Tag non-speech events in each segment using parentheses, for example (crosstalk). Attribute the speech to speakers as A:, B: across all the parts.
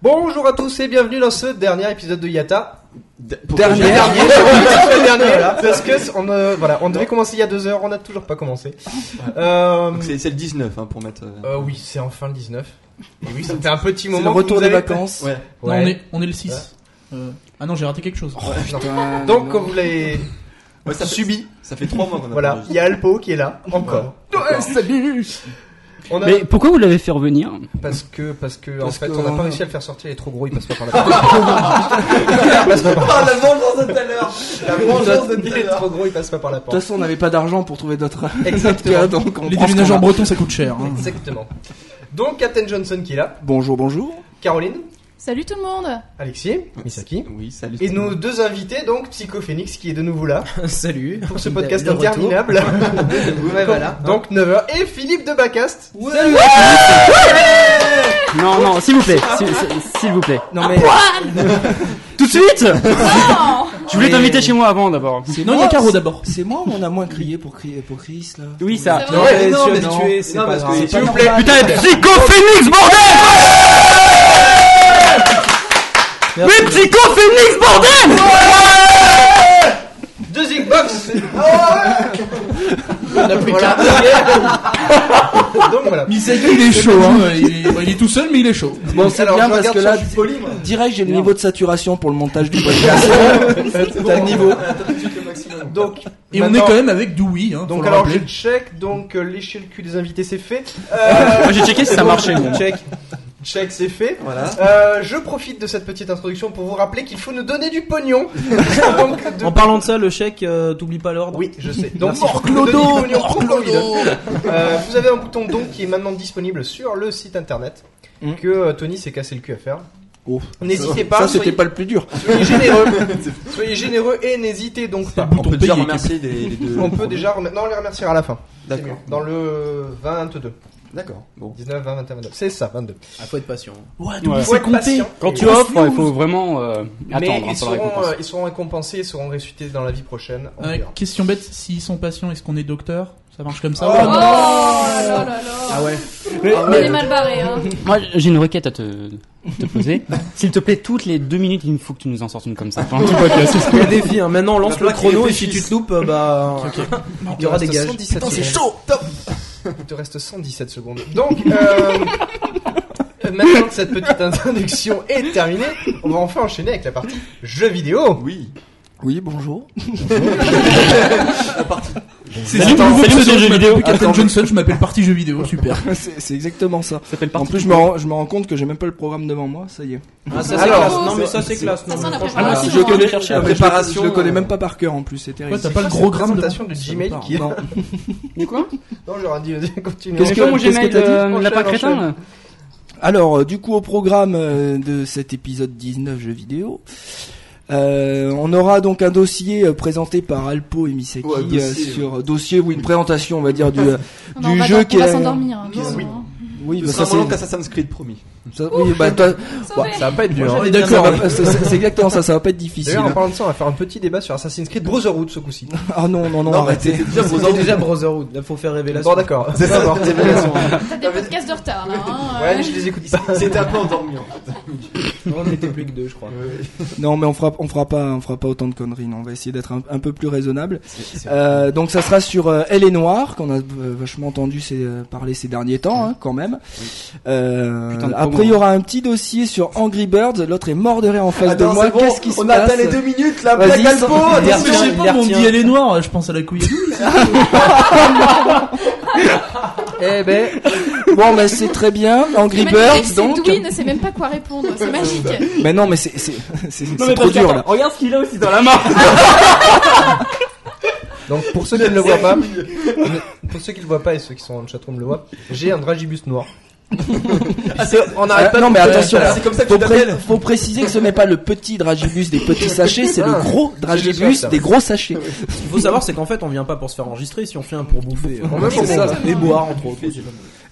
A: Bonjour à tous et bienvenue dans ce dernier épisode de Yata. Dernier, (laughs) dernier,
B: (laughs)
A: dernier, voilà, parce que c- on, euh, voilà, on devait commencer il y a deux heures, on n'a toujours pas
B: (laughs)
A: commencé. Euh,
C: Donc c'est c'est le 19 hein, pour mettre. euh,
A: euh, oui, c'est enfin le 19. Et oui, ça fait un petit
B: C'est
A: moment.
B: le
A: que
B: retour
A: vous
B: des
A: avez-
B: vacances.
C: Ouais.
B: Non,
A: Ouais.
B: on, est, on est le 6. Euh, ah non, j'ai raté quelque chose.
A: Oh, putain.
B: Putain,
A: Donc,
B: non.
A: comme vous l'avez
C: Ouais, ça fait-
A: subi,
C: Ça fait 3 mois qu'on a pas
A: voilà, il
C: enregistré.
A: y a Alpo qui est là, encore.
B: Ouais, salut
A: On a-
D: Mais pourquoi vous l'avez fait revenir
A: Parce que, parce que, en
B: Parce
A: fait,
B: que-
A: on n'a pas réussi à le faire sortir, il est trop gros, il passe pas par la porte.
B: (laughs)
A: il passe pas par
C: Ah, la vengeance de tout à l'heure La vengeance de tout
A: Il
C: à
A: est
C: l'heure
A: trop gros, il passe pas par la
B: De toute
A: porte.
B: façon, on n'avait pas d'argent pour trouver d'autres
A: Exactement.
B: cas, donc on
D: Les
B: prend ce
D: déménageurs
B: qu'on a.
D: bretons, ça coûte cher.
A: (laughs)
D: hein.
A: Exactement. Donc, Captain Johnson qui est là,
B: Bonjour, bonjour.
A: Caroline,
E: Salut tout le monde
A: Alexis, Misaki.
C: Oui, salut.
A: Et nos deux invités, donc Psycho Phoenix qui est de nouveau là
B: Salut.
A: pour
B: (laughs)
A: ce podcast interminable. Ouais, voilà.
B: hein.
A: Donc 9h. Et Philippe de Bacast. Salut
D: Non, (laughs) non, s'il vous plaît, s'il- s'il- s'il vous plaît.
B: Non mais
A: euh,
D: Tout de suite
E: Non
D: Je voulais
B: Mais-
D: t'inviter chez moi avant d'abord.
B: c'est
D: Non, il y a
B: moi-
D: Caro d'abord.
B: C'est moi ou on a moins crié pour crier pour Chris là
D: Oui, ça.
E: C'est vrai.
B: mais
C: non,
B: tu es
C: mais
B: habitué, c'est
C: non,
B: pas
C: parce que-
B: grave.
C: s'il
B: C'est
C: vous
B: pas
C: plaît,
B: normal.
D: Putain, Psycho Phoenix, bordel
B: Merci.
D: Mais Psycho Phoenix, bordel
A: de Zigbox
B: On a plus
A: Voilà. Donc voilà.
B: Misaki, il est chaud hein.
D: euh, il, est, tout seul, mais il est chaud.
B: Bon, c'est
A: Alors,
B: bien
A: je
B: parce
A: regarde
B: que
A: sur
B: là,
A: le Jupoli, moi.
B: direct, j'ai le niveau de saturation pour le montage du podcast. T'as le niveau.
A: Donc,
D: Et on est
A: maintenant-
D: quand même avec Dewey, hein,
A: Donc alors je check, donc euh, lécher le cul des invités c'est fait. Euh,
D: Moi j'ai checké si ça marchait. moi.
A: Check. Check, c'est fait.
C: Voilà.
A: Euh, je profite de cette petite introduction pour vous rappeler qu'il faut nous donner du
C: (laughs)
A: pognon. Donc, de-
F: En parlant de ça, le chèque, euh, t'oublies pas l'ordre.
A: Oui, je sais. Donc,
B: Merci.
A: pour que
B: Clodo,
A: Denis Pognon
B: mort
A: pour
B: Clodo.
A: Covid. Euh, vous avez un bouton don qui est maintenant disponible sur le site internet
B: Mm.
A: que euh, Tony s'est cassé le cul à faire.
B: Ouf.
A: N'hésitez pas,
B: Ça,
A: soyez,
B: c'était pas le plus dur.
A: soyez
B: (laughs)
A: généreux, soyez généreux et n'hésitez donc pas.
C: On peut déjà
D: payé,
C: remercier les, les deux.
A: On peut déjà remer- non, on les remerciera à la fin. C'est
C: D'accord.
A: mieux. Dans le 22.
C: D'accord. Bon.
A: 19, 20, 21, 22. C'est ça, 22.
F: Ah, faut être patient.
D: Ouais,
A: Il
D: Dewey,
A: faut
D: c'est
A: être
D: compté.
A: patient.
D: Quand tu
A: Et-
D: offres, il faut vraiment euh,
A: Mais
D: attendre hein,
A: ils
D: pour la
A: seront,
D: récompense.
A: euh, ils seront récompensés, ils seront récités dans la vie prochaine. On
D: Ouais.
A: verra.
D: Question bête, s'ils sont patients, est-ce qu'on est docteur Ça marche comme ça
E: Oh
D: ou pas
E: là là là
B: Ah ouais.
E: On est mal barré hein
D: Moi, j'ai une requête à te, te (laughs) poser. S'il te plaît, toutes les deux minutes, il faut que tu nous en sortes une comme ça. Pendant tout le podcast.
F: Le défi, hein. maintenant on lance
C: Faut
F: le
C: pas
F: chrono
C: qu'il
F: et si tu
C: réfléchisse.
F: te loupes, euh, bah. Il y aura des gages.
A: 117
B: Putain, c'est
A: secondes.
B: chaud. Top.
A: Il te reste 117 secondes. Donc, euh, (laughs) maintenant que cette petite introduction est terminée, on va enfin enchaîner avec la partie jeux vidéo.
C: Oui.
B: Oui, bonjour. (laughs)
D: C'est le nouveau
B: salut,
D: pseudo
B: monsieur,
D: jeu
B: je
D: vidéo.
B: m'appelle
D: Captain
B: Attends,
D: Johnson, je m'appelle Partie Jeux vidéo, super.
B: C'est c'est exactement ça.
D: Ça s'appelle
B: En plus, je me rends, je me rends compte que j'ai même pas le programme devant moi, ça y est.
F: Ah, ça c'est
A: Alors,
F: classe. Non, mais ça c'est classe.
E: De toute
F: Non,
E: façon,
F: mais
E: la
F: franchement,
D: Ah, moi,
E: préparation,
D: si je connais
E: hein.
D: chercher
B: La
D: la
B: préparation, je le connais
C: euh,
B: même pas par cœur en plus, c'est terrible.
D: Pourquoi t'as pas le
A: Ça, c'est
D: gros
A: la
D: gramme de
A: présentation de Jimmy qui est...
B: (laughs) Non.
D: Mais quoi
A: Non, j'aurais dit, vas-y, continue.
B: Qu'est-ce
D: Qu'est-ce
B: que-
D: que mon
B: qu'est-ce que
D: Gmail
B: t'as dit
D: euh, lapin
A: Enchaîne,
D: crétin là
B: Alors, euh, du coup, au programme euh, de cet épisode 19 jeux vidéo, euh, on aura donc un dossier euh, présenté par Alpo et Miseki
C: Ouais, dossier,
B: euh,
C: ouais.
B: sur dossier ou une présentation, on va dire
A: (laughs)
B: du. euh,
E: Non, non, on
B: du
E: va
B: jeu
E: dor-
B: qui
E: On va
B: est-
E: s'endormir hein,
A: Non,
E: de toute
A: oui.
E: façon, hein.
B: oui,
C: Ce
B: bah,
C: sera
B: ça
C: moins long
B: c'est.
C: qu'Assassin's Creed, promis.
B: ça- oui, bah, toi-
E: Sauvé.
A: Ça va pas être dur. hein.
B: ça
F: on est
B: va
F: d'accord.
B: pas- c'est- c'est exactement ça, ça va pas être difficile.
A: D'ailleurs, en parlant de ça, on va faire un petit débat sur Assassin's Creed Brotherhood ce coup-ci.
B: (laughs) Ah non, non, non,
C: Non, mais
B: arrêtez.
C: Déjà,
F: c'était
C: Brotherhood.
F: déjà Brotherhood. Là, faut faire révélation.
A: Bon, d'accord. C'est ça, bon.
E: T'as des podcasts de retard là hein,
A: Ouais,
E: euh.
A: mais je les
B: (laughs)
A: écoute pas.
C: C'était un peu endormi. en fait.
F: On était plus que deux, je crois.
B: Non, mais on fera, on fera pas, on fera pas autant de conneries. non. On va essayer d'être un, un peu plus raisonnable. Euh, donc ça sera sur euh, Elle est noire qu'on a euh, vachement entendu ces- euh, parler ces derniers temps, hein, quand même. Euh,
D: Putain de promo
B: Après, il y aura un petit dossier sur Angry Birds. L'autre est mort de rire en face de
C: Attends,
B: moi.
C: Ah c'est bon,
B: Qu'est-ce qui se
C: On a
B: passe
C: atteint les deux minutes, la
B: Vas-y,
C: blague Alpo
B: sors-
C: attends,
G: Mais
B: Garde-
C: mais
G: je sais
C: j'ai-
G: pas, on me dit elle est noire, je pense à la couille à douille.
B: Eh ben, bon, mais c'est très bien. Angry Birds, donc.
E: Edwin ne sait même pas quoi répondre, c'est magique.
B: Mais non, mais c'est c'est (laughs) c'est- c'est trop dur là.
D: Regarde ce qu'il a aussi dans la main.
A: Donc pour ceux qui ne le voient pas, pour ceux qui le voient pas et ceux qui sont en chatroom le voient, j'ai un dragibus noir. on
B: Ah, non, mais attention.
C: C'est comme ça que
B: Faut,
C: tu
B: pré-
C: t'appelles.
B: faut préciser que ce n'est pas le petit dragibus des
C: (laughs)
B: petits sachets, c'est le
A: Ah,
B: gros
A: j'ai fait
B: dragibus
A: ça.
B: des gros sachets.
F: Ce qu'il faut savoir, c'est qu'en fait, on vient pas pour se faire enregistrer, si on fait un pour bouffer.
A: On va
F: euh,
A: pour
F: c'est ça,
A: bouffer.
F: Et boire, entre autres.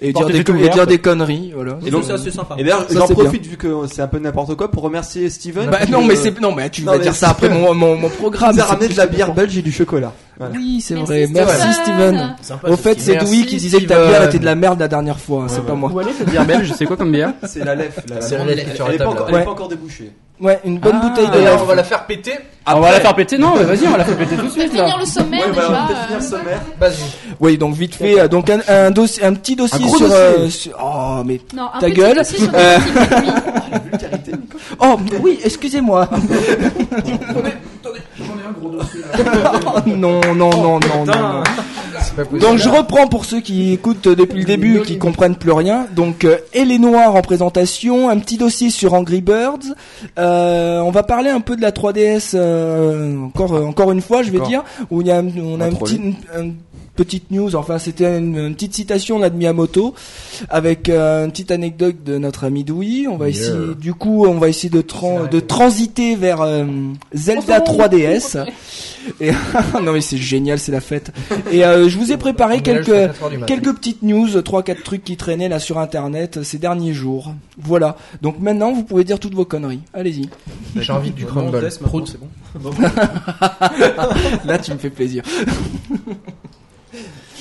B: Et dire,
D: Portez
B: des,
D: tout
B: et
D: ouvert,
B: dire
D: quoi.
B: des conneries, voilà.
F: Et donc, c'est assez sympa.
C: Et d'ailleurs,
B: Ça,
C: j'en
B: c'est
C: profite vu que c'est un peu n'importe quoi pour remercier Steven.
B: Bah
C: qui,
B: non, mais
C: euh,
B: c'est non, mais tu
C: non,
B: vas
C: mais
B: dire ça après mon mon, mon programme.
C: nous a
B: c'est
C: ramené
B: plus
C: de la
B: important.
C: bière belge et du chocolat. Voilà.
B: Oui, c'est
E: Merci,
B: vrai. Merci Steven.
F: Sympa,
B: Au
F: ce
B: fait,
F: style.
B: c'est
A: Merci,
B: Douy qui disait que ta
A: Steven.
B: bière était de la merde la dernière fois. hein, C'est pas moi.
D: Où aller cette bière belge C'est quoi comme bière
C: C'est la lèvre. La,
A: C'est la
C: grande
A: lèvre qui est
C: lèvre.
A: sur
C: Elle
A: la
C: est pas
A: table,
C: encore-
B: ouais.
C: elle est pas encore débouchée.
B: Ouais, une bonne
D: Ah.
B: bouteille de
A: Et là,
B: lèvres.
A: on va la faire péter.
D: On va la faire péter. Non, mais vas-y, on va la faire péter tout de
E: On va
D: suite
E: finir
D: là.
E: le sommaire
C: Ouais, bah, on va peut-être
E: déjà.
C: finir
E: euh,
C: sommaire.
A: Vas-y.
B: Oui, donc vite fait, euh, donc un, un, dossier, un petit dossier
C: gros
B: sur,
C: dossier.
B: euh, sur- Oh, mais...
E: Non, un
B: Ta
E: petit
B: gueule.
E: dossier sur
B: Euh,
E: les petites nuits.
C: Vulgarité.
B: Oh, oui, excusez-moi. Oh, (laughs) non, non, non, non, non, non.
A: C'est pas possible.
B: Donc je reprends pour ceux qui écoutent depuis le début et qui comprennent plus rien. Donc euh, et les noirs en présentation, un petit dossier sur Angry Birds. Euh, on va parler un peu de la 3DS euh, encore euh, encore une fois, je vais
C: Encore.
B: dire où il y a un- on a
C: va
B: un
C: troller.
B: petit une- une petite news. Enfin c'était une, une petite citation là de Miyamoto avec euh, une petite anecdote de notre ami Douy. On va
A: Yeah.
B: essayer du coup on va essayer de tran- de transiter vers euh, Zelda 3DS. Et (laughs) non mais c'est génial, c'est la fête. Et euh, je vous ai
A: On
B: préparé
A: est là jusqu'à
B: quelques
A: 4 heures du matin.
B: quelques petites news, trois quatre trucs qui traînaient là sur internet euh, ces derniers jours. Voilà. Donc maintenant, vous pouvez dire toutes vos conneries. Allez-y.
A: J'ai envie du
F: Ouais, non, on
A: crumble.
F: teste maintenant, c'est bon.
B: Là, tu me fais plaisir.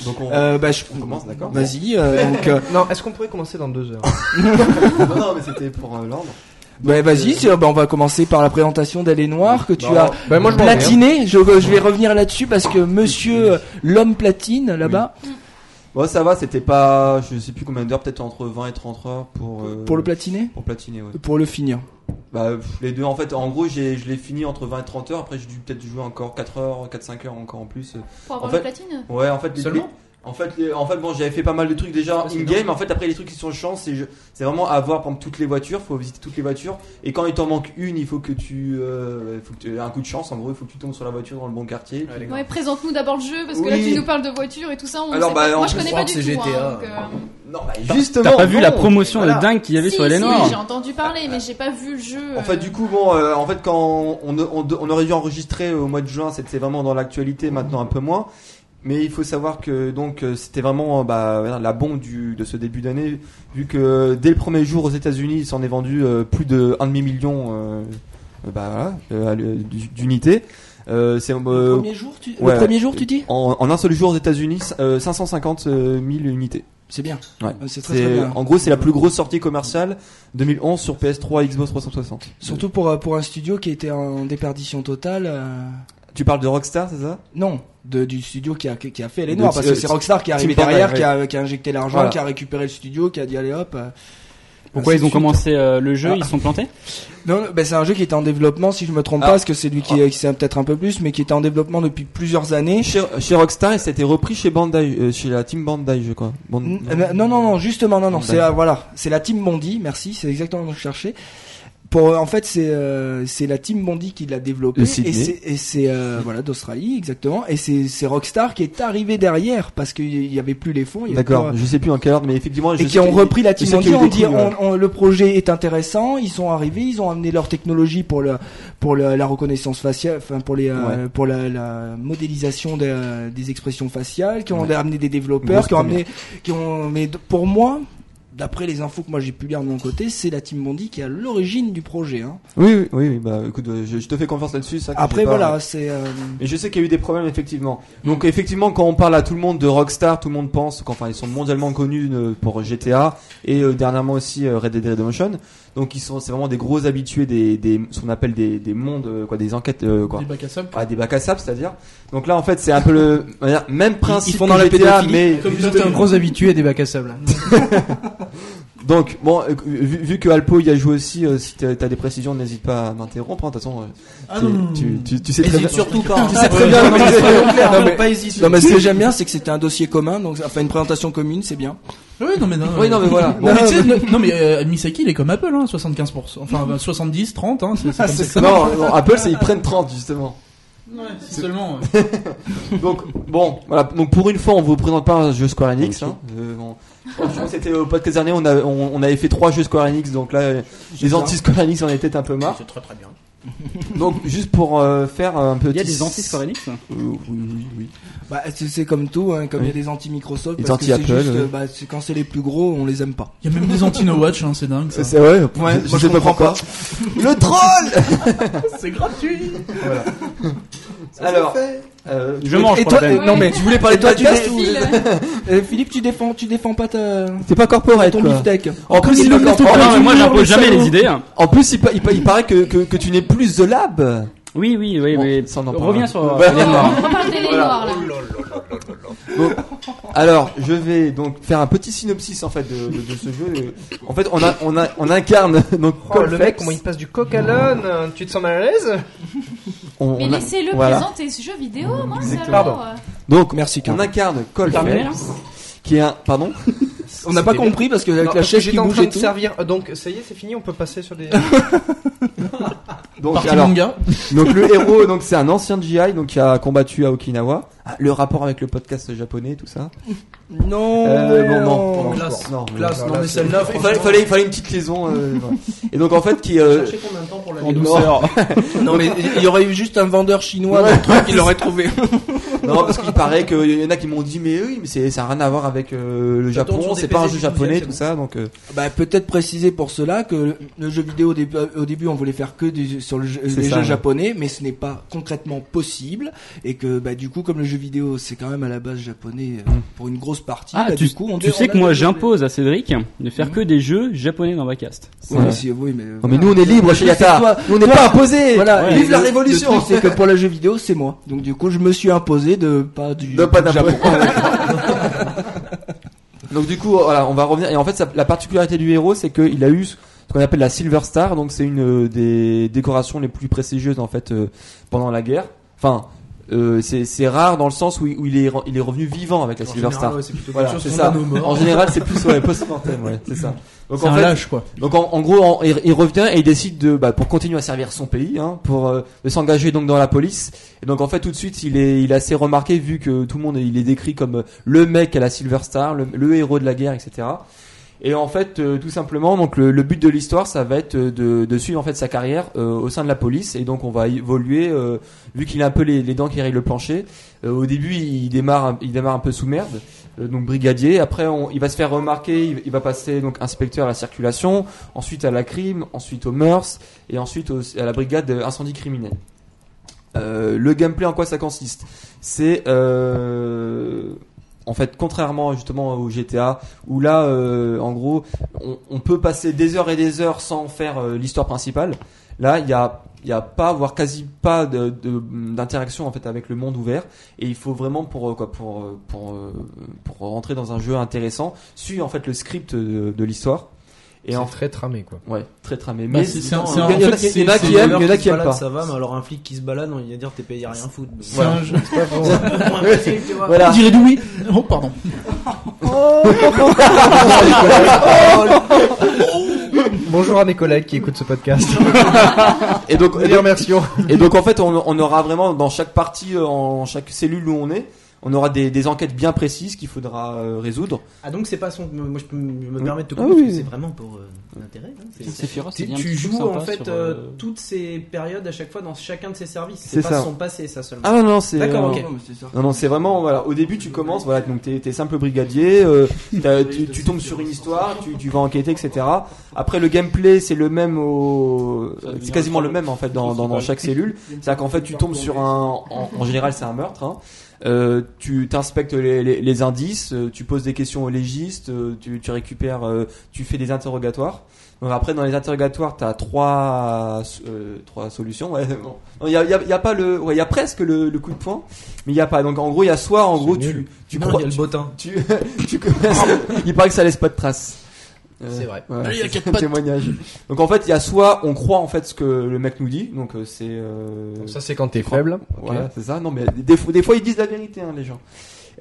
C: Donc on
B: Euh, bah je
C: on commence, d'accord
B: Vas-y. euh, donc euh,
A: Non, est-ce qu'on pourrait commencer dans deux heures
C: Non, non, mais c'était pour euh, l'ordre.
B: bah vas-y, c'est- bah, on va commencer par la présentation d'Elle Noire que tu
A: Bah,
B: as
A: bah, moi, je m'en vais, hein.
B: platiné. Je, euh, je vais revenir là-dessus parce que monsieur euh, l'homme platine là-bas
C: Bon, ça va, c'était pas. Je sais plus combien d'heures, peut-être entre 20 et 30 heures pour. euh,
B: pour le platiner,
C: Pour platiner, ouais.
B: pour le finir.
C: Bah, pff, les deux, en fait, en gros, j'ai, je l'ai fini entre 20 et 30 heures. Après, j'ai dû peut-être jouer encore 4 heures, 4-5 heures encore en plus.
E: Pour
C: En
E: avoir
C: fait-
E: le platine
C: Ouais, en fait, les-
A: Seulement
C: En fait, les- en fait, bon, j'avais fait pas mal de trucs déjà
A: Parce que
C: in-game. En fait, après, les trucs qui sont chiants, c'est, je- c'est vraiment avoir, par exemple, toutes les voitures. Faut visiter toutes les voitures. Et quand il t'en manque une, il faut que tu, euh, faut que tu aies un coup de chance. En gros, il faut que tu tombes sur la voiture dans le bon quartier.
F: Ouais, les gars.
E: Ouais, présente-nous d'abord le jeu parce que là
C: Oui.
E: tu nous parles de voitures et tout ça. On
C: Alors,
E: sait
C: bah,
E: pas.
C: en
E: Moi je
C: plus,
E: connais
F: on
E: pas
F: croit
E: du
F: que
E: tout.
F: c'est GTA,
E: hein, donc, euh,
C: Non, bah, justement.
D: T'as pas vu
C: non.
D: la promotion
C: Voilà.
D: de dingue qu'il y avait
E: si,
D: sur les
E: si,
D: noirs
E: J'ai entendu parler, mais j'ai pas vu le jeu.
C: En fait,
E: euh,
C: du coup, bon, euh, en fait, quand on, on, on aurait dû enregistrer au mois de juin, c'était vraiment dans l'actualité, maintenant un peu moins. Mais il faut savoir que donc euh, c'était vraiment euh, bah, voilà, la bombe du, de ce début d'année, vu que euh, dès le premier jour aux États-Unis, il s'en est vendu euh, plus de un demi million euh, euh, bah, voilà, euh, d'unités. Euh, c'est euh,
B: le premier jour, tu,
C: ouais. Euh,
B: le premier jour, tu dis
C: en, en un seul jour aux États-Unis, euh, 550 000 unités.
B: C'est bien. Euh,
C: Ouais.
B: C'est très très
C: C'est
B: bien.
C: en gros, c'est la plus grosse sortie commerciale 2011 sur PS3 et Xbox 360.
B: Surtout pour, euh, pour un studio qui était en déperdition totale. euh,
C: Tu parles de Rockstar, c'est ça
B: Non, de, du studio qui a, qui a fait les
C: De
B: noirs.
C: Ti-
B: Parce que
C: euh,
B: c'est Rockstar qui est arrivé
C: Tim Burton,
B: derrière,
C: ouais.
B: qui a, qui a injecté l'argent,
C: Voilà.
B: qui a récupéré le studio, qui a dit allez hop. euh,
D: Pourquoi
B: ainsi
D: ils ont
B: de suite.
D: commencé euh, le jeu
B: Ah.
D: Ils se sont plantés
B: Non, non, ben c'est un jeu qui était en développement, si je me trompe
C: Ah.
B: pas, parce que c'est lui qui, qui sait peut-être un peu plus, mais qui était en développement depuis plusieurs années.
C: Chez, chez Rockstar, et ça a été repris chez Bandai, euh, chez la team Bandai, je crois. Band-
B: N- euh, Non, non, non, justement, non, non, c'est
C: D'accord.
B: euh, voilà, c'est la team Bondi, merci, c'est exactement ce que je cherchais. Pour, euh, en fait, c'est euh, c'est la team Bondi qui l'a développé
C: De
B: et
C: Sydney.
B: c'est et c'est, euh, voilà d'Australie exactement et c'est c'est Rockstar qui est arrivé derrière parce qu'il y avait plus les fonds. il y avait
C: D'accord,
B: pas-
C: je sais plus en quelle ordre, mais effectivement, je
B: Et
C: sais
B: qui ont
C: qu'il-
B: repris la
C: je
B: team
C: sais qu'il
B: Bondi,
C: y a eu
B: on
C: des
B: dit
C: coups, ouais.
B: on- on- le projet est intéressant, ils sont arrivés, ils ont amené leur technologie pour le pour le- la reconnaissance faciale, enfin pour les euh, pour la, la modélisation des, euh, des expressions faciales, qui ont
C: Ouais.
B: amené des développeurs,
C: Grosse
B: qui ont
C: première.
B: amené qui ont mais d- pour moi D'après les infos que moi j'ai pu lire de mon côté, c'est la Team Bondi qui est à l'origine du projet. Hein.
C: Oui, oui, oui, oui, bah écoute, euh, je, je te fais confiance là-dessus. ça, que
B: Après
C: j'ai pas-
B: voilà, c'est euh,
C: Mais je sais qu'il y a eu des problèmes effectivement. Donc effectivement, quand on parle à tout le monde de Rockstar, tout le monde pense qu'enfin ils sont mondialement connus euh, pour GTA et euh, dernièrement aussi euh, Red Dead Redemption. Donc ils sont, c'est vraiment des gros habitués des, des ce qu'on appelle des, des mondes euh, quoi, des enquêtes euh, quoi.
G: Des bacs à sable.
C: Ah, des bacs à sable, c'est-à-dire. Donc là, en fait, c'est un peu le on va dire, même principe
B: font
C: que
B: dans la
C: GTA,
B: pédophilie.
C: mais
G: Comme
F: Toi, t'es un gros habitué des bacs à sable.
C: Donc, bon, euh, vu, vu que Alpo y a joué aussi, euh, si t'as t'as des précisions, n'hésite pas à m'interrompre. hein. De toute façon, euh,
G: Ah
C: t'es-
G: non, non, non,
C: tu,
G: non.
C: tu, tu sais très bien.
F: Hésite surtout pas. Ah,
C: sais très bien,
F: Non,
C: mais-
F: non, soyons clairs,
B: Non,
F: ne
B: mais-
F: pas hésiter.
B: Non mais ce que j'aime bien c'est que c'était un dossier commun donc enfin une présentation commune c'est bien.
G: Oui, non, mais non.
C: Oui, non, mais voilà.
G: Non, mais, tu sais, le- non, mais euh, Misaki, il est comme Apple, hein, 75%. Enfin, bah, 70, 30, hein, c'est c'est comme ça.
C: Ah,
G: (laughs)
C: Non, non, Apple, c'est ils prennent 30 justement.
G: Ouais, c'est seulement.
C: Donc, bon, voilà. Donc, pour une fois, on vous présente pas un jeu Square Enix. hein. Euh, on- Franchement, c'était au podcast dernier, on, avait- on, on avait fait trois jeux Square Enix, donc là, euh, les anti-Square Enix en étaient un peu marre.
F: C'est très très bien.
C: Donc, juste pour euh, faire un petit.
D: Il y a des anti-Square Enix
C: Euh, oui, oui, oui.
B: Bah c'est c'est comme tout hein, comme il
C: Oui.
B: y a des anti Microsoft
C: Des
B: parce que c'est
C: anti-Apple,
B: juste
C: ouais.
B: euh, bah, c'est- quand c'est les plus gros on les aime pas.
G: Il y a même des anti-No Watch, hein, c'est dingue. ça.
C: C'est vrai, ouais,
B: moi,
C: je,
B: je
C: sais pas pourquoi.
B: comprends
C: Le troll
G: C'est gratuit.
C: Alors, euh,
D: Je mange
B: et
D: pour la
B: toi
D: peine.
B: et- non mais
E: tu
B: voulais parler de toi tu
E: Facile.
B: Euh, Philippe tu défends tu défends pas ta
C: c'est pas corporate
B: ton
C: quoi.
B: beefsteak.
C: En plus, il
D: Non,
C: pa- en-
D: mais
G: toujours
D: moi j'impose
G: le
D: jamais
G: salaud.
D: les idées. hein.
C: en plus, il, pa- il pa- il paraît que, que, que tu n'es plus The Lab.
D: Oui, oui, oui,
C: Bon,
D: mais
C: ça, on en parlera.
D: reviens sur euh,
C: Bah.
D: les noirs.
E: On parle des noirs là.
C: Alors, je vais donc faire un petit synopsis en fait de, de- de ce jeu. En fait, on, a, on, a, on incarne donc
A: Oh, le mec,
C: Colflex.
A: comment il passe du coq à l'âne euh, Tu te sens mal à l'aise
C: On-
E: Mais
C: on a-
E: laissez-le
C: voilà.
E: présenter ce jeu vidéo, moi, c'est
C: Exactement.
E: alors.
C: (laughs) Donc,
B: Merci
C: on
B: Karl.
C: incarne
D: Terminé, là
C: Colflex, qui est un pardon.
B: On n'a pas
A: C'était
B: compris parce que avec
A: Non,
B: la
A: parce que
B: chaise qui
A: j'étais en
B: bouge
A: train
B: et
A: de
B: tout.
A: servir. euh, Donc ça y est, c'est fini, on peut passer sur des.
C: Donc,
G: Parti
C: alors,
G: manga.
C: donc le héros, donc c'est un ancien GI, donc qui a combattu à Okinawa. Ah, Le rapport avec le podcast japonais, tout ça.
B: Non.
C: Euh, bon, non, non,
F: Classe.
C: non, non.
F: Classe,
A: non,
F: non
A: là,
F: mais
A: c'est-
F: celle-là,
C: Il fallait,
F: franchement,
C: fallait, il fallait une petite liaison. euh, voilà. Et donc en fait, qui euh,
F: chercher combien de temps pour la
D: En
F: lire
D: douceur.
B: Non mais il y aurait eu juste un vendeur chinois
C: Ouais.
B: de trucs, il l'aurait trouvé.
C: non, parce qu'il paraît qu'il y en a qui m'ont dit, mais oui, mais c'est, ça n'a rien à voir avec euh, le
F: Ça tourne
C: Japon,
F: sur des
C: c'est pas un
F: PC
C: jeu
F: du
C: japonais,
F: 12e,
C: tout ça, donc. euh,
B: Bah peut-être préciser pour cela que le jeu vidéo au début, au début, on voulait faire que du- sur le jeu-
C: C'est
B: les
C: ça,
B: jeux
C: ouais.
B: japonais, mais ce n'est pas concrètement possible et que bah du coup comme le jeu vidéo c'est quand même à la base japonais euh, pour une grosse partie,
D: Ah,
B: bah,
D: tu,
B: du coup on
D: tu
B: on
D: sais
B: a
D: que moi
B: des-
D: j'impose à Cédric de faire
B: Mhm.
D: que des jeux japonais dans Vacast.
B: Oui, mais si- oui, mais,
C: Non,
B: voilà.
C: mais nous, on est libre chez
B: Le truc, c'est
C: Yata.
B: que toi-
C: Nous, on n'est pas imposés.
B: Voilà,
D: Ouais.
B: et
C: Vive la
B: le-
C: révolution.
B: le truc, c'est que pour le jeu vidéo, c'est moi. Donc du coup, je me suis imposé de pas du
C: De pas
B: du
C: d'impôt.
B: Japon.
C: (laughs) Donc du coup, voilà, on va revenir. Et en fait, ça- la particularité du héros, c'est qu'il a eu ce ce qu'on appelle la Silver Star. Donc c'est une euh, des décorations les plus prestigieuses en fait euh, pendant la guerre. Enfin, euh, c'est c'est rare dans le sens où, il- où il est re- il est revenu vivant avec la
F: En
C: Silver
F: général,
C: Star.
F: ouais, c'est plutôt
C: Voilà,
F: quelque
C: c'est
F: chose
C: ça.
F: qu'on donne aux morts.
C: En général, c'est plus ouais, post-mortem, ouais, c'est
G: (laughs)
C: ça. Donc
G: C'est
C: en
G: un
C: fait,
G: lâche, quoi. Bah,
C: donc en, en gros, en- il, il revient et il décide de, bah, pour continuer à servir son pays, hein, pour euh, de s'engager donc dans la police. Et donc en fait, tout de suite, il est, il est assez remarqué vu que tout le monde, il est décrit comme euh, le mec à la Silver Star, le, le héros de la guerre, etc. Et en fait, euh, tout simplement, donc le, le but de l'histoire, ça va être euh, de, de suivre en fait sa carrière euh, au sein de la police. Et donc on va évoluer euh, vu qu'il a un peu les, les dents qui rayent le plancher. euh, au début, il démarre, un- il démarre un peu sous merde. euh, Donc brigadier. Après, on, il va se faire remarquer. Il, il va passer donc inspecteur à la circulation ensuite à la crime, ensuite aux mœurs, et ensuite au- à la brigade euh, incendie criminel. Euh, le gameplay en quoi ça consiste C'est euh, en fait contrairement justement au GTA où là euh, en gros on, on peut passer des heures et des heures sans faire euh, l'histoire principale. Là il y a il y a pas voire quasi pas de- de- d'interaction en fait avec le monde ouvert et il faut vraiment pour euh, quoi pour euh, pour euh, pour rentrer dans un jeu intéressant suivre en fait le script de, de l'histoire et
A: C'est
C: en
A: très tramé quoi.
C: Ouais, très tramé.
G: Bah,
C: Mais
G: c'est-
C: c'est-
G: c'est un-
F: Non,
G: c'est un-
F: en
G: en
C: il y en a-
G: fait,
C: il y en a
G: c'est-
C: qui
G: c'est-
C: aiment, il y en a qui aiment
F: balade,
C: pas.
F: ça va, mais alors un flic qui se balade, on va dire t'es payé rien foutre. donc.
B: (laughs)
G: C'est un jeu.
C: Voilà.
G: On dirait du oui. Oh, pardon.
A: Bonjour à mes collègues qui écoutent ce podcast.
C: Et donc,
A: Et les remercions.
C: et donc en fait, on, on aura vraiment dans chaque partie, euh, en chaque cellule où on est, on aura des, des enquêtes bien précises qu'il faudra euh, résoudre.
F: Ah donc c'est pas son. Moi je peux me
C: Mm.
F: permettre de te
C: Ah
F: couper parce
C: oui.
F: que c'est vraiment pour euh, l'intérêt. hein, c'est-
D: Sephiroth,
F: Tu,
D: il y a un
F: tu
D: petit truc
F: joues en
D: sympa
F: fait
D: sur,
F: euh,
D: euh,
F: toutes ces périodes à chaque fois dans chacun de ces services.
C: C'est
F: C'est pas
C: ça.
F: son passé ça seulement.
C: Ah non non, c'est
F: D'accord,
C: euh,
F: ok.
C: Non non, c'est vraiment voilà. Au début, tu commences, voilà, donc t'es t'es simple brigadier, euh, t'as- tu, tu tombes sur une histoire, tu, tu vas enquêter, etc. Après, le gameplay, c'est le même au,
D: Ça devient
C: c'est quasiment le
D: un-
C: même en fait dans, dans, dans chaque cellule. C'est-à-dire qu'en fait, tu tombes sur un. En, en général, c'est un meurtre. Hein. Euh, tu t'inspectes les, les, les indices, euh, tu poses des questions aux légistes, euh, tu, tu récupères, euh, tu fais des interrogatoires. Donc après, dans les interrogatoires, t'as trois euh, trois solutions. Ouais, (laughs) bon. Non, y a, y a, y a pas le, ouais, y a presque le, le coup de poing, mais il y a pas. Donc en gros, il y a soit en gros
A: nul.
C: (laughs) tu tu
F: non,
C: crois,
F: il y a le bottin.
C: (laughs) tu, tu commences- il paraît que ça laisse pas de traces.
A: C'est vrai.
C: Voilà,
G: Il y
C: c'est (laughs)
G: a quatre
C: un
G: pattes.
C: témoignage. Donc en fait, il y a soit on croit en fait ce que le mec nous dit, donc euh, c'est euh,
A: Donc ça, c'est quand t'es faible.
C: voilà, c'est ça. Non, mais des, fois- des fois ils disent la vérité, hein, les gens.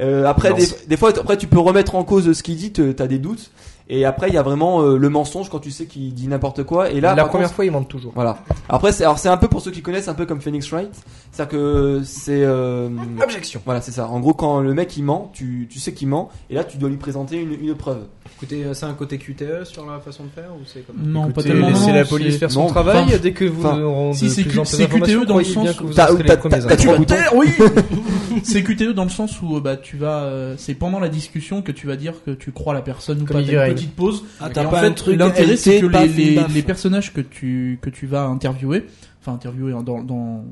C: Euh, après,
A: Non,
C: des, des fois, après tu peux remettre en cause ce qu'il dit, te- t'as des doutes. Et après, il y a vraiment euh, le mensonge quand tu sais qu'il dit n'importe quoi. Et là,
A: la
C: par
A: première
C: contre,
A: fois, il mente toujours.
C: voilà. Après, c'est alors c'est un peu pour ceux qui connaissent, un peu comme Phoenix Wright, c'est-à-dire que c'est euh,
A: Objection.
C: voilà, c'est ça. En gros, quand le mec il ment, tu, tu sais qu'il ment, et là tu dois lui présenter une, une preuve.
F: Écoutez, c'est un côté QTE sur la façon de faire ou c'est comme
G: Non, pas
A: Écoutez,
G: tellement.
A: laissez
G: non,
A: la police
G: c'est-
A: faire son
C: non,
A: travail
C: enfin,
A: dès que vous
C: enfin,
A: aurez
G: si, c'est
A: de plus
G: Q-
A: en
G: c'est
A: plus
G: QTE
A: d'informations,
G: dans
A: croyez bien
G: le sens
A: que
G: où
A: vous
C: t'as-
A: en serez
C: t'as-
A: les premiers
C: t'as- t'as-
A: informés.
C: Sur le
G: QTE, oui (laughs) C'est QTE dans le sens où euh, bah tu vas euh, c'est pendant la discussion que tu vas dire que tu crois la personne ou
A: Comme
G: pas
A: il
G: t'as une
A: dirait.
G: petite pause
B: Ah,
G: et en fait l'intérêt
B: LT,
G: c'est que les,
B: paf,
G: les,
B: baf.
G: les personnages que tu que tu vas interviewer enfin interviewer hein, dans dans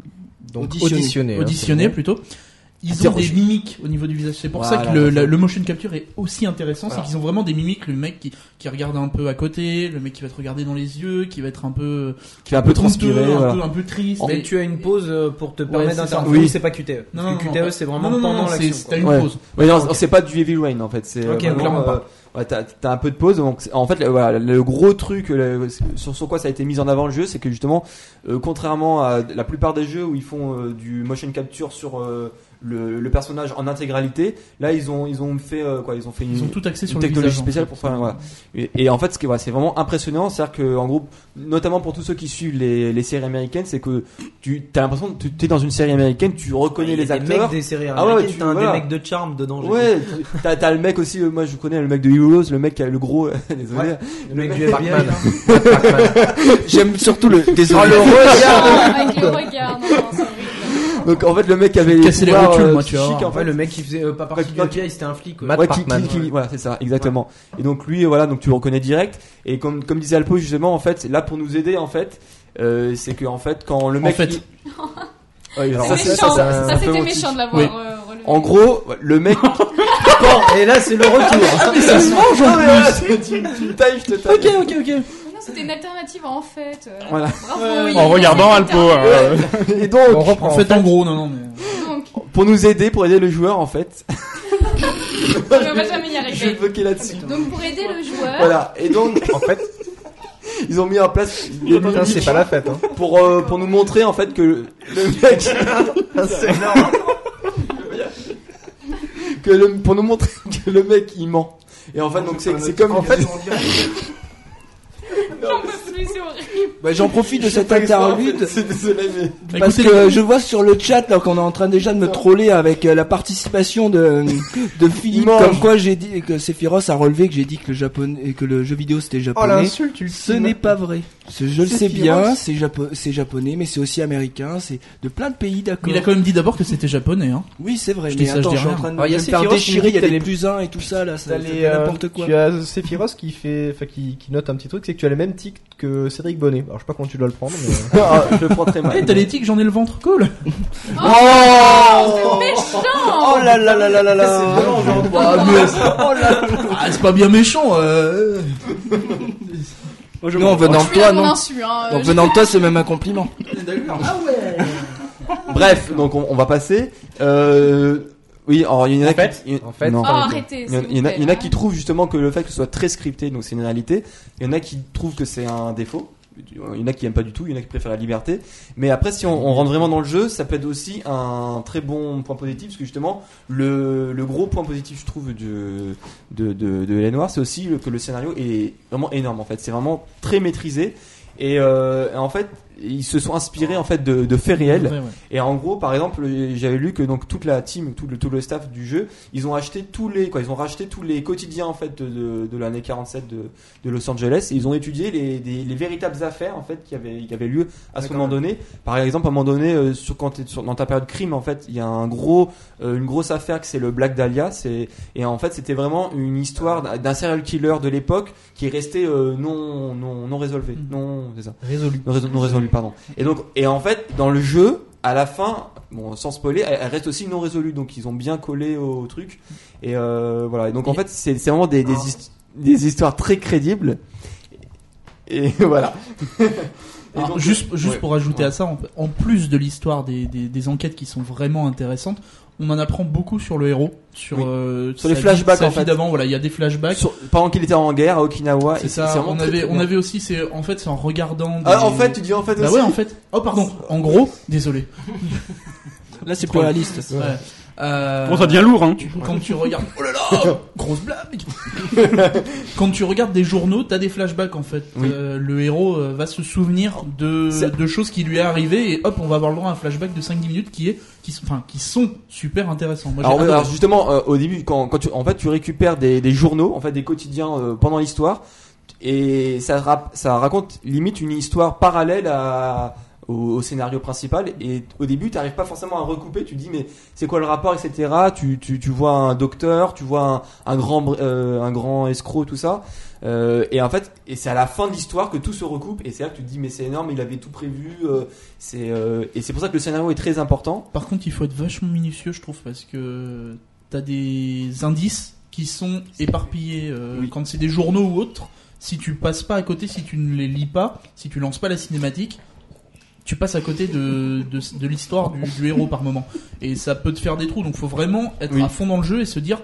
A: Donc,
B: Auditionner.
A: auditionner. hein,
G: auditionner
A: c'est bon.
G: plutôt ils ont
C: Interroger.
G: des mimiques au niveau du visage. C'est pour ça
C: Voilà,
G: que le,
C: c'est ça.
G: la- le motion capture est aussi intéressant,
C: Voilà.
G: c'est qu'ils ont vraiment des mimiques. Le mec qui, qui regarde un peu à côté, le mec qui va te regarder dans les yeux, qui va être un peu
C: Qui va un peu
G: honteux,
C: transpirer.
G: un,
C: voilà.
G: peu, un peu triste.
F: Mais
G: Mais-
F: tu as une pause euh, pour te
G: c'est
F: permettre
G: ça.
F: d'intervenir.
C: Oui.
F: c'est pas QTE.
G: Non,
F: Parce que
G: non, non,
F: QTE,
G: non.
F: c'est
G: non,
F: vraiment
G: non, non,
F: pendant
G: c'est
F: l'action.
G: c'est-
F: quoi.
G: t'as une
C: Ouais.
G: pause.
C: Ouais, non, c'est pas du heavy rain en fait. C'est
F: Ah, Ok,
C: vraiment,
F: clairement
C: euh, ouais, t'as, t'as un peu de pause. Donc, c'est- en fait, le, voilà, le gros truc le- sur, sur quoi ça a été mis en avant le jeu, c'est que justement, euh, contrairement à la plupart des jeux où ils font euh, du motion capture sur euh, le, le personnage en intégralité, là ils ont ils ont fait euh, quoi Ils ont fait
G: Ils
C: une,
G: ont tout axé sur
C: une
G: le
C: technologie
G: visage, en
C: spéciale
G: fait.
C: pour faire voilà. Et, et en fait, ce qui est voilà, c'est vraiment impressionnant, c'est-à-dire que en gros, notamment pour tous ceux qui suivent les, les séries américaines, c'est que tu as l'impression que tu es dans une série américaine, tu reconnais
F: Il y
C: les
F: a des
C: acteurs.
F: mecs des séries
C: Ah ouais,
F: américaines,
C: tu-
F: t'as un des
C: voilà.
F: mecs de charme dedans. j'ai
C: Ouais, tu- t'as, t'as le mec aussi, euh, moi je connais le mec de Heroes, le mec qui a le gros, euh, (laughs) désolé.
F: vu. le mec du FBI.
A: Batman.
B: J'aime surtout le.
C: Ah,
B: Désolé.
E: Avec le regard, non, non, c'est horrible.
C: Donc en fait le mec avait
G: Casser les
C: pouvoirs,
G: rotules,
C: euh,
G: moi, tu vas
C: psychiques,
G: voir.
C: en
F: Ouais,
C: fait.
F: le mec qui faisait euh, pas partie
C: Ouais,
F: du FBI, c'était un flic. quoi.
A: Matt
C: Ouais, qui-
A: Parkman,
C: qui- qui-
A: ouais.
C: voilà, c'est ça, exactement. Et donc lui, euh, voilà, donc tu le reconnais direct. Et comme, comme disait Alpo justement, en fait, là pour nous aider, en fait, euh, c'est que en fait quand le
G: En
C: mec,
G: fait.
C: il- (laughs) Ouais, alors,
E: C'est
C: ça,
A: ça,
E: méchant.
C: ça, ça,
E: Ça,
C: ça fait
E: c'était
C: longtemps.
E: méchant de l'avoir
G: Oui.
E: euh, relevé.
C: En gros, ouais, le (laughs) mec.
F: Et là, c'est le retour.
C: Ah, mais voilà, tu- tu- tu me tailles, je te taille.
G: ok, ok.
E: Non, c'était une alternative en fait. euh,
C: Voilà.
E: Bravo. il y a
D: En
E: eu
D: regardant
E: un
D: Alpo.
C: hein.
E: résultat.
D: euh,
C: Et donc,
A: On reprend.
G: En fait, en gros, non, non, mais.
E: Donc,
C: pour nous aider, pour aider le joueur, en fait,
E: on va jamais y
C: je vais
E: arriver.
C: bloquer là-dessus.
E: Donc pour aider le joueur,
C: (laughs) Voilà. Et donc,
A: En fait,
C: ils ont mis en place des
A: putain, c'est
C: mimiques
A: pas la fête. Hein.
C: pour euh, pour nous montrer en fait que le
A: (laughs)
C: mec que le pour nous montrer que le mec il ment. Et en fait donc c'est c'est comme
A: En fait,
E: (laughs) j'en peux plus, c'est horrible.
B: Bah, J'en profite de cette
C: interview.
B: interlude
C: C'est désolé mais
B: parce
G: Écoutez,
B: que je vois sur le chat là qu'on est en train déjà de me troller avec euh, la participation de de Philippe.
C: mange.
B: Comme quoi j'ai dit que Sephiroth a relevé que j'ai dit que le japonais que le jeu vidéo c'était
A: oh
B: japonais.
A: l'insulte ultime.
B: Ce n'est pas vrai. Ce- je le sais
C: Sephiroth.
B: bien, c'est japo- c'est japonais, mais c'est aussi américain, c'est de plein de pays, d'accord.
G: il a quand même dit d'abord que c'était japonais, hein.
B: Oui, c'est vrai.
G: Je dis
B: mais
G: ça,
B: attends,
G: je dis
B: je suis en
G: rien.
B: train de
A: Alors, il y a
B: me faire
A: Sephiroth qui
B: déchirer. Il y a
A: dit que
B: des
A: t'as
B: plus uns et tout ça là.
A: T'as
B: ça-
A: les,
B: C'est
A: euh,
B: n'importe quoi.
A: Tu as Sephiroth qui fait, enfin qui, qui note un petit truc, c'est que tu as le même tic que Cédric Bonnet. Alors je sais pas comment tu dois le prendre, mais
C: (laughs) Ah, je le prends très
G: Eh,
C: mal.
G: t'as les tics, j'en ai le ventre
C: (laughs)
G: cool.
E: C'est méchant
B: Oh là là là là là là.
C: Bah,
G: Ah, mais- Ah, c'est pas bien méchant, euh.
A: euh,
B: Non, en venant de
E: Je suis
B: toi,
E: là pour
B: non.
E: l'insu, hein, euh,
B: En venant de toi, c'est même un compliment.
C: Bref, donc on, on va passer euh oui, alors il y en a
A: En fait,
C: qui, il-
A: en fait-
C: non,
E: Oh,
C: pardon.
E: arrêtez,
C: Il y en-
E: s'il
C: il y en
E: vous
C: a,
E: plaît, hein.
C: il y en a
E: là.
C: qui trouvent justement que le fait que ce soit très scripté, donc c'est une réalité. Il y en a qui trouvent que c'est un défaut. Il y en a qui aiment pas du tout, il y en a qui préfèrent la liberté. Mais après, si on, on rentre vraiment dans le jeu, ça peut être aussi un très bon point positif, parce que justement, le, le gros point positif, je trouve, de, de, de, de Les Noirs, c'est aussi le- que le scénario est vraiment énorme, en fait. C'est vraiment très maîtrisé. Et, euh, et en fait, ils se sont inspirés en fait de, de faits réels.
G: Ouais, ouais.
C: Et en gros, par exemple, euh, j'avais lu que donc toute la team, tout le, tout le staff du jeu, ils ont acheté tous les quoi, ils ont racheté tous les quotidiens en fait de, de, de l'année 47 de, de Los Angeles. Et ils ont étudié les, des- les véritables affaires en fait qui avaient, qui avaient lieu à ce moment donné. Par exemple, à un moment donné, euh, sur quand t'es sur, dans ta période crime, en fait, il y a un gros, euh, une grosse affaire que c'est le Black Dahlia. C'est et en fait, c'était vraiment une histoire d'un- d'un serial killer de l'époque qui est resté euh, non non non résolvé,
G: Mm.
C: non c'est ça.
A: résolu.
C: Non, résol- non résolu, pardon. Et donc, et en fait, dans le jeu, à la fin, bon, sans spoiler, elle, elle reste aussi non résolue. Donc, ils ont bien collé au, au truc. Et euh, voilà. Et donc, en fait, c'est c'est vraiment des, des,
G: Ah.
C: (laughs) his- des histoires très crédibles. Et voilà.
G: Alors,
C: donc,
G: Ah,
C: euh,
G: juste juste
C: Ah, ouais,
G: pour ajouter
C: ouais.
G: à ça, on peut- en plus de l'histoire des, des, des enquêtes qui sont vraiment intéressantes, on en apprend beaucoup sur le héros, sur,
C: Oui.
G: euh,
C: Sur les
G: sa vie-
C: flashbacks,
G: sa
C: en
G: vie
C: fait.
G: d'avant. Voilà, il y a des flashbacks.
C: Sur- pendant qu'il était en guerre à Okinawa.
G: c'est
C: et
G: ça.
C: vraiment
G: On
C: très,
G: avait
C: très
G: on
C: bien.
G: avait aussi c'est en fait c'est en regardant. des-
C: Ah, en fait, tu dis en fait
G: Bah
C: aussi.
G: ouais, en fait. Oh, pardon. En gros, désolé.
B: Là, c'est plus réaliste.
G: Ouais. Euh,
D: Bon, ça devient lourd, hein.
G: quand tu regardes, oh là
C: (laughs)
G: là, grosse blague. (laughs) quand tu regardes des journaux, t'as des flashbacks en fait.
C: Oui.
G: Euh, le héros euh, va se souvenir de,
C: C'est-
G: de choses qui lui est arrivées et hop, on va avoir le droit à un flashback de 5-10 minutes qui est, qui, sont- enfin, qui sont super intéressants. Moi, j'ai
C: Alors, ouais,
G: adoré.
C: alors justement, euh, au début, quand, quand tu, en fait, tu récupères des, des journaux, en fait, des quotidiens euh, pendant l'histoire, et ça, rap- ça raconte limite une histoire parallèle à, au, au scénario principal. Et au début, tu n'arrives pas forcément à recouper. Tu dis mais c'est quoi le rapport, etc. Tu, tu, tu vois un docteur, tu vois un, un grand br- euh, un grand escroc, tout ça. Euh, et en fait, et c'est à la fin de l'histoire que tout se recoupe. Et c'est là que tu te dis mais c'est énorme, il avait tout prévu. euh, c'est euh, et c'est pour ça que le scénario est très important.
G: Par contre, il faut être vachement minutieux, je trouve, parce que t'as des indices qui sont éparpillés euh,
C: Oui.
G: quand c'est des journaux ou autres. Si tu passes pas à côté, si tu ne les lis pas, si tu lances pas la cinématique, tu passes à côté de, de, de l'histoire du, du héros par moment. Et ça peut te faire des trous. Donc, faut vraiment être
C: Oui.
G: à fond dans le jeu et se dire,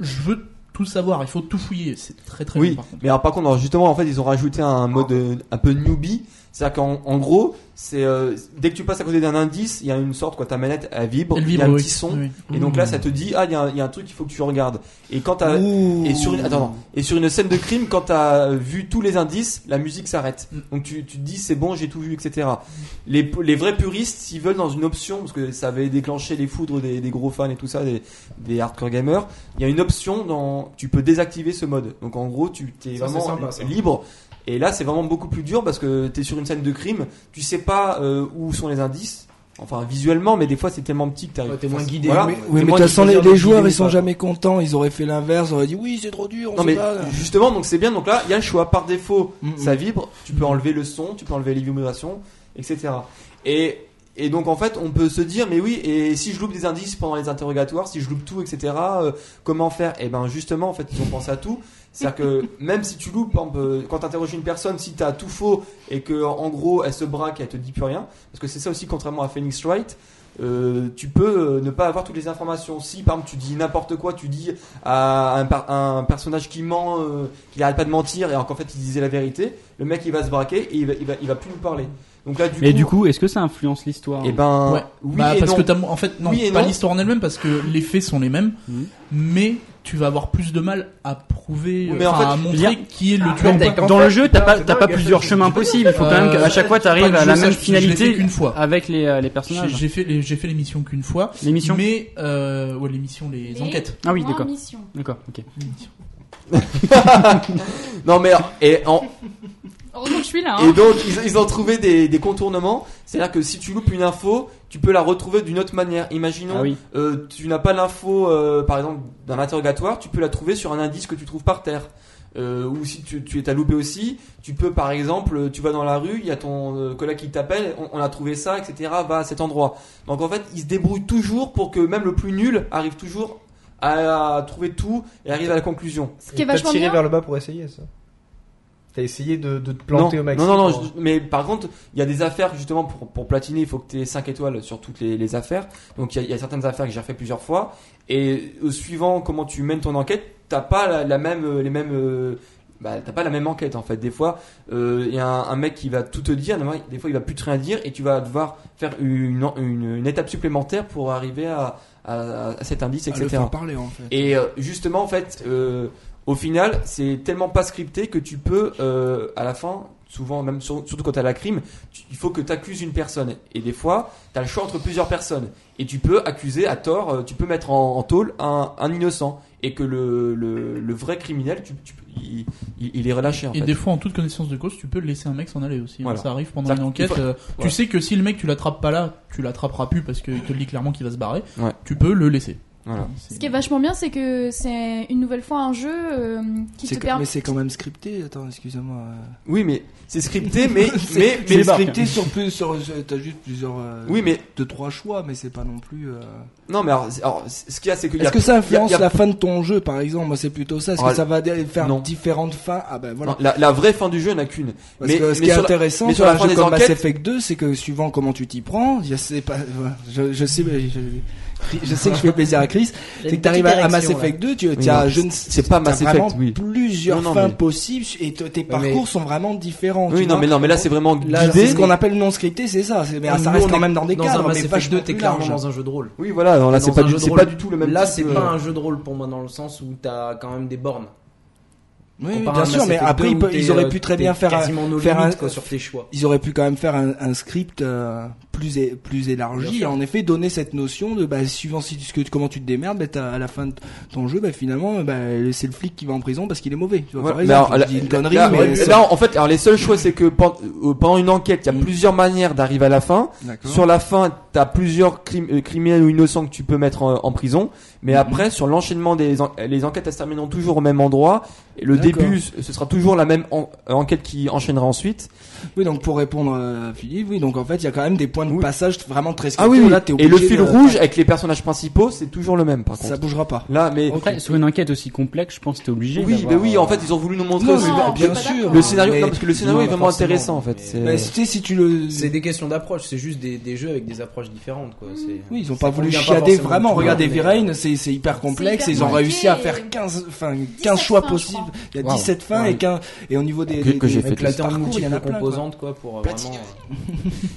G: je veux tout savoir. Il faut tout fouiller. C'est très très bien.
C: Oui,
G: Par contre. Ah.
C: mais alors par contre, alors, justement, en fait, ils ont rajouté un mode euh, un peu newbie. C'est-à-dire qu'en en gros, c'est euh, dès que tu passes à côté d'un indice, il y a une sorte, quoi, ta manette, elle vibre,
G: Elle
C: il y
G: vibre,
C: a un
G: oui.
C: petit son,
G: Oui. Mmh.
C: et donc là, ça te dit, ah, il y, a un- il y a un truc qu'il faut que tu regardes. Et quand t'as,
B: Ouh.
C: Euh, et sur une, attends, attends. et sur une scène de crime, quand t'as vu tous les indices, la musique s'arrête.
G: Mm.
C: Donc tu, tu te dis, c'est bon, j'ai tout vu, etc. Les, les vrais puristes, s'ils veulent dans une option, parce que ça avait déclenché les foudres des, des gros fans et tout ça, des, des hardcore gamers, il y a une option dans, tu peux désactiver ce mode. Donc en gros, tu t'es
A: Ça, c'est
C: vraiment
A: sympa, ça.
C: libre. Et là, c'est vraiment beaucoup plus dur parce que t'es sur une scène de crime, tu sais pas euh, où sont les indices. Enfin, visuellement, mais des fois c'est tellement petit que t'arrives.
A: Ouais, t'es moins guidé.
C: Voilà.
A: Mais-
B: Oui, mais de
A: moi
B: toute
A: qui
B: façon, les,
A: choisir
B: les
A: de
B: joueurs,
A: guider
B: ils
A: ou
B: sont
A: pas.
B: jamais contents. Ils auraient fait l'inverse. Ils auraient dit oui, c'est trop dur. On
C: Non
B: sait
C: mais
B: pas.
C: justement donc c'est bien donc là il y a le choix par défaut
B: Mm, mm.
C: ça vibre tu peux enlever le son tu peux enlever les vibrations etc et et donc en fait on peut se dire mais oui et si je loupe des indices pendant les interrogatoires si je loupe tout etc euh, comment faire et ben justement en fait ils ont pensé à tout c'est à dire que même si tu loupes par exemple, euh, quand t'interroges une personne si t'as tout faux et que en gros elle se braque et elle te dit plus rien parce que c'est ça aussi contrairement à Phoenix Wright euh, tu peux euh, ne pas avoir toutes les informations. Si par exemple tu dis n'importe quoi, tu dis à un, par- un personnage qui ment, euh, qui n'arrête pas de mentir, et alors qu'en fait il disait la vérité, le mec il va se braquer et il va, il va, il va plus nous parler. Donc là du
D: Mais
C: coup,
D: du coup, est-ce que ça influence l'histoire
C: eh ben
G: Ouais.
C: oui
G: Bah,
C: et
G: parce
C: non.
G: que t'as, en fait, non,
C: Oui et
G: pas
C: non.
G: l'histoire en elle-même, parce que les faits sont les mêmes,
D: Mhm.
G: mais tu vas avoir plus de mal à prouver,
C: Mais en
G: enfin,
C: fait,
G: à
C: je veux
G: montrer
D: dire-
G: qui est le tueur.
A: même
G: ou pas.
A: t'as-
D: Dans le jeu, t'as pas,
A: C'est
D: t'as pas
A: dingue.
D: plusieurs chemins possibles. Il faut quand même qu'à
G: Euh,
D: chaque fois,
G: pas
D: t'arrives
G: que
D: à
G: je
D: la
G: sache,
D: même
G: je l'ai fait
D: finalité
G: qu'une fois.
D: avec les, euh, les
G: J'ai,
D: personnages.
G: j'ai fait les, j'ai fait l'émission qu'une fois,
D: L'émission
G: mais euh, ouais, l'émission, les,
E: Les-
G: enquêtes.
D: Ah oui,
E: Moi,
D: d'accord.
E: mission.
D: D'accord, ok.
C: Non mais et en,
E: Heureusement que je suis là.
C: Et
E: Hein.
C: donc, ils, ils ont trouvé des, des contournements. C'est-à-dire que si tu loupes une info, tu peux la retrouver d'une autre manière. Imaginons,
D: Ah oui.
C: euh, tu n'as pas l'info, euh, par exemple, d'un interrogatoire, tu peux la trouver sur un indice que tu trouves par terre. Euh, ou si tu, tu es à loupé aussi, tu peux par exemple, euh, tu vas dans la rue, il y a ton euh, collègue qui t'appelle, on, on a trouvé ça, etc. Va à cet endroit. Donc en fait, ils se débrouillent toujours pour que même le plus nul arrive toujours à, à trouver tout et arrive à la conclusion.
E: Ce qui est
A: T'as
E: vachement
A: tiré
E: bien.
A: vers le bas pour essayer ça. T'as essayé de, de te planter
C: non,
A: au maximum.
C: Non, non, non, je- mais par contre, il y a des affaires, justement, pour, pour platiner, il faut que tu aies 5 étoiles sur toutes les, les affaires. Donc il y, a- il y a certaines affaires que j'ai refait plusieurs fois. Et au suivant comment tu mènes ton enquête, t'as pas la, la même, euh, les mêmes. euh, bah, t'as pas la même enquête en fait. Des fois, euh, il y a un, un mec qui va tout te dire, des fois- des fois il va plus te rien dire et tu vas devoir faire une, une, une étape supplémentaire pour arriver à, à, à cet indice,
B: Ah, le
C: etc.
B: faire parler, en fait.
C: Et euh, justement, en fait, euh, au final, c'est tellement pas scripté que tu peux, euh, à la fin, souvent, même sur- surtout quand t'as la crime, tu- il faut que t'accuses une personne. Et des fois, t'as le choix entre plusieurs personnes. Et tu peux accuser à tort, euh, tu peux mettre en, en tôle un, un innocent. Et que le, le, le vrai criminel, tu, tu- il, il, il est relâché en
G: Et
C: fait.
G: des fois, en toute connaissance de cause, tu peux laisser un mec s'en aller aussi. hein.
C: Voilà.
G: Ça arrive pendant
C: Ça-
G: une enquête.
C: il faut-
G: euh,
C: Ouais.
G: Tu sais que si le mec, tu l'attrapes pas là, tu l'attraperas plus parce qu'il te le dit clairement qu'il va se barrer.
C: Ouais.
G: Tu peux le laisser.
C: Voilà.
E: Ce qui est vachement bien, c'est que c'est une nouvelle fois un jeu euh, qui
B: C'est
E: te
B: que-
E: permet.
B: Mais c'est quand même scripté. Attends, excusez-moi.
C: Oui, mais c'est
B: (laughs)
C: scripté, mais
B: C'est-
C: mais mais
B: c'est
D: barque.
B: scripté sur plus sur. sur- T'as juste plusieurs. euh,
C: oui, mais
B: deux trois choix, mais c'est pas non plus. euh,
C: non, mais alors, c'est- alors, c'est- ce qu'il y a, c'est qu'il y
B: Est-ce
C: a
B: que ça influence
C: il y a-
B: la fin de ton jeu, par exemple Moi, c'est plutôt ça. Est-ce
C: Ah,
B: que ça va dé- faire
C: non.
B: différentes fins Ah ben voilà.
C: non, la, la vraie fin du jeu n'a qu'une.
B: Parce
C: mais-
B: que ce
C: mais
B: qui est
C: sur la-
B: intéressant
C: mais sur
B: sur
C: la
B: un
C: fin
B: jeu
C: des
B: comme Mass
C: enquêtes-
B: Effect 2, c'est que suivant comment tu t'y prends, je sais pas, voilà, je, je sais, je, je sais que je fais plaisir à Chris, c'est que t'arrives à, à Mass Effect 2, tu
C: Oui,
B: as,
C: non,
B: je ne sais
C: C'est pas Mass
B: vraiment
C: Effect, oui.
B: plusieurs
C: Non, non,
B: fins
C: mais-
B: possibles et t- tes parcours sont vraiment différents. tu
C: Oui, non,
B: vois.
C: mais non, mais là c'est vraiment
F: Là,
B: C'est
C: guidé.
B: ce qu'on appelle non scripté, c'est ça. c'est- Mais ça
F: Nous,
B: reste
F: on
B: quand
F: est
B: même dans des
F: dans
B: cadres,
F: un Mass
B: mais
F: Effect
B: vachement
F: 2, t'es
B: plus
F: clairement
B: large.
H: dans un jeu de rôle.
C: Oui, voilà. Non, là
H: Dans
C: c'est pas
H: un
C: du,
H: jeu de
C: c'est
H: rôle.
C: pas du tout le même.
H: Là,
C: type,
H: c'est
C: euh,
H: pas un jeu de rôle pour moi dans le sens où t'as quand même des bornes.
B: Oui, oui,
H: Comparé à
B: bien
H: Mass
B: sûr, mais
H: Effect
B: après
H: 2
B: ils,
H: où
B: peuvent-
H: t'es,
B: ils auraient
H: euh,
B: pu très
H: t'es
B: bien faire un-
H: quasiment no
B: faire un-
H: limit, quoi, sur tes choix.
B: ils auraient pu quand même faire un, un script euh, plus é- plus élargi
H: Bien
B: et
H: sûr.
B: en effet donner cette notion de bah, suivant si tu- ce que tu- comment tu te démerdes bah, t'as- à la fin de ton jeu bah, finalement bah, c'est le flic qui va en prison parce qu'il est mauvais tu vois,
C: Ouais,
B: par
C: mais
B: exemple.
C: alors,
B: Je
C: là-
B: dis une
C: là-
B: connerie
C: là,
B: mais
C: ouais,
B: ça-
C: là, en fait, alors les seuls choix, c'est que pen- euh, pendant une enquête, il y a
B: Mm.
C: plusieurs manières d'arriver à la fin.
B: D'accord.
C: Sur la fin, t'as plusieurs crim- euh, criminels ou innocents que tu peux mettre en, en prison. Mais après, sur l'enchaînement des en- les enquêtes, elles se termineront toujours au même endroit. Et le
B: D'accord.
C: début, ce sera toujours la même en- euh, enquête qui enchaînera ensuite.
B: oui donc pour répondre euh, à Philippe oui donc en fait il y a quand même des points de
C: Oui.
B: passage vraiment très
C: Ah
B: scriptés
C: oui,
B: où
C: oui.
B: là, t'es
C: et le
B: obligé
C: fil
B: de-
C: rouge avec les personnages principaux, c'est toujours le même. Par
B: ça
C: contre,
B: bougera pas
C: là, mais
D: Après, sur une enquête aussi complexe, je pense que Oh, t'es obligé.
C: oui,
D: d'avoir,
C: bah oui. En
D: euh,
C: fait, ils ont voulu nous montrer
B: Non,
C: aussi-
B: Oh, mais
E: on
B: bien
E: est pas
B: sûr.
E: d'accord.
C: le scénario.
B: Mais-
C: non, parce que le scénanario
H: Non,
C: est vraiment
H: forcément,
C: intéressant en fait.
H: mais-
C: C'est-
B: mais Bah, tu sais si tu le
H: C'est des questions d'approche, c'est juste des, des jeux avec des approches différentes. Quoi. c'est-
B: Oui, ils ont
H: ça
B: pas voulu
H: convient pas
B: chiader
H: forcément
B: vraiment.
H: tout le
B: Regardez
H: monde, mais- euh,
B: V-Rain, c'est c'est hyper complexe.
E: C'est
B: Ils ont
E: hyper
B: réussi à
E: compliqué.
B: faire 15, enfin, 15
E: 17
B: choix
E: fins, je
B: possibles. Il y a
C: Wow.
B: 17 fins
C: Ouais.
B: et 15. Et au niveau des.
C: Que-
B: des-
C: que j'ai
B: des-
C: fait
B: des
H: Éclaté en
B: parcours, il y en a plein,
H: multiples
B: quoi.
H: composantes, quoi, pour euh, vraiment. euh,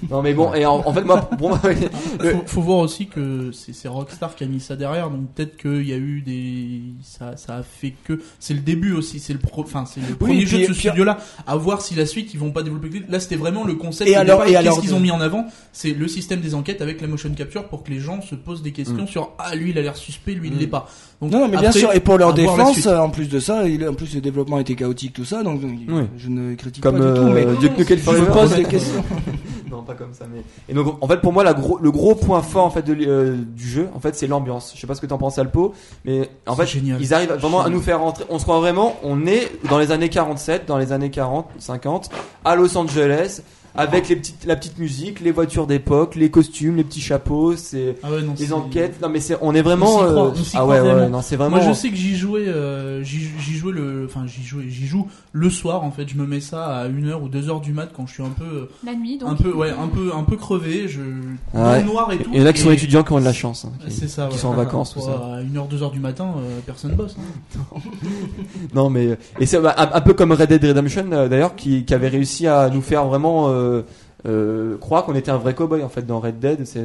C: Non mais bon, et en, en fait moi, pour moi, le-
B: Euh,
G: faut, faut voir aussi que c'est c'est Rockstar qui a mis ça derrière, donc peut-être qu'il y a eu des. Ça, ça a fait que. C'est le début aussi, c'est le, pro... enfin, c'est le premier
B: et
G: jeu
B: puis-
G: de ce
B: puis-
G: studio-là. À voir si la suite ils vont pas développer. Là c'était vraiment le concept.
B: Et
G: au
B: alors-
G: départ,
B: et alors-
G: Qu'est-ce qu'ils ont mis en avant C'est le système des enquêtes avec la motion capture pour que les gens se posent des questions sur Ah lui il a l'air suspect, lui il l'est pas. Donc,
B: Mm. Non, non, mais bien
G: après,
B: sûr. Et pour
G: à
B: leur
G: voir la
B: défense,
G: suite.
B: euh, en plus de ça, il- en plus le développement était chaotique, tout ça. Donc, euh,
C: Oui.
B: je ne critique
C: comme
B: pas du tout.
C: euh,
B: Mais
C: Duke Nukem
B: je me
C: Forever.
B: pose des questions.
C: Non, pas comme ça, mais. Et donc, en fait, pour moi, la gros, le gros point fort, en fait, de, l'- euh, du jeu, en fait, c'est l'ambiance. Je sais pas ce que t'en penses, Alpo, mais en
G: C'est
C: fait,
G: génial.
C: ils arrivent vraiment à nous faire rentrer. On se croit vraiment, on est dans les années 47, dans les années 40, 50, à Los Angeles, avec les petites, la petite musique, les voitures d'époque, les costumes, les petits chapeaux, c'est
G: Ah ouais, non,
C: les
G: c'est-
C: enquêtes. Non, mais c'est, on est vraiment.
G: On s'y
C: euh,
G: croit, on s'y
C: ah
G: croit
C: ouais, ouais,
G: vraiment.
C: non, c'est vraiment.
G: Moi, je sais que j'y jouais, euh, j'y j'y jouais le, enfin j'y jouais, j'y joue le soir en fait. Je me mets ça à 1h ou 2h du mat quand je suis un peu, euh,
E: La nuit, donc.
G: un peu, ouais, un peu, un peu crevé. Je
C: Ah ouais.
G: dans le noir et tout.
C: Il y en a qui sont
G: et- bah,
C: étudiants qui ont de la chance. hein, qui-
G: C'est ça.
C: qui
G: ouais. (laughs)
C: sont en vacances, tout
G: Quoi,
C: ça.
G: À 1h, 2h du matin, euh, personne bosse. hein.
C: Non mais euh, et c'est bah, un, un peu comme Red Dead Redemption euh, d'ailleurs qui, qui avait réussi à nous faire vraiment euh, euh, croire qu'on était un vrai cowboy en fait dans Red Dead c'est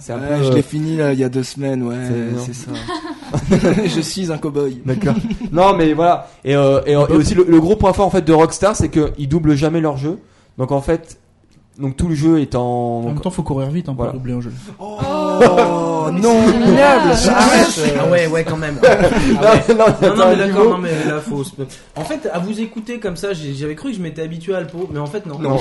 C: c'est un peu
B: Ouais, je
C: euh,
B: l'ai fini là, il y a deux semaines. Ouais,
C: C'est- non.
B: c'est
C: (laughs)
B: ça. je suis un cowboy.
C: (laughs) d'accord non mais voilà et, euh, et, euh, et aussi le, le gros point fort en fait de Rockstar c'est que ils doublent jamais leur jeu donc en fait donc tout le jeu est en
G: En
C: (laughs)
G: même temps, faut courir vite hein, pour
C: Voilà.
G: doubler un jeu.
B: Oh non, minable.
H: Ah ouais, ouais, quand même.
C: Non,
H: Ah ouais.
C: non,
H: Non, non, mais
C: attends,
H: d'accord,
C: Hugo.
H: non, mais là, faut. se- En fait, à vous écouter comme ça, j'ai- j'avais cru que je m'étais habitué à Alpo, mais en fait, non.
C: Non.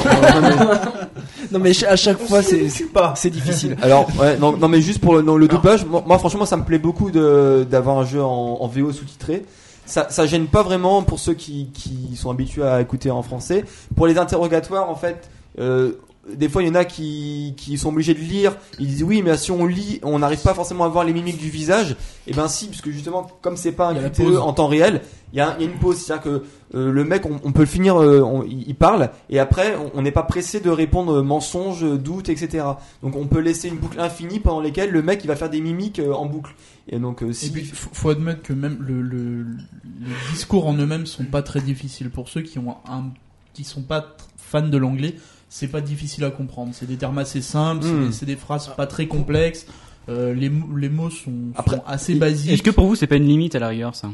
B: Non mais à chaque fois c'est c'est difficile.
C: (laughs) Alors, ouais, non, non, mais juste pour le, non, le doublage, moi, moi, franchement, ça me plaît beaucoup de, d'avoir un jeu en, en VO sous-titré. Ça, ça gêne pas vraiment pour ceux qui, qui sont habitués à écouter en français. Pour les interrogatoires, en fait, euh, des fois, il y en a qui, qui sont obligés de lire. Ils disent oui, mais si on lit, on n'arrive pas forcément à voir les mimiques du visage. Et ben si, parce que justement, comme c'est pas un
G: Il y a la
C: QTE
G: pause.
C: en temps réel, il y a, il y a une pause. C'est-à-dire que euh, le mec, on, on peut le finir, euh, on- il il parle, et après, on- on n'est pas pressé de répondre euh, mensonge, euh, doute, etc. Donc on peut laisser une boucle infinie pendant lesquelles le mec il va faire des mimiques euh, en boucle. Et donc euh,
G: Et
C: si
G: puis, faut, faut admettre que même le, le- les discours en eux-mêmes sont pas très difficiles pour ceux qui ont un, qui sont pas tr- fans de l'anglais. C'est pas difficile à comprendre. C'est des termes assez simples. c'est
C: Hmm.
G: des- C'est des phrases pas très complexes. euh, les, mots- les mots sont, sont
C: Après,
G: assez
C: est-
G: basiques.
D: Est-ce que pour vous, c'est pas une limite à la rigueur, ça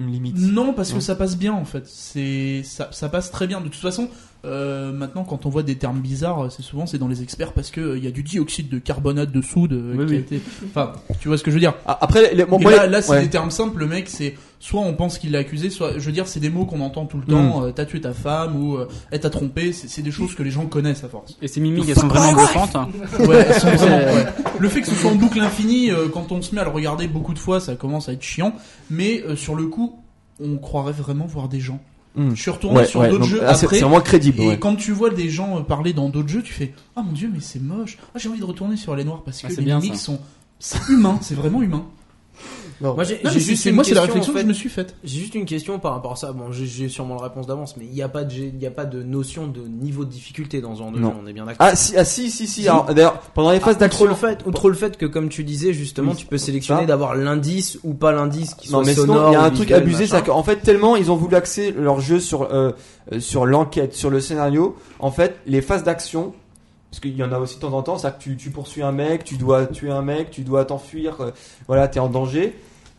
C: une limite.
G: Non, parce
C: Non.
G: que ça passe bien en fait. C'est ça, ça passe très bien. De toute façon, euh, maintenant quand on voit des termes bizarres, c'est souvent c'est dans les experts parce que euh, il y a du dioxyde de carbonate de soude euh,
D: Oui,
G: qui a
D: oui.
G: été. Enfin, tu vois ce que je veux dire.
C: Ah, après, les- moi,
G: Et
C: moi,
G: là,
C: les-
G: là, c'est
C: ouais.
G: des termes simples. Le mec, c'est soit on pense qu'il l'a accusé, soit je veux dire, c'est des mots qu'on entend tout le
C: Mm.
G: temps. euh, t'as tué ta femme ou euh, eh, t'as trompé. C'est c'est des choses que les gens connaissent à force.
D: Et ces mimiques, elles sont vraiment bluffantes. hein.
G: Ouais, elles sont vraiment, ouais. le fait que ce soit en boucle infinie, euh, quand on se met à le regarder beaucoup de fois, ça commence à être chiant. Mais euh, sur le coup, on croirait vraiment voir des gens.
C: Hmm.
G: Je suis retourné sur d'autres
C: donc,
G: jeux
C: ah, c'est-
G: après.
C: c'est moins crédible.
G: Et
C: ouais.
G: quand tu vois des gens euh, parler dans d'autres jeux, tu fais Ah mon dieu, mais c'est moche. Ah, j'ai envie de retourner sur les noirs parce que
D: Ah, c'est
G: les
D: bien,
G: mimiques
D: ça.
G: sont. C'est humain, c'est vraiment humain.
H: Moi, j'ai
G: Non,
H: j'ai
G: mais
H: juste
G: c'est
H: une
G: moi, c'est la
H: question,
G: réflexion
H: en fait.
G: que je me suis faite.
H: J'ai juste une question par rapport à ça. Bon, j'ai- j'ai sûrement la réponse d'avance, mais il n'y a pas de, gé- il y a pas de notion de niveau de difficulté dans ce genre de jeu.
C: Non.
H: On est bien d'accord.
C: Ah si, ah si, si, si. Alors, D'ailleurs, pendant
G: Ah,
C: les phases
H: Outre
C: d'action,
H: le fait, outre le fait que comme tu disais justement, tu peux sélectionner
C: ça.
H: d'avoir l'indice ou pas l'indice qui soit
C: non mais
H: sonore.
C: sinon, il y a
H: ou
C: un truc
H: visuel,
C: abusé,
H: machin.
C: c'est qu'en fait tellement ils ont voulu axer leur jeu sur euh, euh, sur l'enquête, sur le scénario. En fait, les phases d'action, parce qu'il y en a aussi de temps en temps, c'est que tu, tu poursuis un mec, tu dois tuer un mec, tu dois t'enfuir, euh, voilà, t'es en danger.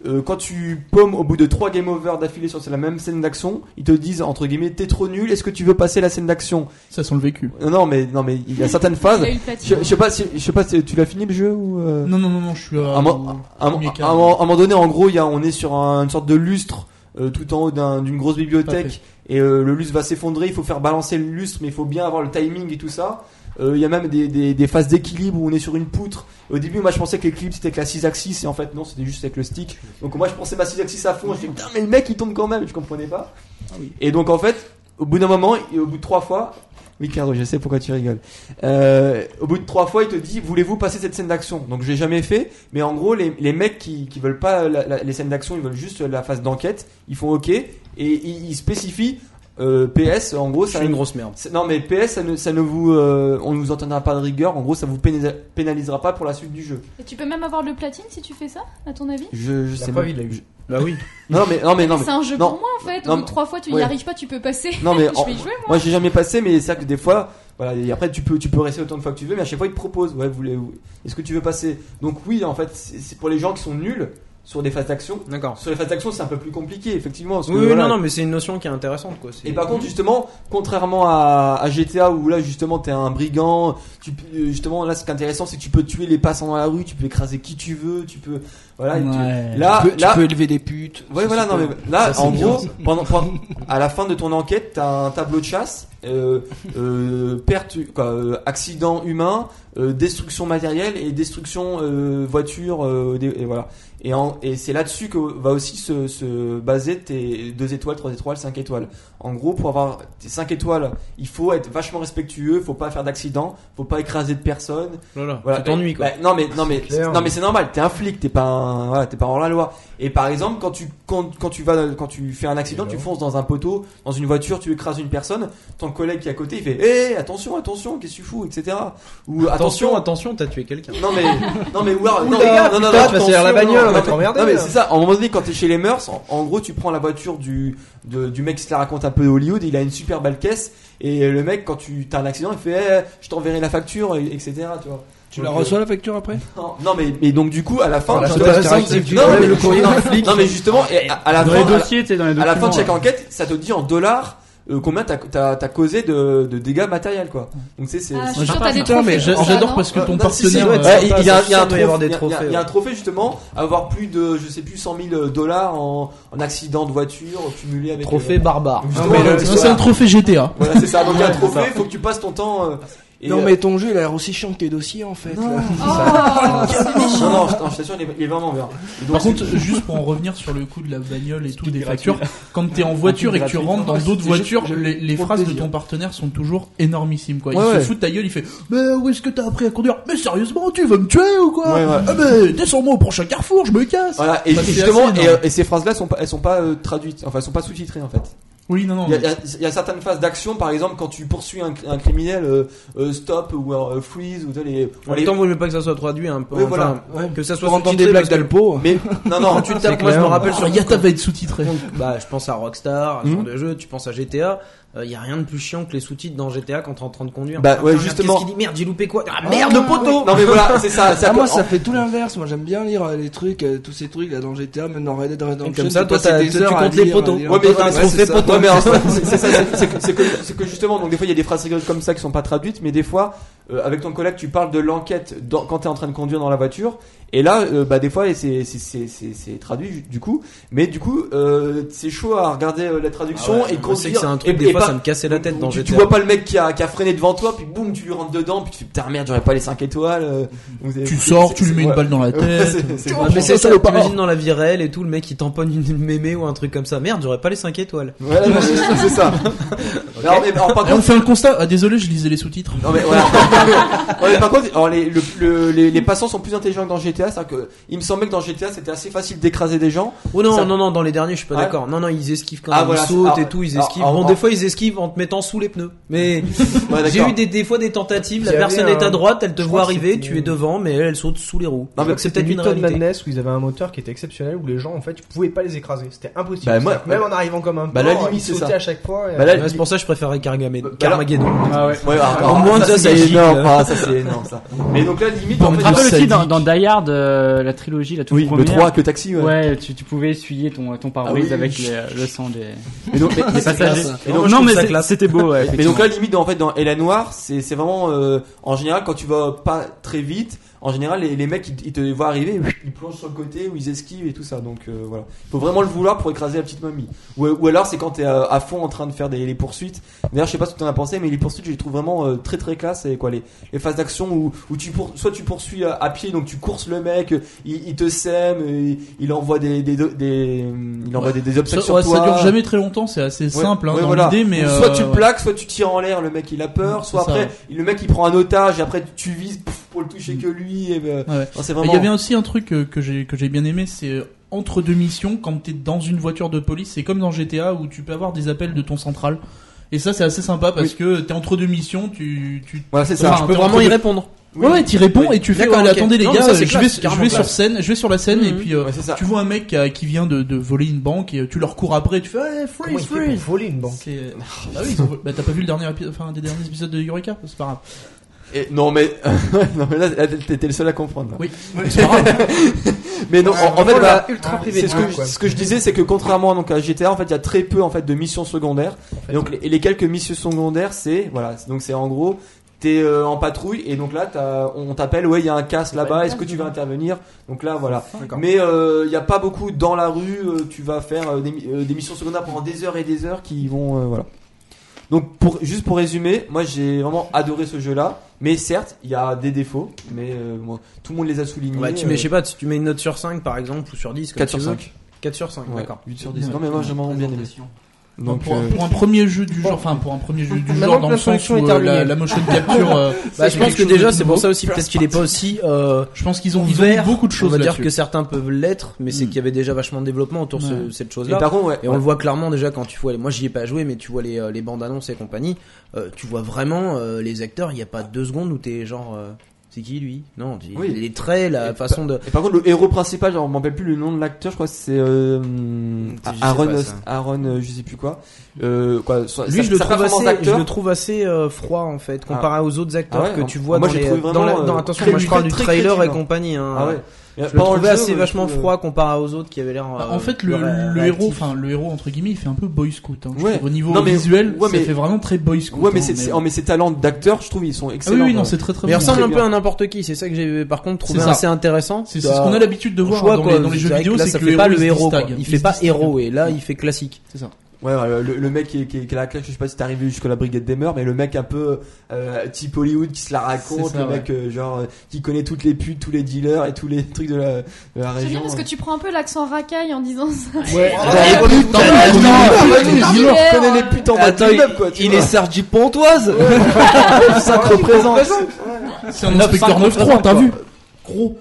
C: Euh, quand tu paumes au bout de trois game over d'affilée sur la même scène d'action, ils te disent entre guillemets t'es trop nul, est-ce que tu veux passer la scène d'action
G: Ça sent le vécu.
C: Non, Non mais non mais il y a certaines
E: Il
C: phases.
E: a eu le
C: Je,
E: platine.
C: je sais pas, si, je sais pas, si tu l'as fini le jeu ou euh,
G: Non, non, non, non, je suis à.
C: à un mo- à un mo-
G: premier
C: à un
G: cadre.
C: mo- à un moment donné, en gros, il y a, on est sur un- une sorte de lustre euh, tout en haut d'un- d'une grosse bibliothèque et euh, le lustre va s'effondrer. Il faut faire balancer le lustre, mais il faut bien avoir le timing et tout ça. Euh, Il y a même des, des, des phases d'équilibre où on est sur une poutre. Au début, moi, je pensais que l'équilibre c'était avec la 6 axis et en fait, non, c'était juste avec le stick. Donc moi, je pensais ma 6 axis à fond. Je dis putain, mais le mec, il tombe quand même. Je comprenais pas. Et donc en fait, au bout d'un moment, et au bout de trois fois, oui, Caro, je sais pourquoi tu rigoles. Euh, au bout de trois fois, il te dit, voulez-vous passer cette scène d'action Donc, j'ai jamais fait, mais en gros, les, les mecs qui, qui veulent pas la- la- les scènes d'action, ils veulent juste la phase d'enquête, ils font OK, et ils, ils spécifient euh, PS, en gros,
H: Je
C: ça,
H: suis une grosse merde.
C: c'est- Non, mais PS, ça ne, ça ne vous, euh, on ne vous entendra pas de rigueur, en gros, ça vous pénalisa- pénalisera pas pour la suite du jeu.
E: Et tu peux même avoir le platine si tu fais ça, à ton avis
C: Je, je sais
A: preuve,
C: même-
A: il l'a eu.
H: Bah oui.
C: Non, mais, non, mais, non, mais.
E: (laughs) C'est un jeu
C: non.
E: pour moi en fait.
C: Non,
E: Au bout
C: mais-
E: de trois fois, tu
C: ouais.
E: n'y arrives pas, tu peux passer.
C: Non, mais en-
E: je vais y jouer moi.
C: Moi, j'ai jamais passé, mais c'est vrai que des fois, voilà, et après, tu peux, tu peux rester autant de fois que tu veux, mais à chaque fois, ils te proposent, ouais, vous voulez, vous- est-ce que tu veux passer Donc, oui, en fait, c'est c'est pour les gens qui sont nuls sur des phases d'action.
H: D'accord.
C: Sur les phases d'action, c'est un peu plus compliqué, effectivement. parce que,
H: Oui, oui,
C: voilà.
H: non, non, mais c'est une notion qui est intéressante quoi. c'est-
C: Et bah, par contre, justement, contrairement à, à GTA où là, justement, t'es un brigand, tu, peux- euh, justement, là, ce qui est intéressant, c'est que tu peux tuer les passants dans la rue, tu peux écraser qui tu veux, tu peux, voilà, et tu-
G: Ouais.
C: là,
B: tu, peux, tu
C: Ah, là,
B: peux élever des putes.
C: Ouais,
B: Ça,
C: voilà,
B: c'est
C: non, mais
B: pas-
C: là,
B: Ça,
C: en
B: c'est bien,
C: gros,
B: ça.
C: pendant, pendant- à la fin de ton enquête, t'as un tableau de chasse, euh, euh, perte, quoi, euh, accident humain, euh, destruction matérielle et destruction euh, voiture, euh, des- et voilà. Et, en- et c'est là-dessus que va aussi se, se baser tes deux étoiles, trois étoiles, cinq étoiles. En gros, pour avoir tes cinq étoiles, il faut être vachement respectueux, faut pas faire d'accident, faut pas écraser de personne,
H: Voilà.
C: voilà.
H: Tu t'ennuies quoi.
C: Bah, non mais non mais
A: clair.
C: non mais c'est normal. T'es un flic, t'es pas un, voilà, t'es pas hors la loi. Et par exemple, quand tu quand, quand tu vas quand tu fais un accident,
A: Hello.
C: tu fonces dans un poteau, dans une voiture, tu écrases une personne. Ton collègue qui est à côté, il fait, hé attention, attention, qu'est-ce que tu fous, etc. Ou attention,
H: Attention, attention, t'as tué quelqu'un.
C: non mais non mais ou alors- non,
A: Oula,
C: mais- non, non,
A: putain,
C: non,
A: tu vas salir la
C: attention,
A: bagnole,
C: non,
A: on va
C: non,
A: t'emmerder,
C: Non mais
A: là.
C: c'est ça. En un moment donné, quand t'es chez les mœurs, en, en gros, tu prends la voiture du de- du mec qui se la raconte un peu Hollywood. Il a une super belle caisse et le mec, quand tu t'as un accident, il fait, Eh, je t'enverrai la facture, et- etc. Tu vois.
B: Tu la
C: Donc, euh,
B: reçois la facture après
C: non, non, mais, mais donc du coup à la fin
A: Voilà,
C: justement-
A: c'est interactif, tu
C: non,
A: vois,
C: mais,
A: le courrier
C: non,
A: d'un
H: (laughs)
A: flic.
C: non, mais justement et à, à la
D: Dans
C: fin
D: les
C: à la-
D: dossiers, tu sais, dans les
C: à la fin de
D: documents,
C: chaque enquête ça te dit en dollars euh, combien t'as t'as t'as causé de, de dégâts matériels quoi donc c'est c'est
E: Ah, je
C: c'est-
E: suis sûre que t'as des
G: Putain, mais
E: trophées
G: j'a-
E: pour ça,
G: j'adore
E: non
G: parce que ton
C: Non, si, si,
G: partenaire.
C: ouais,
G: euh,
C: ouais, il y a- il y a un
H: doit y avoir
C: trophée,
H: des
C: il y a- il y a-
H: trophées,
C: il y a un
H: ouais.
C: trophée justement avoir plus de je sais plus 100 000 dollars en, en accident de voiture cumulé avec
H: Trophée
C: euh,
H: barbare.
C: justement,
G: mais
C: euh,
G: le- C'est un trophée GTA.
C: voilà c'est ça donc il y a un
H: Ouais, c'est
C: trophée faut que tu passes ton temps euh, et,
B: Non,
C: euh, (laughs)
B: mais ton jeu, il a l'air aussi chiant que tes dossiers, en fait. (laughs) là.
E: Oh, c'est méchant.
C: non non je je t'assure il est- il est vraiment bien Et donc,
G: Par contre,
C: c'est-
G: juste pour en revenir sur le coût de la bagnole et tout, des
D: gratuit.
G: factures, quand t'es en voiture et que tu
C: Ah, gratuit.
G: rentres dans
C: Ouais,
G: d'autres
C: c'est juste-
G: voitures, les, les
C: pour le
G: phrases de
C: plaisir.
G: ton partenaire sont toujours énormissimes, quoi. Il
C: Ouais,
G: se
C: ouais.
G: fout de ta gueule, il fait, mais où est-ce que t'as appris à conduire? Mais sérieusement, tu veux me tuer ou quoi?
C: Ouais, ouais.
G: Ah, mais descends-moi au prochain carrefour, je me casse!
C: Voilà, et
G: Bah, c'est
C: justement,
G: assez
B: hein.
C: et, euh,
G: énorme.
C: et ces phrases-là sont pas, elles sont pas euh, traduites, enfin, elles sont pas sous-titrées en fait.
G: Oui, non, non.
C: Il y a, il y a- il y a certaines phases d'action, par exemple, quand tu poursuis un, un criminel, euh, euh, stop ou euh, freeze ou tu sais, les.
H: En
C: les-
H: même temps, vaut mieux pas que ça soit traduit un peu.
C: Oui,
H: enfin,
C: voilà.
H: Que ça soit
B: Pour entendre
H: sous-titré,
B: des blagues
H: parce que-
B: d'Alpo.
C: Mais non, non,
H: Quand tu tapes, moi
A: clair.
H: je me
C: Ah,
H: rappelle
G: Alors,
H: sur
G: Yata va être sous-titré.
H: Donc, bah, je pense à Rockstar, à ce
C: Mhm.
H: genre de jeu, tu penses à GTA, il y a rien de plus chiant que les sous-titres dans GTA quand t'es en train de conduire.
C: Bah,
H: Ah,
C: ouais,
H: merde,
C: justement.
H: Qu'est-ce qu'il dit Merde, j'ai loupé quoi Ah (laughs) merde, poteau
C: non mais voilà, c'est
B: (laughs)
C: ça. c'est
B: Ah,
C: à-
B: moi,
C: en-
B: ça fait tout l'inverse. Moi, j'aime bien lire euh, les trucs, euh, tous ces trucs là dans GTA, même dans Red Dead Redemption.
H: Et comme ça,
B: tu
H: toi,
B: passes
H: t'as-
B: tes
H: tu
B: heures à
H: comptes les
B: lire, à
H: poteaux.
B: lire.
C: Ouais, mais
B: Ouais,
C: attends,
B: c'est
C: c'est
B: ça.
C: ça. Ouais, mais alors, c'est- c'est ça, c'est- c'est que, c'est que- c'est que justement, donc des fois il y a des phrases rigoles comme ça qui sont pas traduites, mais des fois euh, avec ton collègue, tu parles de l'enquête dans- quand tu es en train de conduire dans la voiture. Et là, euh, bah, des fois, et c'est c'est- c'est- c'est- c'est traduit ju- du coup. Mais du coup, euh, c'est chaud à regarder euh, la traduction et
H: Je sais que
C: conduire.
H: c'est un truc,
C: et-
H: des
C: et
H: fois
C: pas-
H: ça me cassait la tête dans
C: tu, tu
H: GTA.
C: vois pas le mec qui a, qui a freiné devant toi, puis boum, tu lui rentres dedans, puis tu fais putain merde, j'aurais pas les 5 étoiles. euh, vous avez-
G: Tu sors, tu lui
C: c'est-
G: mets une
C: ouais.
G: balle dans la
C: Ouais,
G: tête.
C: (laughs) c'est- c'est
H: Ah,
C: vachement-
H: mais c'est ça,
B: Salopard.
H: t'imagines dans la vie réelle et tout, le mec il tamponne une (laughs) mémé ou un truc comme ça. Merde, j'aurais pas les 5 étoiles.
C: Voilà, non, c'est c'est
G: (laughs)
C: ça. Alors, mais, alors, par
G: Et on
C: contre,
G: fait un constat. Ah, désolé, je lisais les sous-titres.
C: non mais voilà. Non, mais par contre, alors les, le- le- les, les passants sont plus intelligents que dans GTA, c'est-à-dire que il me semblait que dans GTA c'était assez facile d'écraser des gens.
H: Oh non,
C: Ça-
H: non, non, dans les derniers je suis pas
C: Ouais.
H: d'accord. Non, non, ils esquivent quand
C: Ah,
H: même,
C: voilà,
H: ils sautent
C: c'est-
H: et tout, ils
C: alors,
H: esquivent.
C: alors,
H: bon,
C: alors-
H: des fois ils esquivent en te mettant sous les pneus. Mais
C: Ouais,
H: j'ai
C: d'accord.
H: eu des, des fois des tentatives, la
A: Il y avait
H: personne
A: un-
H: est à droite, elle te
A: je crois
H: voit
A: que
H: arriver,
A: c'était-
H: tu es devant, mais elle, elle saute sous les roues.
C: Non, mais
H: Donc c'est peut-être une
A: Newton
H: réalité.
A: Madness où ils avaient un moteur qui était exceptionnel où les gens en fait tu pouvais pas les écraser c'était impossible
C: Bah, moi-
A: C'est-à-dire que même en arrivant comme un porc,
C: Bah, la limite,
A: ils
C: c'est
A: sautaient
C: ça.
A: à chaque fois et- euh,
C: Bah, là,
H: Ouais, c'est pour ça que je préfère Cargamé-
C: Bah, là-
H: Carmageddon.
C: Ouais, alors,
H: Au moins, ça, c'est
C: énorme.
H: énorme.
C: Ah, ça c'est énorme ça. Mais donc là limite en fait,
D: Rappelle
C: genre-
D: aussi dans, dans Die Hard, euh, la trilogie, la toute
C: oui, le
D: première.
C: 3 avec le taxi ouais.
D: Ouais, tu, tu pouvais essuyer ton, ton
C: Ah
D: pare-brise
C: oui,
D: avec euh,
C: oui.
D: le, le sang des,
C: Mais donc, mais-
D: des passagers. Oh,
C: Et donc, je
D: non,
C: trouve
D: mais
C: ça
D: c'est- c'était beau.
C: (laughs)
D: Ouais,
C: Mais donc là, limite, dans- en fait, dans Et la Noire, c'est c'est vraiment euh, en général quand tu vas pas très vite. En général, les, les mecs ils, ils te voient arriver, (laughs) ils plongent sur le côté ou ils esquivent et tout ça. Donc euh, voilà, faut vraiment le vouloir pour écraser la petite mamie. Ou, ou alors c'est quand t'es à, à fond en train de faire des les poursuites. D'ailleurs, je sais pas ce que t'en as pensé, mais les poursuites, je les trouve vraiment euh, très très classe. Et quoi, les, les phases d'action où, où tu pour, soit tu poursuis à, à pied, donc tu courses le mec, euh, il, il te sème, euh, il, il envoie des des, des, il envoie des, des obstacles
G: Ça,
C: sur
G: ouais,
C: toi.
G: ça dure jamais très longtemps, c'est assez
C: Ouais,
G: simple hein,
C: ouais,
G: dans
C: voilà.
G: l'idée, mais
C: Ou soit
G: euh,
C: tu le plaques, soit tu tires en l'air, le mec il a peur, soit
G: C'est ça,
C: après
G: ouais.
C: il- le mec il prend un otage et après tu- tu vises pouf, pour le toucher que lui. Et ben,
G: Ouais, ouais.
C: non, c'est
G: Il
C: vraiment.
G: y avait aussi un truc euh, que j'ai que j'ai bien aimé, c'est euh, entre deux missions, quand t'es dans une voiture de police, c'est comme dans GTA où tu peux avoir des appels de ton central. Et ça, c'est assez sympa parce que t'es entre deux missions, tu tu
C: Voilà, c'est ça.
G: Enfin, t'es
H: Peux vraiment
G: entre
H: y
G: deux-
H: répondre.
C: Oui.
G: Ouais, t'y réponds
C: Oui.
G: et tu fais.
H: D'accord,
G: allez,
H: ok.
G: attendez les
H: Non,
G: gars,
H: mais ça, c'est
G: euh, je vais
H: classe,
G: je
H: carrément
G: vais sur
H: classe.
G: scène, je vais sur la scène et
H: Mhm.
G: puis euh,
C: Ouais, c'est ça.
G: tu vois un mec qui, a- qui vient de, de voler une banque et tu leur cours après et tu fais eh,
A: Comment
G: freeze
A: il fait pour
G: freeze.
A: voler une banque
G: C'est- Ah oui, ils ont- bah, t'as pas vu le dernier épisode, enfin un des derniers épisodes de Eureka, c'est pas grave.
C: Et- non mais, (laughs) non, mais là, là, t'étais le seul à comprendre. là.
G: Oui, c'est pas grave.
C: Mais non, en, en fait,
A: Vraiment,
C: bah,
A: là, ultra privé
C: c'est ce
A: de
C: que,
A: banque,
C: je-
A: quoi.
C: ce que je disais, c'est que contrairement donc, à GTA, en fait, il y a très peu en fait de missions secondaires. Et donc les, les quelques missions secondaires, c'est voilà, c'est- donc c'est en gros, t'es euh, en patrouille et donc là, t'as- on t'appelle, ouais, il y a un casse là-bas, est-ce que tu vas intervenir Donc là, voilà. Mais euh, il n'y a pas beaucoup dans la rue, euh, tu vas faire euh, des, mi- euh, des missions secondaires pendant des heures et des heures qui vont. euh, voilà. Donc pour, juste pour résumer, moi j'ai vraiment adoré ce jeu-là, mais certes il y a des défauts, mais euh, moi, tout le monde les a soulignés.
H: Bah, tu
C: euh,
H: mets, je sais pas, si tu mets une note sur 5 par exemple, ou sur 10, comme
C: 4
H: tu
C: sur
H: veux.
C: 5.
H: 4 sur 5,
C: Ouais,
H: d'accord.
C: 8 sur 10. Non mais moi j'ai vraiment bien aimé.
G: Donc,
C: Donc
G: pour,
C: euh,
G: pour un premier jeu du genre, enfin pour un premier jeu du
A: Maintenant
G: genre
A: que
G: dans
A: la
G: le sens
A: solution
G: où
A: est
G: euh,
A: terminée.
G: la, la motion capture,
H: (laughs)
G: euh,
H: Bah, je pense
G: quelque
H: que
G: chose
H: déjà,
G: de
H: c'est
G: nouveau.
H: pour ça aussi, peut-être qu'il est pas aussi. euh,
G: Je pense qu'ils ont, ils ont
H: ouvert,
G: mis beaucoup de choses
H: On va dire
G: là-dessus.
H: que certains peuvent l'être, mais c'est
A: Hmm.
G: Mm.
H: qu'il y avait déjà vachement de développement autour de ce-
G: Ouais.
H: cette
C: et
H: chose-là.
C: par contre ouais.
H: Et on le voit clairement déjà quand tu vois les. Moi j'y ai pas joué, mais tu vois les, euh, les bandes annonces et compagnie. euh, tu vois vraiment euh, les acteurs, il n'y a pas deux secondes où t'es genre. euh, c'est qui lui Non, tu-
C: Oui.
H: les traits, la
C: Et
H: façon de.
C: Et par contre, le héros principal, genre, je me rappelle plus le nom de l'acteur, je crois que c'est euh,
H: Je sais
C: Aaron,
H: pas, ça.
C: Aaron, euh, je sais plus quoi. Euh, quoi son-
H: Lui,
C: sa-
H: je le,
C: sa
H: trouve
C: performance
H: assez,
C: d'acteur-
H: je le trouve assez euh, froid en fait, comparé aux autres acteurs
C: Ah ouais,
H: que
C: hein.
H: tu vois
C: Moi,
H: dans
C: j'ai
H: les.
C: trouvé
H: dans la-
C: vraiment,
H: dans-
C: euh,
H: attention,
C: très
H: moi je parle du
C: très
H: trailer
C: crétile,
H: et
C: hein.
H: compagnie. Hein.
C: Ah ouais.
H: Je le trouvais
C: euh,
H: assez vachement froid comparé aux autres qui avaient l'air. euh,
G: en fait, le,
H: ré-
G: le
H: réactifs.
G: héros, enfin le héros entre guillemets, il fait un peu boy scout. Hein, je
C: Ouais.
G: trouve. Au niveau
C: Non, mais-
G: visuel,
C: ouais,
G: ça
C: mais-
G: fait vraiment très boy scout.
C: Ouais, mais,
G: hein,
C: c'est c'est- oh, mais ses talents d'acteur, je trouve, ils sont
G: Ah oui,
C: excellents.
G: oui, non,
C: quoi.
G: c'est très très
H: Mais il
G: bon.
H: ressemble
C: très
H: un peu
C: bien.
H: à n'importe qui, c'est ça que j'ai par contre trouvé
G: C'est ça.
H: assez intéressant.
G: C'est c'est ce qu'on a l'habitude de voir
H: Choix,
G: dans
H: quoi.
G: les, dans les
H: C'est
G: jeux
H: vrai que
G: vidéo,
H: là,
G: c'est
H: ça
G: que
H: fait
G: le
H: pas
G: héros
H: le
G: se
H: héros, quoi.
G: distingue.
H: il fait
G: se
H: pas
G: distingue.
H: héros et là il fait classique.
C: Ouais, ouais, le, le mec qui, est- qui, est- qui a la claque, je sais pas si t'es arrivé jusqu'à la brigade des mœurs, mais le mec un peu euh, type Hollywood qui se la raconte,
G: C'est ça,
C: le
G: ouais.
C: mec euh, genre euh, qui connaît toutes les putes, tous les dealers et tous les trucs de la, de la
E: J'aime
C: région.
E: bien parce que tu prends un peu l'accent racaille en disant ça.
C: (laughs)
A: ouais
E: Dans
C: Il
E: l'hiver,
C: connaît
E: hein.
C: les putes en bas de l'immeuble, quoi. tu
B: il
C: vois.
B: est Sergi Pontoise
C: ça te représente.
G: C'est un inspecteur 9-3, t'as vu Gros.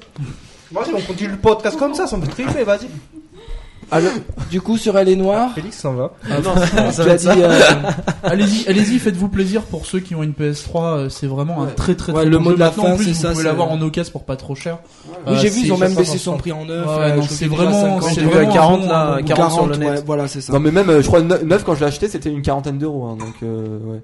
A: vas-y on continue le podcast comme ça sans me triper vas-y
B: Du coup, sur Elle est Noire,
H: Ah,
A: Félix s'en va
B: tu as dit euh,
G: Allez-y, allez-y, faites-vous plaisir pour ceux qui ont une PS3. euh, C'est vraiment un
C: Ouais.
G: très très
B: Ouais,
G: très
B: le
G: bon
B: mot
G: jeu.
B: de la
G: Maintenant,
B: fin,
G: en plus,
B: c'est ça,
G: Vous pouvez
B: c'est-
G: l'avoir en occasion pour pas trop cher.
B: Oui, j'ai
G: Euh,
B: vu,
G: c'est-
B: ils ont même
G: ça
B: baissé son
G: sort en-
B: prix en neuf.
G: Ouais,
B: euh,
G: non,
B: je crois
G: c'est
B: qu'il est
G: vraiment-
B: déjà à 50.
G: c'est
H: Il est à
G: vraiment un
H: 40
G: bon-
H: là,
G: ou
H: 40 sur le net.
B: ouais, voilà, c'est ça.
C: Non mais même euh, je crois 9 quand je l'ai acheté c'était une quarantaine d'euros hein, donc euh, ouais.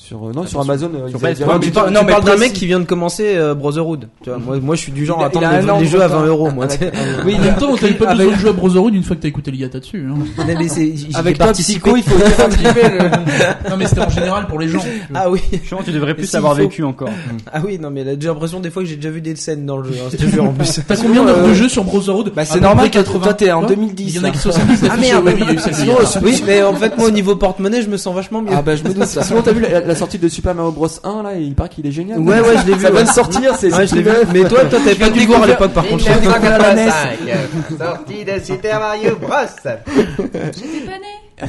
C: Sur, euh,
H: Ah,
C: non, sur Amazon, euh, ils avaient dit-
H: Non,
C: Ouais,
H: mais
C: mais
H: tu parles, non,
B: tu
H: mais
B: parles
H: d'un
B: précis.
H: mec qui vient de commencer euh, Brotherhood. Tu vois, moi, moi, je suis du genre
B: Il
H: à
B: a- il a un
H: attendre
B: an
H: les, les
B: de
H: jeux à
B: retard.
H: 20 euros. Moi, tu sais.
B: Oui,
G: En même temps, t'as pas
B: avec-
G: besoin de jouer à Brotherhood une fois que t'as écouté le Yata dessus. hein.
H: Non, mais c'est- j'y ai
B: Avec toi,
H: participé.
B: psycho, il faut dire un petit peu le-
G: Non, mais c'était en général pour les gens. tu vois.
H: Ah oui,
D: Je pense que tu devrais plus
H: s'il
D: avoir
H: faut-
D: vécu encore.
H: ah oui, non, mais là, j'ai l'impression des fois que j'ai déjà vu des scènes dans le jeu. hein, je te jure, en plus.
G: T'as combien d'heures
B: euh,
G: de jeu sur Brotherhood
B: Bah,
G: À
B: c'est
G: peu
B: normal
G: près
B: que toi, t'es en
G: Quoi
B: 2010.
G: Il y en a
B: là.
G: qui 70
H: Ah
G: là-dessus,
H: merde.
G: oui, oui, il y a eu celle de
H: Sinon,
G: Yata.
H: euh, (laughs) oui, mais en fait, moi, au niveau porte-monnaie, je me sens vachement mieux.
B: Ah bah je
H: (laughs)
B: me doute ça.
C: Sinon, t'as vu la, la sortie de Super Mario Bros 1 là, il paraît qu'il est génial.
H: Ouais, ouais, je l'ai vu.
C: Ça va
H: ouais.
C: de sortir, c'est.
H: Ouais, je l'ai vu. Mais toi, toi, t'avais pas de dégoût à l'époque, par contre.
A: sorti de Super Mario Bros.
E: T'es pas né
G: Ouais,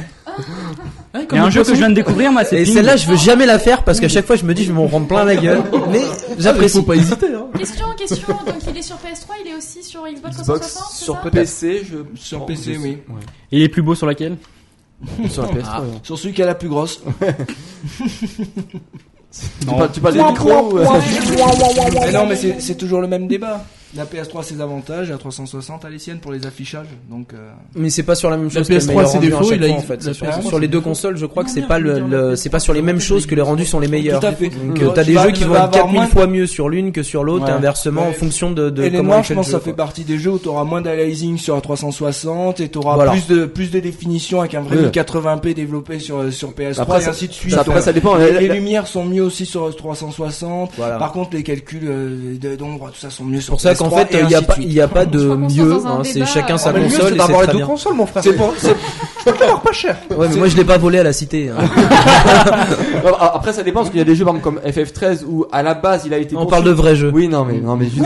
D: Il y
G: comme
D: a un
G: le
D: jeu que je
G: poisson.
D: viens de découvrir, moi, c'est
H: Et
D: Ping.
H: celle-là, je veux jamais la faire parce qu'à chaque fois, je me dis, je vais m'en rendre plein la gueule. Mais j'apprécie.
G: Faut pas hésiter. Hein.
E: Question, question. Donc il est sur PS3, il est aussi sur Xbox 360
C: Xbox
E: c'est
C: sur
E: ça
C: PC, je.
B: Sur PC, oui.
D: Et Il est plus beau sur laquelle
C: Sur la
H: Ah.
C: PS3. ouais.
B: Sur celui qui a la plus grosse.
C: Tu
D: Non.
C: parles- Tu parles des micros ou, euh,
B: Mais non, mais c'est c'est toujours le même débat. La PS3 ses avantages, la 360 a les siennes pour les affichages. Donc euh,
H: Mais c'est pas sur la même
G: La
H: chose. que les
G: PS3
H: meilleurs
G: ses
H: rendus à
G: défauts,
H: chaque
G: il a-
H: fois, en fait.
G: la
H: Sur-
G: PS3
H: Sur les
G: ses
H: deux
G: défauts.
H: consoles, je crois que
G: Non,
H: c'est
G: mais
H: pas
G: on peut
H: le,
G: dire
H: le-
G: la
H: c'est pas sur les mêmes choses que les rendus sont les meilleurs.
B: tout à fait.
H: Donc
B: Tu
H: euh,
B: vas-
H: t'as des
B: tu
H: jeux
B: vas-
H: qui
B: tu
H: vont
B: vas
H: être
B: avoir
H: 4000
B: moins-
H: fois mieux sur l'une que sur l'autre,
B: Ouais.
H: et inversement en
B: Ouais.
H: fonction de, de
B: et les
H: comment
B: noirs,
H: est
B: je
H: fait
B: pense,
H: le
B: ça
H: jeu,
B: fait
H: quoi.
B: partie des jeux où t'auras moins d'aliasing sur la 360 et t'auras
H: Voilà.
B: plus de plus de définition avec un vrai
C: Oui.
B: 1080p développé sur sur PS3
C: Après,
B: et
C: ça-
B: ainsi de suite.
C: ça- Après, ça dépend. Euh,
B: les,
C: La-
B: les
C: la-
B: lumières sont mieux aussi sur 360.
H: Voilà.
B: Par contre, les calculs euh, de- d'ombre, tout ça sont mieux
H: C'est
B: sur
H: pour ça
B: PS3.
H: qu'en fait,
B: et
H: il n'y a
B: ainsi de
H: pas,
B: suite.
H: il y a pas de
E: Je crois qu'on se lance
H: mieux.
E: dans un
H: hein, c'est
E: débat,
H: chacun
E: euh,
H: sa
E: Ah, mais
A: le mieux,
H: console
A: c'est
H: et c'est
A: d'avoir les
H: très
A: deux
H: bien.
A: consoles, mon frère.
B: C'est pour-
A: (laughs)
B: c'est-
H: (laughs) Ouais, mais moi je l'ai pas volé à la cité. hein.
C: Non, a- euh, Après, ça dépend parce qu'il y a des jeux par exemple, comme FF13 où à la base il a été.
H: On
C: conçu-
H: parle de vrais jeux.
C: Oui, non, mais non, mais juste.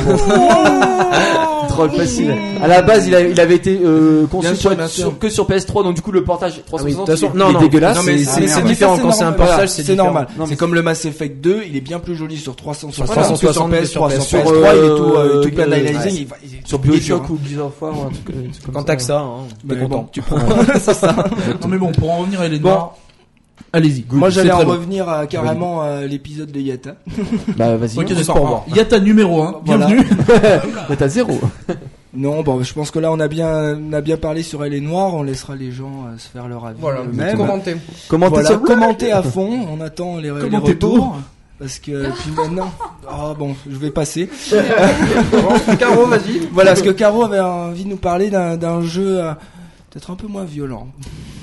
C: Troll facile. À la base, il, a- il avait été euh, conçu
B: Bien
C: sur,
B: sûr, bien sûr.
C: sur- que sur PS3, donc du coup le portage
H: Ah oui, de
C: 360
H: toute façon,
C: il-
H: non,
C: il est
H: non.
C: dégueulasse.
H: Non, mais
C: Et-
H: c'est-
C: et-
H: c'est
C: voilà.
H: différent quand c'est un
B: normal.
H: portage, c'est
B: c'est
H: différent.
B: normal.
C: Non, mais
B: C'est comme le Mass Effect 2, il est bien plus joli sur 360
H: Sur 360
B: que
H: que
B: sur
H: sur
B: PS3. Sur
H: PS3,
B: PS3, il est tout,
C: euh,
B: euh, tout plein
C: euh,
B: d'analysing,
C: ouais.
B: il va- il est-
C: Sur
B: il est
C: Bioshock
B: dur,
C: ou Blizzard Four, un truc, euh, un truc comme
H: Quand
C: ça.
H: t'as que ça, hein,
B: Mais
H: t'es
B: bon,
H: content.
B: tu
G: Non, mais bon, pour en revenir à les
B: Bon.
G: noirs, allez-y.
B: Moi,
G: C'est
B: j'allais en
G: très bon.
B: revenir à carrément euh, à l'épisode de Yata.
C: Bah vas-y.
G: Ok,
H: Juste pour voir.
G: d'accord. Yata numéro 1,
B: Voilà.
D: (laughs)
G: bienvenue.
C: Mais t'as zéro.
B: Non, bon, je pense que là, on a bien, on a bien parlé sur Elle est Noire. On laissera les gens euh, se faire leur avis.
A: Voilà,
B: eux-mêmes.
A: commentez.
C: Comment
B: Voilà,
C: t'es
B: (laughs) commentez à fond. On attend les, les
G: Commentez pour.
B: retours. Parce que, puis maintenant, ah bon, je vais passer.
A: Caro, vas-y.
B: Voilà, parce que Caro avait envie de nous parler d'un d'un jeu euh, peut-être un peu moins
H: (laughs)
B: violent.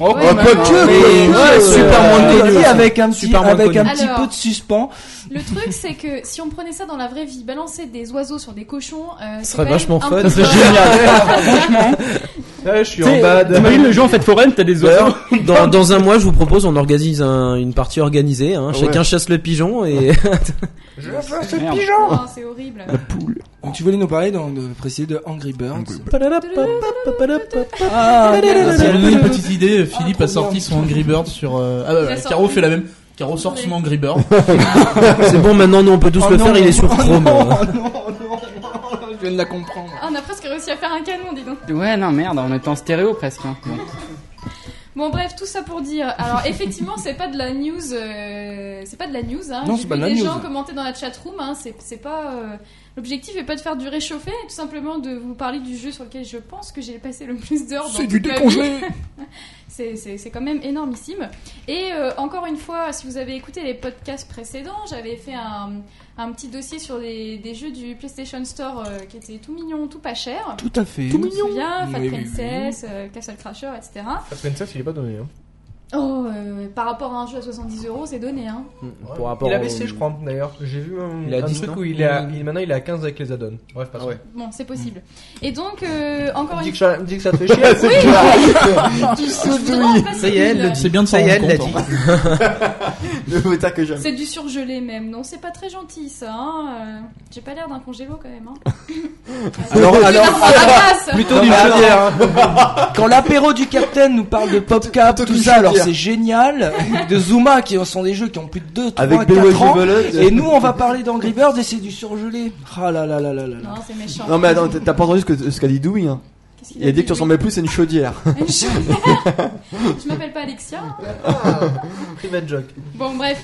A: Oh,
B: Mais-
H: ouais, super moins
B: mais
H: connu,
B: dit
H: ça.
B: avec un petit,
H: Super moins
B: avec
H: connu.
B: un petit
E: Alors.
B: peu de suspens.
E: Le truc, c'est que si on prenait ça dans la vraie vie, balancer des oiseaux sur des cochons, euh, c'est
H: Ce serait
E: quand même
H: vachement
E: un
H: fun.
E: peu-
H: Ça serait
E: (laughs)
A: Je suis en
D: T'sais,
A: bad.
D: T'imagines Ah le jeu en fait foraine, t'as des oiseaux.
H: D'ailleurs, (laughs) dans, dans un mois, je vous propose, on organise un- une partie organisée. hein. Chacun chasse le pigeon et
C: Ah,
D: Merde.
E: Non, C'est horrible.
B: Donc tu voulais nous parler donc, de, préciser de Angry Birds.
G: Si vous voulez Ah, une petite idée, Philippe
B: trop
G: a sorti son Angry Bird sur. euh, Ah bah,
E: Il a
G: voilà,
E: sorti.
G: Caro fait la même. Caro sort son Angry Bird.
H: (laughs) c'est bon. Maintenant, nous, on peut tous le faire. Il est sur Chrome.
B: Je viens de la comprendre.
E: Ah, on a presque réussi à faire un canon, dis donc.
D: Ouais, non, merde, on est en stéréo presque. hein. Bon.
E: Bon bref, tout ça pour dire. Alors effectivement, c'est pas de la news, euh, c'est pas de la news. Hein.
B: Non, c'est
E: J'ai vu
B: pas de la
E: des
B: news.
E: gens commenter dans la chat room. Hein. C'est, c'est pas euh, l'objectif est pas de faire du réchauffé, tout simplement de vous parler du jeu sur lequel je pense que j'ai passé le plus d'heures. dans toute ma vie. (laughs) c'est, c'est, c'est quand même énormissime. Et euh, encore une fois, si vous avez écouté les podcasts précédents, j'avais fait un, un petit dossier sur des, des jeux du PlayStation Store euh, qui étaient tout mignons, tout pas cher.
B: Tout à fait.
E: Je me souviens, Fat
B: Oui, oui, oui.
E: Princess, euh, Castle Crasher, etc.
A: Princess, il est pas donné. Hein.
E: Oh, euh, par rapport à un jeu à 70 euros, c'est donné, hein.
H: Pour rapport
A: il a
H: au-
A: baissé, je crois, d'ailleurs. J'ai vu un,
H: Il est à
A: un
H: 10,
A: truc
H: non
A: où il est à, il- maintenant il est à 15 avec les add-ons. Bref, pas ouais.
E: Bon, c'est possible. Et donc, euh, encore
A: Dis
E: une
A: que ça, dis que ça te fait chier.
C: Ah,
E: fois,
H: Ça y est, elle le dit.
G: C'est bien de s'en
H: Ça y est, elle
G: rendre
H: l'a
G: compte.
H: dit.
G: hein.
C: Le motard que j'aime.
E: c'est du surgelé même. Non, c'est pas très gentil ça. Hein. Euh, J'ai pas l'air d'un congélo quand même. Hein.
C: (laughs)
E: (laughs)
C: Alors, alors,
E: plutôt
C: Non, mais alors,
B: (laughs) Quand l'apéro du Captain nous parle de PopCap, tout ça, alors c'est génial. De Zuma, qui sont des jeux qui ont plus de 2, 3,
C: avec
B: 4 ans.
C: Beowulf
B: Et nous, on va parler d'Angry Birds et c'est du surgelé. Ah là là là là là là.
E: Non, c'est méchant.
C: Non mais attends, t'as- t'as pas entendu ce que- ce qu'a dit Dewey hein.
E: Qu'est-ce qu'il
C: Il a dit que tu
E: oui
C: ressemblais plus à une chaudière.
E: Une chaudière. (laughs) Je m'appelle pas Alexia.
H: Ah,
A: Private joke.
E: Bon, bref.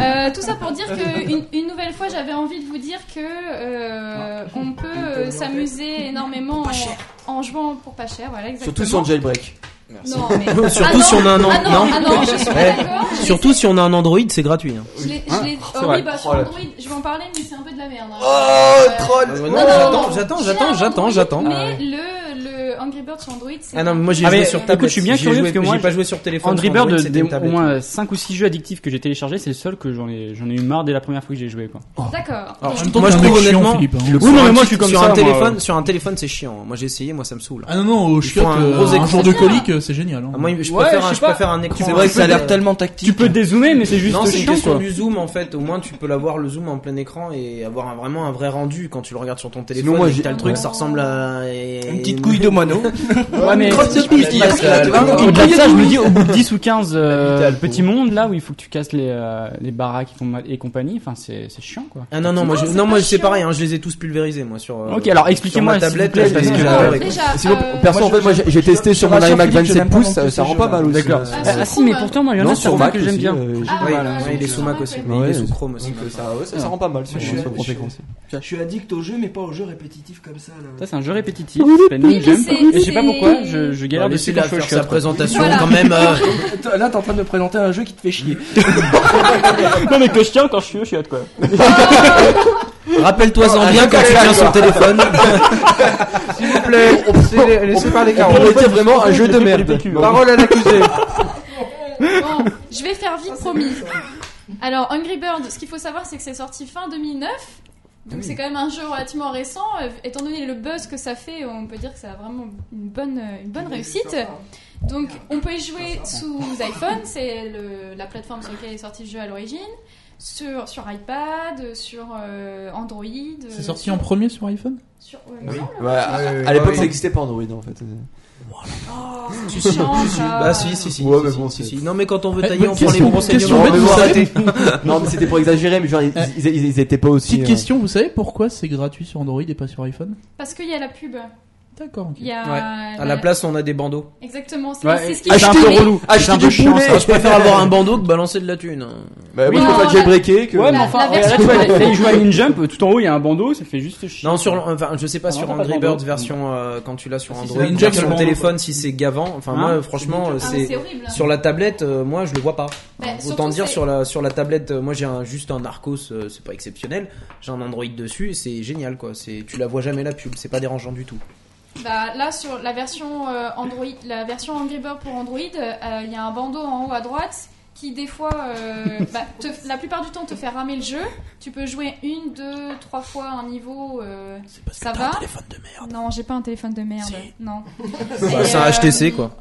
E: Euh, tout ça pour dire que une, une nouvelle fois, j'avais envie de vous dire que euh, on peut euh, s'amuser énormément en, en jouant pour pas cher. Voilà, exactement.
C: Surtout sur jailbreak.
E: Non, mais...
H: (laughs) Surtout
E: ah non,
H: si on a un an-
E: Ah non,
H: non.
E: ah non, je suis pas
H: Ouais.
E: d'accord. je
H: Surtout si on a un Android, c'est gratuit. hein.
E: Je l'ai,
C: Hein
E: je l'ai.
C: C'est
E: oh
C: vrai.
E: oui, bah sur
C: Oh là.
E: Android, je vais en parler, mais c'est un peu de la merde. hein.
C: Oh,
E: Euh,
C: troll
H: Ah,
C: Oh.
H: non, j'attends,
E: j'ai
H: j'attends,
E: un
H: j'attends, j'attends,
E: Android,
H: j'attends.
E: Mais
D: Ah ouais.
E: le, le Angry Bird sur Android, c'est.
H: Ah non, mais moi j'ai
D: Ah,
H: joué
D: mais
H: sur
D: écoute,
H: tablette.
D: je suis bien
H: J'ai
D: curieux
H: joué-
D: parce que moi,
H: j'ai pas joué sur téléphone.
D: Android
H: sur
D: Bird, euh,
H: Android,
D: des-
H: c'était une
D: au
H: tablette.
D: moins 5 ou 6 jeux addictifs que j'ai téléchargés, c'est le seul que j'en ai, j'en ai eu marre dès la première fois que j'ai joué. Quoi.
E: D'accord.
G: Alors, en
E: Donc,
G: même temps,
H: Moi,
G: t'es
H: je
G: un mec
H: trouve
G: chiant,
H: honnêtement-
G: Philippe, hein.
H: Sur
D: Oui, non,
H: un
D: mais moi,
H: petit-
D: je suis comme
H: sur
D: ça,
H: un
D: moi,
H: téléphone,
D: ouais.
H: sur un téléphone, c'est chiant. Moi, j'ai essayé, moi, ça me saoule.
G: Ah non, non, au chiotte,
H: un gros
G: euh, un,
H: écran.
G: jour de colique, euh, c'est génial. hein.
H: Ah, moi, je
B: Ouais,
H: préfère,
B: je
H: un,
B: sais
H: je
B: pas.
H: préfère un écran.
B: C'est vrai que ça a
H: un peu-
B: l'air tellement tactique.
D: Tu peux dézoomer, mais c'est juste
H: Non, c'est une
D: chiant.
H: question
D: quoi.
H: du zoom en fait. Au moins, tu peux l'avoir le zoom en plein écran et avoir un- vraiment un vrai rendu quand tu le regardes sur ton téléphone. Ah,
C: moi,
H: et que
C: j'ai-
H: t'as le truc, ça ressemble à
B: Une petite couille de moineau.
D: Ouais, mais-
H: Grosse petite couille,
B: Parce que là, tu vois,
D: Au-
B: on-
D: Au-delà de ça, je me dis, au bout de 10 ou 15, euh,
A: Capital,
D: le petit monde, là où il faut que tu casses les, euh, les baraques et com- et compagnie, enfin, c'est c'est chiant quoi.
H: Ah non non moi
E: Non,
H: je-
E: c'est
H: non
E: pas
H: moi c'est
E: chiant.
H: pareil hein, je les ai tous pulvérisés moi sur euh,
D: Ok, alors,
H: sur
D: expliquez-moi,
H: ma
D: s'il vous
H: tablette
D: plaît,
H: parce
D: parce
H: que
D: que-
H: j'avais-
E: alors, déjà,
C: Sinon,
E: euh,
C: perso, en fait, moi, j'ai j'ai testé sur mon
B: je
C: iMac
B: rassure Philippe, j'aime
C: 27
B: pas
C: pouces,
B: non
C: ça
B: plus
C: ça
B: ce
C: rend
B: jeu,
C: pas
B: là.
C: mal aussi.
D: D'accord.
C: euh,
E: Ah,
D: Ah,
E: sur
D: si, mais
E: Mac.
D: pourtant, moi, il y en
C: Non,
D: a
C: sur
D: certains
C: Mac
D: que j'aime
C: aussi,
D: bien.
C: euh, j'ai-
E: Ah,
H: Ouais,
E: voilà,
H: ouais,
E: ouais.
H: il est sous Mac aussi mais il est
C: ouais.
H: sous Chrome aussi
C: Donc euh,
H: maintenant.
C: ça, ouais, ça, ça rend pas mal sur,
B: Je
C: sur
B: suis-
C: Chrome
B: je suis-
C: Frequency.
B: Je suis addict au jeu, mais pas au jeu répétitif comme ça. là.
D: Ça, c'est un jeu répétitif, c'est pas une
E: Oui, mais
D: jump.
E: c'est-
D: Et je sais pas
E: c'est-
D: pourquoi, je, je galère
H: Alors,
D: dessus
H: laissez-la
D: quand je suis au
H: faire sa
D: shot, (laughs) quoi.
H: présentation
E: Voilà.
H: quand même euh,
B: Toi, Là, t'es en train de me présenter un jeu qui te fait chier.
D: Non, mais que je tiens quand je suis au chiotte quoi.
H: rappelle-toi-en bien quand tu tiens sur le téléphone
A: Laissez- Laissez parler Caro.
C: On était vraiment un jeu de merde.
A: Parole à l'accusé.
E: Bon, je vais faire vite, promis. Alors, Hungry Bird, ce qu'il faut savoir, c'est que c'est sorti fin 2009.
H: Ah
E: Donc, c'est quand même un jeu relativement récent. Euh, Étant donné le buzz que ça fait, on peut dire que ça a vraiment une bonne, euh, une bonne réussite. Donc, on peut y jouer sous iPhone, c'est le- la plateforme sur laquelle est sorti le jeu à l'origine. Sur, sur iPad, sur euh, Android. euh,
G: C'est sorti en premier sur iPhone
E: Sur, ouais, il me semble.
C: Ouais, à-
A: Oui, oui,
C: à l'époque,
A: oui.
C: ça n'existait pas Android en fait.
E: Oh, c'est chiant, ça.
H: (laughs) bah si si si
C: Ouais,
H: si,
C: mais
H: si,
C: bon,
H: si,
C: c'est-
H: si. non mais quand on veut
G: Eh,
H: tailler
G: bonne
H: on prend les
G: question,
H: bons
G: question
H: renseignements
G: bête,
C: mais
G: vous
C: bon,
G: savez-
C: arrêtez. Non, mais c'était pour exagérer, mais genre, ils,
G: Ouais.
C: ils- ils- ils étaient pas aussi.
G: Petite
C: euh,
G: question, vous savez pourquoi c'est gratuit sur Android et pas sur iPhone
E: Parce qu'il y a la pub.
G: D'accord. ok.
E: Il y a bah,
H: Ouais. à la place ah, on a
E: (laughs)
H: des bandeaux
E: Exactement, c'est
D: Ouais,
E: c'est ce qui
D: c'est un peu
E: fait-
D: relou. C'est un
C: Acheter
D: peu
C: du
D: chiant ça.
C: poulet.
H: Ah, je préfère avoir un bandeau que balancer de la thune hein.
C: Bah oui, je
E: Non,
C: préfère
E: la-
C: jailbreaker que.
D: Ouais, mais
E: La-
D: enfin,
E: la
D: ouais, là,
E: version
D: tu vois,
E: iPhone.
D: là, il joue à une jump, euh, tout en haut, il y a un bandeau, ça fait juste chier.
H: Non, sur, enfin, je sais pas
D: Ah,
H: sur
D: non, pas
H: Angry
D: sur Android.
H: Bird version euh, quand tu l'as sur
G: Ah, si,
H: Android,
G: c'est une
H: ou
G: jack
H: sur
G: sur
H: le
G: Android.
H: téléphone si c'est gavant. Enfin,
D: Hein
H: moi, franchement, euh,
E: Ah, mais
H: c'est
E: c'est horrible.
H: sur la tablette. euh, moi, je le vois pas.
E: Bah,
H: Hein,
E: surtout,
H: Autant dire
E: c'est-
H: sur la sur la tablette. euh, moi, j'ai un, juste un Narcos, euh, c'est pas exceptionnel. J'ai un Android dessus, et c'est génial quoi. C'est tu la vois jamais la pub, c'est pas dérangeant du tout.
E: Bah, là, sur la version euh, Android, la version Angry Bird pour Android, euh, il y a un bandeau en haut à droite qui, des fois,
H: (laughs)
E: euh, bah, te- la plupart du temps, te fait ramer le jeu. Tu peux jouer une, deux, trois fois un niveau. euh,
G: C'est parce
E: Ça
G: que
E: va
G: t'as un téléphone de merde.
E: Non, j'ai pas un téléphone de merde.
G: Si.
E: Non.
H: Ah. Bah,
E: Et,
H: c'est un
E: euh,
H: HTC quoi.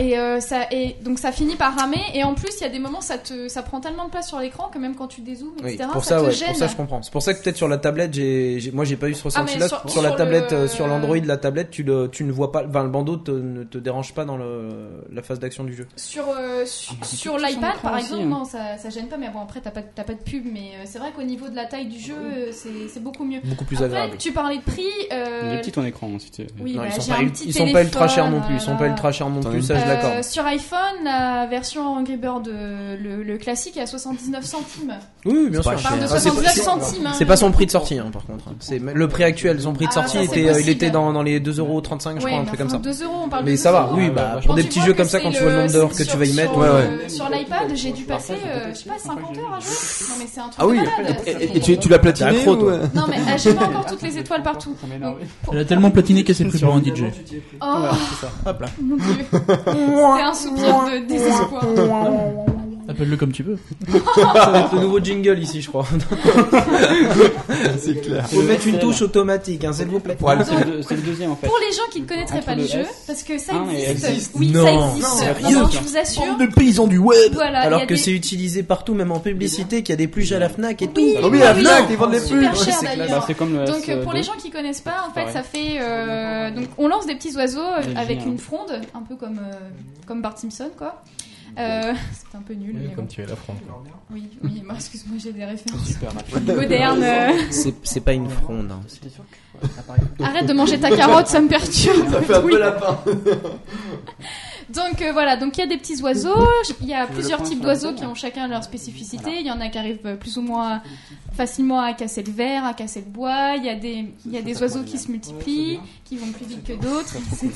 E: Et, euh, ça, et donc ça finit par ramer. Et en plus, il y a des moments, ça, te, ça prend tellement de place sur l'écran que même quand tu dézoomes,
H: Oui,
E: etc.,
H: pour
E: ça,
H: ça,
E: te
H: ouais,
E: gêne. Ah,
H: pour ça je comprends. C'est pour ça que peut-être sur la tablette, j'ai, j'ai- moi j'ai pas eu ce ressenti-là.
E: sur-
H: sur, la
E: sur
H: tablette,
E: le-
H: euh, sur l'Android, la tablette, tu le, tu ne vois pas, enfin le bandeau te, ne te dérange pas dans le, la phase d'action du jeu.
E: Sur, euh, su- sur l'iPad,
D: l'écran
E: par
D: aussi,
E: exemple,
D: hein.
E: non, ça, ça gêne pas, mais bon, après, t'as pas, de- t'as pas de pub, mais euh, c'est vrai qu'au niveau de la taille du jeu, euh, c'est c'est beaucoup mieux.
H: Beaucoup plus
E: Après,
H: agréable.
E: tu parlais de prix.
D: Il
E: euh,
D: est petit ton écran, hein, si tu-
E: oui,
H: Non,
E: bah,
H: ils
E: j'ai
H: sont, pas,
E: un
H: ul-
E: petit
H: ils sont pas ultra
E: téléphone,
H: chers non plus. Ils sont pas
E: voilà.
H: ultra chers non plus,
C: Attends,
H: ça je
E: Euh,
H: l'accorde.
E: sur iPhone, la version Angry Bird, euh, le, le classique, est à 79 centimes.
H: Oui, oui, bien
G: c'est pas
H: sûr.
E: Je parle de
H: Ah, c'est pas-
E: 79
H: c'est-
E: centimes. hein,
H: C'est
E: le-
H: pas son prix de sortie, hein, par contre. C'est le prix actuel. Son prix de
E: Ah,
H: sortie
E: ça, c'est
H: était, euh, il
E: possible.
H: était dans, dans les 2,35€, je
E: Ouais,
H: crois, un
E: mais
H: truc comme
E: enfin,
H: ça.
E: 2 euros, on parle de
H: Mais ça
E: 2
H: va,
E: euros,
H: oui,
E: hein.
H: bah, pour
E: Quand
H: des
E: tu
H: petits
E: vois
H: jeux
E: que
H: comme ça,
E: c'est
H: quand tu vois le nombre d'heures que
E: sur-
H: tu vas y mettre.
E: Sur,
C: Ouais, ouais.
E: euh, sur l'iPad, j'ai dû passer, euh, je sais pas, 50 heures à jouer. Non, mais c'est un truc
C: Ah oui,
E: de malade.
C: et, et- et tu, tu l'as platiné
H: T'es accro,
C: ou,
H: toi.
C: euh,
E: Non, mais euh, j'ai pas encore toutes les étoiles partout.
D: Ça m'a
E: Donc,
D: énervé.
E: pour-
G: Elle a tellement platiné qu'elle s'est prise pour un DJ.
E: Oh
D: Voilà, c'est ça.
G: Hop là,
E: mon dieu. C'est un soupir de désespoir.
G: appelle-le comme tu veux.
H: Ça va être le nouveau jingle ici, je crois.
C: C'est clair.
H: Faut mettre une touche automatique, hein, s'il vous plaît.
C: Pour aller-
D: C'est le deux- c'est le deuxième en fait.
E: Pour les gens qui ne connaîtraient
D: Entre
E: pas le
D: le
E: jeu,
D: S.
E: parce que ça
D: Ah, mais
E: existe.
D: elle
H: existe.
E: Oui, ça
H: Non,
E: existe.
H: sérieux,
E: Vraiment, je
H: tiens.
E: vous assure.
G: de paysans du web
E: Voilà, Ah, il y
H: Alors
E: a
H: que
E: des-
H: c'est utilisé partout, même en publicité, qu'il y a des pluges à la Fnac et tout.
E: Oui,
C: Ah oui, la
E: oui,
C: Fnac,
E: oui,
C: ils vendent des
E: super
C: pulls.
E: cher,
H: Ouais, c'est
E: d'ailleurs.
D: Bah, c'est comme le
E: Donc euh, pour les
D: S2.
E: gens qui connaissent pas, en fait,
D: Pareil.
E: ça fait euh, donc on lance des petits oiseaux euh,
D: Des
E: avec
D: géants.
E: une fronde, un peu comme euh, comme Bart Simpson quoi. Euh, (laughs) c'est un peu nul, mais bon.
F: tu es la France.
E: oui, oui, moi, excuse-moi, j'ai
D: (laughs)
E: des références
D: Super rapide.
E: modernes. euh.
H: C'est c'est pas une fronde. hein.
D: C'était sûr que- ouais, ça paraît.
E: Arrête de manger ta carotte, ça me perturbe.
C: Ça fait un peu lapin.
E: (laughs) Donc euh, voilà, donc il y a des petits oiseaux, il y a plusieurs
D: prendre
E: types
D: sur
E: d'oiseaux
D: la
E: qui
D: table
E: ont chacun leur spécificité, il y en a qui arrivent euh, plus ou moins à- facilement à casser le verre, à casser le bois, il y a des il y a des oiseaux qui se multiplient, qui vont plus vite que d'autres, etc.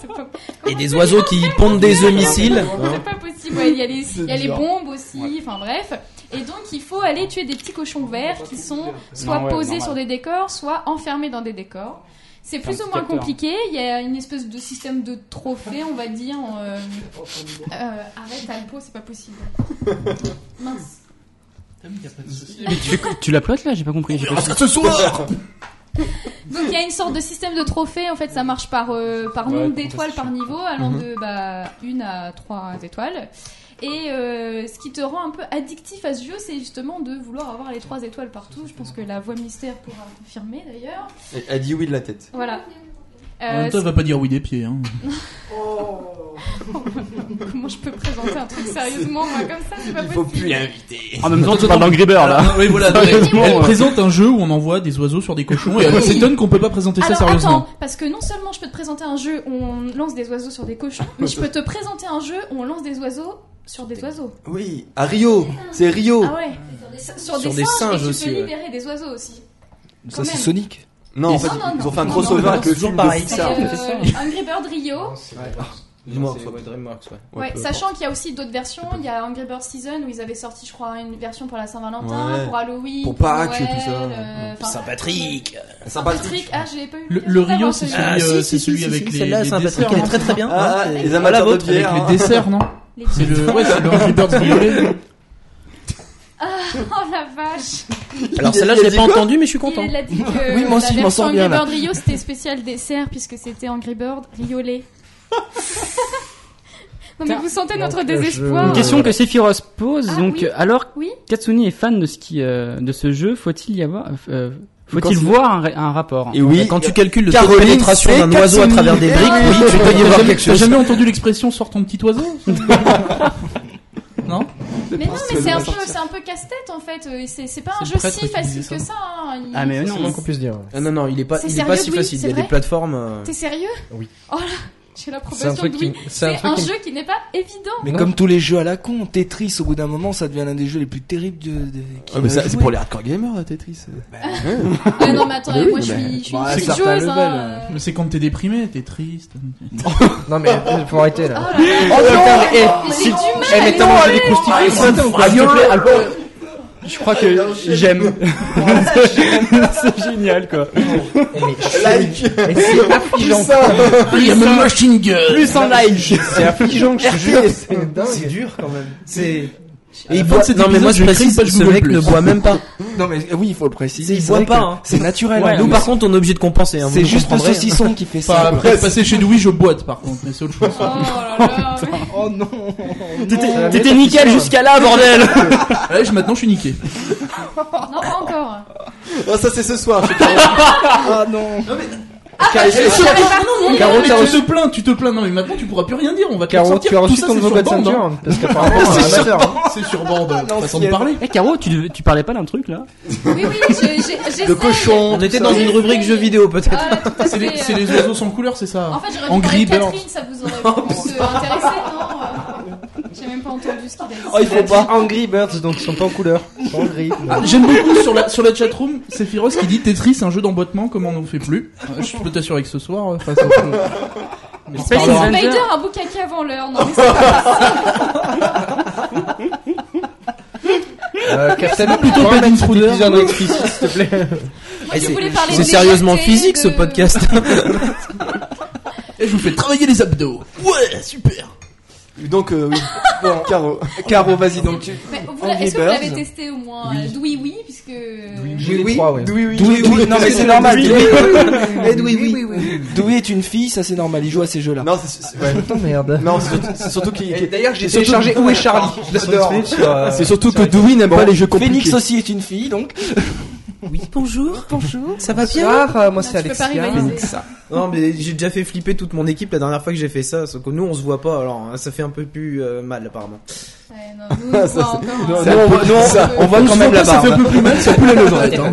E: C'est pas-
H: Et des oiseaux qui pondent des œufs missiles.
E: C'est pas possible. Ouais, Il y a les, il y a les
C: dur.
E: bombes aussi. Enfin bref. Et donc il faut aller tuer des petits cochons verts qui sont soit
D: Non, ouais,
E: posés
D: normal.
E: sur des décors, soit enfermés dans des décors. C'est plus
D: C'est un
E: ou
D: petit
E: moins
D: capteur.
E: compliqué. Il y a une espèce de système de trophée, on va dire. en, euh, euh, arrête, Alpo, c'est
D: (laughs)
E: pas possible. Mince. Euh,
D: Mais tu, fais- tu la plottes là J'ai pas compris. j'ai pas compris.
E: Donc il y a une sorte de système de trophée, en fait ça marche par, euh, par
D: Ouais,
E: nombre d'étoiles par
D: contestation.
E: niveau, allant
G: Mhm.
E: de bah, une à trois étoiles. Et euh, ce qui te rend un peu addictif à ce jeu, c'est justement de vouloir avoir les trois étoiles partout. Je pense que la voix mystère pourra confirmer d'ailleurs.
C: Elle- Elle dit oui de la tête.
E: Voilà.
G: En
E: Euh,
G: même temps,
E: (laughs)
G: elle va pas dire oui des pieds.
H: (laughs)
G: Hein. bah-
E: comment je peux présenter un truc sérieusement moi, comme ça C'est pas possible.
C: l'inviter.
D: En même temps, tu parles d'Angry Bird là.
G: Ah, oui, voilà,
D: Sérieusement,
G: elle
D: ouais.
G: présente un jeu où on envoie des oiseaux sur des cochons
H: Ah,
G: et elle s'étonne qu'on peut pas présenter ça
E: Alors
G: sérieusement.
E: attends, parce que non seulement je peux te présenter un jeu où on lance des oiseaux sur
G: (laughs)
E: des cochons, mais je peux te présenter un jeu où on lance des oiseaux sur des oiseaux.
C: Oui, à Rio, c'est Rio.
E: Ah ouais Sur des,
H: Sur
E: singes,
H: des singes
E: et tu
H: aussi,
E: peux
H: ouais.
E: libérer des oiseaux aussi.
B: Ça,
E: Quand
B: c'est
E: même.
B: Sonic.
C: Non, en fait,
E: Non, non,
C: ils
E: non.
C: ont fait un
E: Non, non,
C: crossover
E: non,
C: avec le
H: toujours
C: film
H: pareil,
C: de
E: C'est
H: ça.
C: Pixar.
E: euh, Angry Bird Rio.
C: Dis-moi,
H: C'est-
C: Fab.
H: ouais, DreamWorks, ouais.
E: Ouais,
C: peu
E: sachant qu'il y a aussi d'autres versions. Il y a Angry Bird Season où ils avaient sorti, je crois, une version pour la Saint-Valentin,
C: Ouais.
E: pour Halloween,
C: Pour Pâques,
E: Noël,
C: tout ça.
E: euh, enfin,
H: Saint-Patrick.
C: importe. Saint-Patrick.
E: Saint-Patrick. Ah, je l'ai pas eu.
G: Le,
E: plaisir
G: le
E: d'avoir
G: Rio,
E: ce
G: c'est
E: jeu.
G: celui, euh, c'est celui avec les,
H: Celle-là,
G: les
H: Saint-Patrick,
G: desserts.
H: elle est
G: hein.
H: très très bien.
C: Ah, ah,
H: Ouais.
C: les
G: La
C: amateurs de
G: vôtre, avec
C: bière. hein.
G: les desserts, non
E: Les-
G: C'est le, ouais, c'est
H: (laughs)
G: le Angry Birds violet.
E: (laughs) Oh la vache.
H: Alors
C: Il a- il
H: celle-là,
C: a
H: je l'ai
C: dit
H: pas
C: quoi
H: entendu, mais je suis content.
E: Il a dit
B: (laughs)
E: que
B: Oui, moi aussi, je
E: la
B: m'en
E: version
B: sors bien,
E: Angry
B: là.
E: Bird Rio c'était spécial dessert puisque c'était Angry Bird riolet. non mais vous sentez notre désespoir.
D: Une question que Sephiroth pose.
E: euh, Ah,
D: donc,
E: oui.
D: alors
E: Oui.
D: Katsuni est fan de ce qui, euh, de ce jeu. Faut-il y avoir, euh,
C: Quand
D: faut-il
C: il-
D: voir un, ra- un rapport
C: Et oui,
H: Quand tu calcules le taux de
C: Caroline,
H: pénétration
C: c'est
H: d'un oiseau à travers des briques,
C: Katsuni.
H: oui, tu peux y voir quelque
G: T'as
H: chose.
G: jamais entendu l'expression sort ton petit oiseau Non
E: Mais non, mais c'est un peu, c'est un peu casse-tête en fait. Euh, C'est, c'est pas un
G: C'est
E: jeu
G: le prêtre
E: si
G: qui
E: facile
G: disait
E: que
G: ça.
E: ça. hein. Il-
D: Ah mais
A: C'est le moins
D: non.
A: qu'on puisse dire.
H: Ah non, non, il est pas,
E: C'est
H: il est pas
E: sérieux,
H: si
E: oui,
H: facile.
E: c'est
H: Il y a des
E: vrai
H: plateformes. euh,
E: T'es sérieux
A: Oui.
E: Oh là, j'ai
A: C'est un
E: l'approbation
A: truc
E: de
A: qui,
E: Louis. C'est un,
A: truc qui-
E: jeu qui n'est pas évident.
B: Mais
A: Non.
B: comme tous les jeux à la con, Tetris, au bout d'un moment, ça devient l'un des jeux les plus terribles de. de- qui
C: Ah, mais
B: va
C: ça, c'est
B: jouer.
C: pour les hardcore gamers, euh, Tetris.
E: Ah non, mais attends,
C: Bah oui,
E: moi je
C: mais-
E: suis, je suis
F: bah,
E: une
F: c'est
E: petite
F: certain
E: joueuse.
F: level,
E: hein.
G: Mais c'est quand t'es déprimé, t'es triste.
A: Non mais euh, faut arrêter
E: Oh
A: là.
E: là là,
B: Oh non
E: on a du mal. Oh,
A: Eh, mais t'as mangé des
B: Ah,
A: croustilles
B: ils
A: ce
B: sont
A: matin ou quoi
B: fous.
A: S'il te plaît, Alpo.
D: Je crois que j'aime. c'est génial quoi.
C: Like
A: Et C'est affligeant.
H: Ah,
D: Plus en live.
A: C'est affligeant, je te jure. C'est dingue.
F: dur quand même.
A: C'est
H: Et il
G: fin
H: boit-
G: de cet
H: Non, mais moi
G: épisode,
H: je
G: je
H: précise,
G: crée une page
H: ce
G: Google+.
H: mec ne boit même pas.
B: Non mais euh, oui, il faut le préciser.
H: Il
B: c'est
H: boit
B: vrai
H: pas,
B: que
H: hein.
B: C'est
D: Ah,
B: naturel.
D: bah,
B: hein.
H: Nous, par contre, on est obligé de compenser. hein,
B: C'est
H: vous
B: juste le
H: comprendrez, hein.
B: saucisson qui fait ça.
G: Enfin, après, passer chez Louis, je boite par contre, mais c'est autre
H: (laughs)
G: chose.
E: Oh là là, mais-
A: Oh non.
D: T'étais t'étais nickel jusqu'à là bordel.
G: Ouais, je- maintenant je suis niqué.
E: non, pas encore.
C: Ah, ça, c'est ce soir.
B: (laughs) Ah non.
G: Ah, Caro, tu te plains, tu te plains. Non, mais maintenant tu pourras plus rien dire. On va te
A: Caro,
G: sortir.
A: tu as
G: Tout
A: reçu
G: ça,
A: ton
G: c'est
A: nouveau
G: sur
A: code
G: bande.
A: ceinture, parce qu'apparemment
G: (laughs)
A: c'est un amateur. hein.
G: hein. C'est sur bande. Façon de parler.
D: Eh Caro, tu, devais- tu parlais pas d'un truc là
E: Oui, oui, j'ai- j'ai- euh, j'essaye.
C: Le cochon.
H: On était
C: tout
H: dans
C: ça.
H: une rubrique jeux vidéo peut-être.
E: Ah, tout à
G: C'est les, c'est
E: fait.
G: les oiseaux sans couleur, c'est ça
E: En fait, j'aurais
G: En
E: dû
G: gris
E: parler de Catherine, ça vous aurait plus euh, intéressé, non euh, J'ai même pas entendu ce qu'il a dit. Bah,
A: Il faut pas Angry Birds, donc ils sont pas en couleur. Ils sont en
D: (laughs)
A: gris.
G: Ah, J'aime beaucoup sur la, sur la chatroom, c'est Firos qui dit Tetris, un jeu d'emboîtement, comment on n'en fait plus Euh, Je peux t'assurer que ce soir, euh,
E: (laughs)
G: face au- On en
D: Space
G: reparlera.
D: Invaders.
E: Spider a boucaqué avant l'heure, non mais c'est pas
A: Euh, Captain,
G: C'est plutôt
A: prends
G: Bad
A: un
G: Intruder.
A: épisode explicite, s'il te plaît.
E: Moi, je voulais parler de
H: C'est
E: euh,
H: sérieusement
E: légèreté,
H: physique ce
E: de-
H: podcast.
G: Et je vous fais travailler les abdos. Ouais, super
C: Donc, euh, oui. Bon, Caro.
B: Caro, vas-y donc. tu-
E: Mais vous
C: Angry
E: l'avez- Bah, Est-ce que vous l'avez
C: Birds.
E: testé au moins Oui, oui, oui puisque. euh,
A: J'ai les trois, ouais.
C: Oui, oui.
B: Doué, oui, non mais c'est normal. Doué,
C: Edoui, oui.
B: Doué est une fille, ça c'est normal. Il joue à ces jeux-là.
C: Non, c'est- c'est ouais.
A: Putain, merde.
C: Non, c'est surtout- c'est surtout qu'il. qu'il-
A: D'ailleurs, j'ai
C: c'est surtout-
A: téléchargé Où est Charlie Je l'adore.
B: Euh,
C: C'est surtout que Dewey n'aime pas les jeux compliqués.
B: Phoenix aussi est une fille donc.
H: Oui, bonjour. Bonjour. Ça va bien
A: Bonsoir, euh, moi
E: Non,
A: c'est
E: tu peux
A: Alexia.
E: pas rivaliser.
H: Non, mais j'ai déjà fait flipper toute mon équipe la dernière fois que j'ai fait ça. Sauf que nous, on se voit pas, alors hein, ça fait un peu plus euh, mal apparemment.
E: Ouais, non,
B: (laughs)
E: nous, on voit encore.
C: c'est
E: hein.
C: un peu-
H: non,
C: ça-
H: on voit
G: On
H: quand
G: se
H: même
G: voit
H: la
G: pas,
B: (laughs)
G: ça
H: barbe.
G: fait un peu plus mal, ça pue la levrette. hein.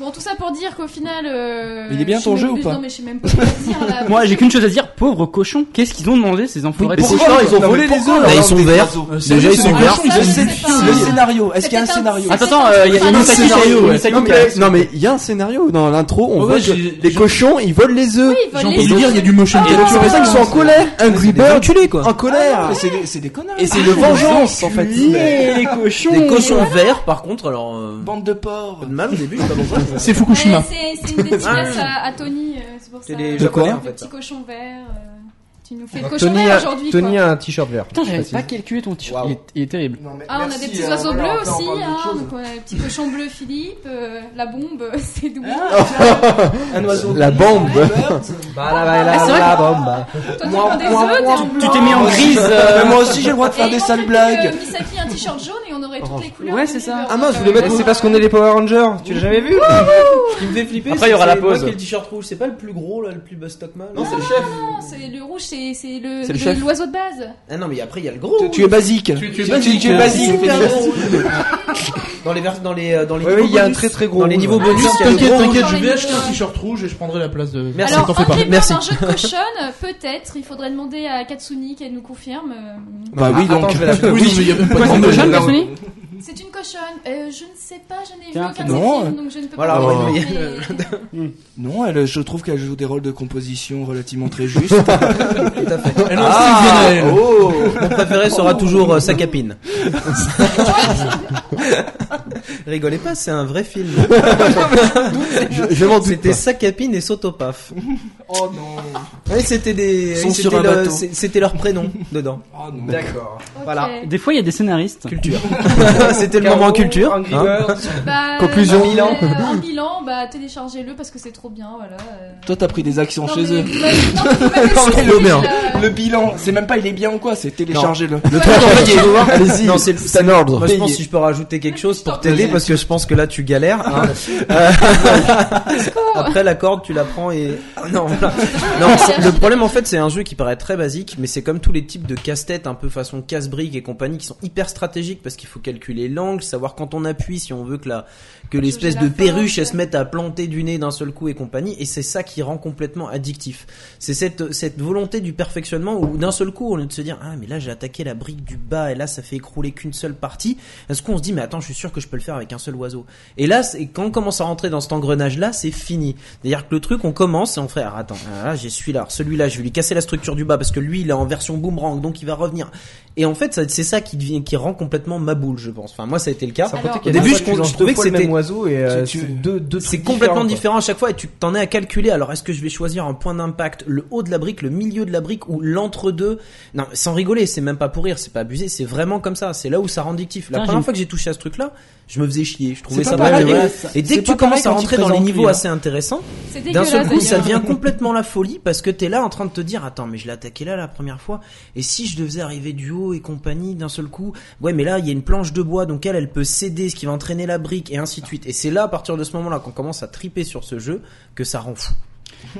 E: Bon, en tout ça pour dire qu'au final. euh,
B: Il est bien
E: je
B: ton
E: sais
B: jeu
E: même
B: ou
E: plus-
B: pas
E: Non, mais je sais même pas quoi dire là.
D: Moi, j'ai qu'une chose à dire, pauvres cochons, qu'œufs qu'ils ont demandé ces enfoirés
B: Mais
D: de
B: pourquoi
D: cochons
B: ils ont
A: Non, mais
B: volé les
A: pourquoi
B: œufs
H: Là,
A: leur
H: ils
A: lancer
H: sont
A: des
H: verts.
A: oiseaux
G: c'est
H: Déjà, ils sont verts.
E: Ça, je sais pas.
B: Le scénario, est-ce
E: C'est
B: qu'il y a un
E: peut-être
B: scénario
E: un-
D: Attends, attends, euh, il y a
E: Non,
D: une
E: mais-
D: scénario, ouais.
C: Non mais, non, mais il y a un scénario dans l'intro, on
G: Oh
C: voit
G: ouais,
C: que
G: j'ai-
C: les
G: j'ai-
C: cochons ils volent les œufs.
E: Oui, ils
G: J'ai
E: volent
G: entendu
E: les
G: dire,
E: œufs.
G: il y a du motion
E: Ah,
C: Et donc c'est pour ça qu'ils sont en colère, Angry Birds
H: enculés, quoi.
C: en colère.
B: Ah, Mais c'est des- C'est des connards.
C: Et c'est de vengeance en fait.
D: Enculés, les cochons.
H: Des cochons verts, par contre, alors. euh,
B: Bande de porcs.
H: Mal au début, je sais pas pourquoi.
G: C'est
E: Ouais,
G: Fukushima.
E: C'est c'est une dédicace à, à Tony, euh, c'est pour
H: C'est
E: ça.
H: des
E: Le
B: De quoi
H: japonais en fait.
E: petit
H: ça.
E: cochon vert. euh, Tu nous fais le
A: Donc,
E: cochon
A: Tony
E: vert
A: a,
E: aujourd'hui.
A: Tony
E: quoi.
A: a un t-shirt vert.
D: Putain, j'avais
A: Je sais
D: pas
A: pas
D: calculé ton t-shirt.
A: Waouh.
D: Il, est, il est terrible.
E: Ah, on a des petits oiseaux bleus aussi. hein, donc, on a le petit cochon bleu Philippe, euh, la bombe, (laughs) c'est double.
A: Un oiseau.
C: La bombe.
A: Bah, là, là,
D: Ah, c'est vrai
A: la bombe.
E: Toi, tu prends des œufs, t'es en bleu.
D: Tu t'es mis en grise. euh,
B: Mais moi aussi j'ai le droit de faire
E: Et
B: des
E: ils ont
B: sales
E: fait que
B: blagues.
E: Misaki un t-shirt jaune et on aurait toutes les couleurs.
D: Ouais,
E: de
D: c'est ça.
E: Bieber.
C: Ah mince, je voulais
A: Mais
C: mettre-
E: Euh,
A: c'est parce qu'on est les Power Rangers, tu l'as jamais vu
F: Ce qui me fait flipper,
D: Après, il y aura
F: c'est
D: la
F: que
D: pause.
F: moi qui ai le t-shirt rouge, c'est pas le plus gros là, le plus bas Stockman.
C: Non, c'est le chef.
E: non, c'est le rouge, c'est c'est le
C: C'est le chef.
E: le- l'oiseau de base.
H: Ah non, mais après, il y a le gros.
B: Tu es basique.
G: Tu- tu es
B: Tu
G: basique.
B: tu es basique.
H: Dans les vers- dans les euh, dans les
A: Oui,
H: niveaux
A: il y a un
H: bonus.
A: très très gros.
H: Dans les
A: rouge.
H: niveaux bonus, il y a le
G: T'inquiète,
H: gros.
G: t'inquiète, je
E: Genre
G: vais
E: les-
G: acheter un t-shirt rouge et je prendrai la place de.
H: Merci.
E: Alors,
G: t'en fais pas.
E: un
H: Merci.
E: un jeu de cochon, euh, peut-être, il faudrait demander à Katsuni qu'elle nous confirme. euh,
B: Bah oui,
A: Ah,
B: donc.
A: attends, je vais la faire.
G: Oui, non, mais il y a même pas
D: Quoi,
G: de
D: c'est
G: demande.
D: de jeune, Cassoni
E: C'est une cochonne, euh, je ne sais pas, je n'ai vu
D: Tiens,
E: aucun
D: c'est
E: de ces
B: bon,
E: films, donc je ne peux
H: Voilà,
E: pas.
H: ouais,
E: confirmer.
H: mais- euh,
B: Non, elle, je trouve qu'elle joue des rôles de composition relativement très justes.
G: Eh non,
H: Ah,
G: c'est Xenaël.
H: oh, mon préféré sera toujours euh, (laughs) Sakapine. Rigolez pas, c'est un vrai film.
C: Je, je m'en doute.
H: C'était Sakapine et Sotopaf.
B: (laughs) oh non.
H: Oui, c'était des
B: Ils sont
H: c'était
B: sur un
H: le-
B: bateau.
H: c'est- c'était leur prénom dedans.
B: Oh non.
A: D'accord.
E: Ok.
H: Voilà.
D: Des fois, il y a des scénaristes.
H: Culture. c'était le
A: Caro,
H: moment culture.
A: Angry
H: hein.
A: Birds.
E: Bah,
C: Conclusion.
E: euh,
A: Bilan.
E: euh, en bilan, bah, téléchargez-le parce que c'est trop bien, voilà. euh.
B: Toi, t'as pris des actions
E: Non,
B: chez
E: mais-
B: eux.
E: non, mais faut même
H: Non, mais
E: essayer,
H: le mien.
E: là.
B: Le bilan, c'est même pas il est bien ou quoi, c'est téléchargez-le.
H: Le truc en fait, il-
C: Allez-y.
H: Non, c'est le-
C: c'est un ordre.
H: Moi, je pense si je peux rajouter quelque chose pour t'aider parce que je pense que là tu galères. hein. Euh, Après la corde, tu la prends et Ah, non. voilà.
E: (laughs)
H: Non, c'est- le problème en fait, c'est un jeu qui paraît très basique, mais c'est comme tous les types de casse-tête un peu façon casse-brique et compagnie qui sont hyper stratégiques parce qu'il faut calculer l'angle, savoir quand on appuie si on veut que la que l'espèce de
E: la
H: perruche
E: forme.
H: elle se mette à planter du nez d'un seul coup et compagnie et c'est ça qui rend complètement addictif. C'est cette cette volonté du perfectionnement où d'un seul coup on est de se dire ah mais là j'ai attaqué la brique du bas et là ça fait écrouler qu'une seule partie. Est-ce qu'on se dit mais attends je suis sûr que je peux le faire avec un seul oiseau Et là c'est quand on commence à rentrer dans cet engrenage là c'est fini. C'est-à-dire que le truc on commence et on fait ah, attends ah, là j'ai celui-là alors celui-là je vais lui casser la structure du bas parce que lui il est en version boomerang donc il va revenir. Et en fait ça- c'est ça qui devient- qui rend complètement ma boule je pense. Enfin moi ça a été le cas.
E: Ça
A: Faut
E: Alors,
A: peut-être qu'il y
H: au
A: a
H: début,
A: des
H: je
A: fois, tu lances
H: trouvais
A: deux
H: que
A: fois le
H: c'était-
A: même oiseau et euh,
B: tu-
A: c'est deux deux
H: C'est
A: trucs
H: complètement
A: différents, quoi.
H: différent à chaque fois et tu t'en es à calculer. Alors est-ce que je vais choisir un point d'impact, le haut de la brique, le milieu de la brique ou l'entre-deux Non, sans rigoler, c'est même pas pour rire, c'est pas abusé, c'est vraiment comme ça. C'est là où ça rend addictif. La
D: Putain,
H: première
D: j'ai-
H: fois que j'ai touché à ce truc-là, je me faisais chier. Je trouvais
B: pas
H: ça
B: pareil,
H: drôle,
B: ouais.
H: ouais. Et
B: C'est
H: dès que
B: pas
H: tu commences à
B: pareil quand
H: rentrer
B: il
H: dans les
B: présente,
H: niveaux
B: lui, hein.
H: assez intéressants,
E: C'est
H: d'un
E: dégueulasse.
H: seul coup, ça
E: d'ailleurs.
H: devient complètement la folie parce que t'es là en train de te dire attends mais je l'ai attaqué là la première fois et si je devais arriver du haut et compagnie d'un seul coup ouais mais là il y a une planche de bois donc elle elle peut céder ce qui va entraîner la brique et ainsi de suite et c'est là à partir de ce moment là qu'on commence à triper sur ce jeu que ça rend fou.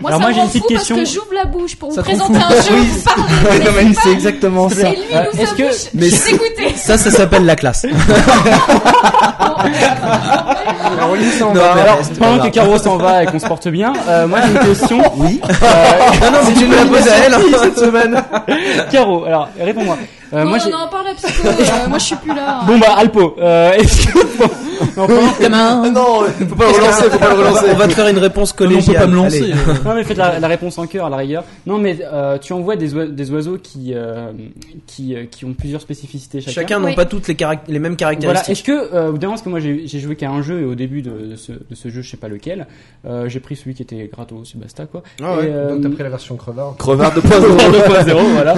E: Moi,
D: Alors
E: ça
D: moi,
E: me
D: j'ai
E: rend
D: une petite
E: fou
D: question.
E: Parce que j'ouvre la bouche pour vous
B: Ça te rend
E: présenter un jeu, vous parlez,
H: (laughs)
E: vous laissez
B: c'est
E: pas.
B: exactement ça.
E: C'est lui
D: Euh,
E: ou
D: est-ce
E: sa
D: que-
E: bouche.
H: mais-
E: Je suis
H: (laughs)
E: dégoûtée.
H: Ça ça s'appelle la classe. Ah, euh,
A: Alors, oui, ça, on
H: Non,
A: va-
H: mais-
D: Alors,
H: Ouais, c'est
D: pendant
H: pas
D: que Caro s'en va et qu'on se porte bien, euh, moi j'ai une question.
H: (laughs) Oui. (laughs) non non mais tu me la poses à elle. hein.
A: cette semaine.
D: Caro, alors réponds-moi. Euh,
E: Non,
D: moi,
E: non,
D: j'ai-
E: non, parle à psycho. euh, Moi, je suis plus là. hein.
D: Bon bah Alpo, euh, est-ce que
E: (laughs)
D: non, pendant-
C: Ah non, faut pas le relancer, faut pas le relancer.
H: On va te faire une réponse
G: Non, on peut pas
H: collégiale.
G: me lancer. hein.
H: Allez.
D: non, mais faites la, la réponse en cœur à la rigueur. Non mais euh, tu envoies des, oi- des oiseaux qui euh, qui euh, qui ont plusieurs spécificités chacun.
H: Chacun n'ont
E: Oui.
H: pas toutes les, caract- les mêmes
D: Voilà.
H: caractéristiques.
D: Est-ce que euh, au bout d'un moment, parce que moi j'ai j'ai joué qu'à un jeu et au début de, de ce, de ce jeu, je sais pas lequel, euh, j'ai pris celui qui était gratos, c'est basta quoi.
C: Ah ouais,
D: Et, euh,
A: Donc t'as pris la version crevard.
C: (laughs) Crevard de poison.
D: (laughs) Faire le point zéro, voilà.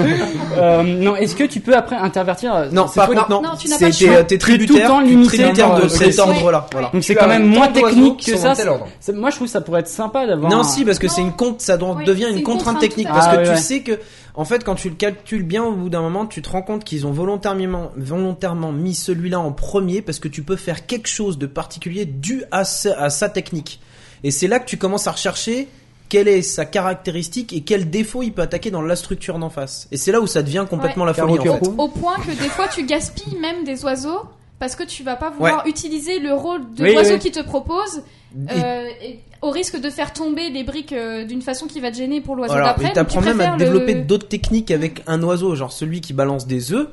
D: Euh, non, est-ce que tu peux après intervertir euh,
H: Non,
D: c'est
H: par
D: toi-
H: contre, non,
E: Non, tu n'as pas
H: c'est
E: le choix.
H: t'es- euh, t'es tributaire,
D: tout le temps
H: tu es
D: limité
H: tributaire
D: par-
H: de
D: euh,
H: cet
D: oui.
H: ordre-là. Voilà.
D: Donc c'est
A: Tu
D: quand
A: as
D: même
A: tant
D: moins
A: d'oiseaux
D: technique
A: qui
D: que
A: sont
D: ça.
A: dans tel ordre.
D: C'est- Moi, je trouve que ça pourrait être sympa d'avoir.
H: Non,
D: un-
H: si, parce que c'est
E: Non.
H: une compte, ça doit-
E: Oui,
H: devient
E: c'est
H: une
E: une
H: contrainte
E: contrainte,
H: technique
E: tout à
H: parce
D: fait.
H: que
D: Ah,
H: tu
D: ouais,
H: sais que, en fait, quand tu le calcules bien, au bout d'un moment, tu te rends compte qu'ils ont volontairement, volontairement mis celui-là en premier parce que tu peux faire quelque chose de particulier dû à, ce- à sa technique. Et c'est là que tu commences à rechercher quelle est sa caractéristique et quel défaut il peut attaquer dans la structure d'en face. Et c'est là où ça devient complètement la folie. En fait.
E: Au point que des fois, tu gaspilles même des oiseaux parce que tu vas pas vouloir utiliser le rôle de
D: Oui,
E: l'oiseau
D: oui.
E: qui te propose
H: Mm.
E: euh, et au risque de faire tomber les briques euh, d'une façon qui va te gêner pour l'oiseau
H: Voilà,
E: d'après.
H: et
E: donc tu
H: t'apprends même à
E: préfères le-
H: développer d'autres techniques avec un oiseau, genre celui qui balance des œufs.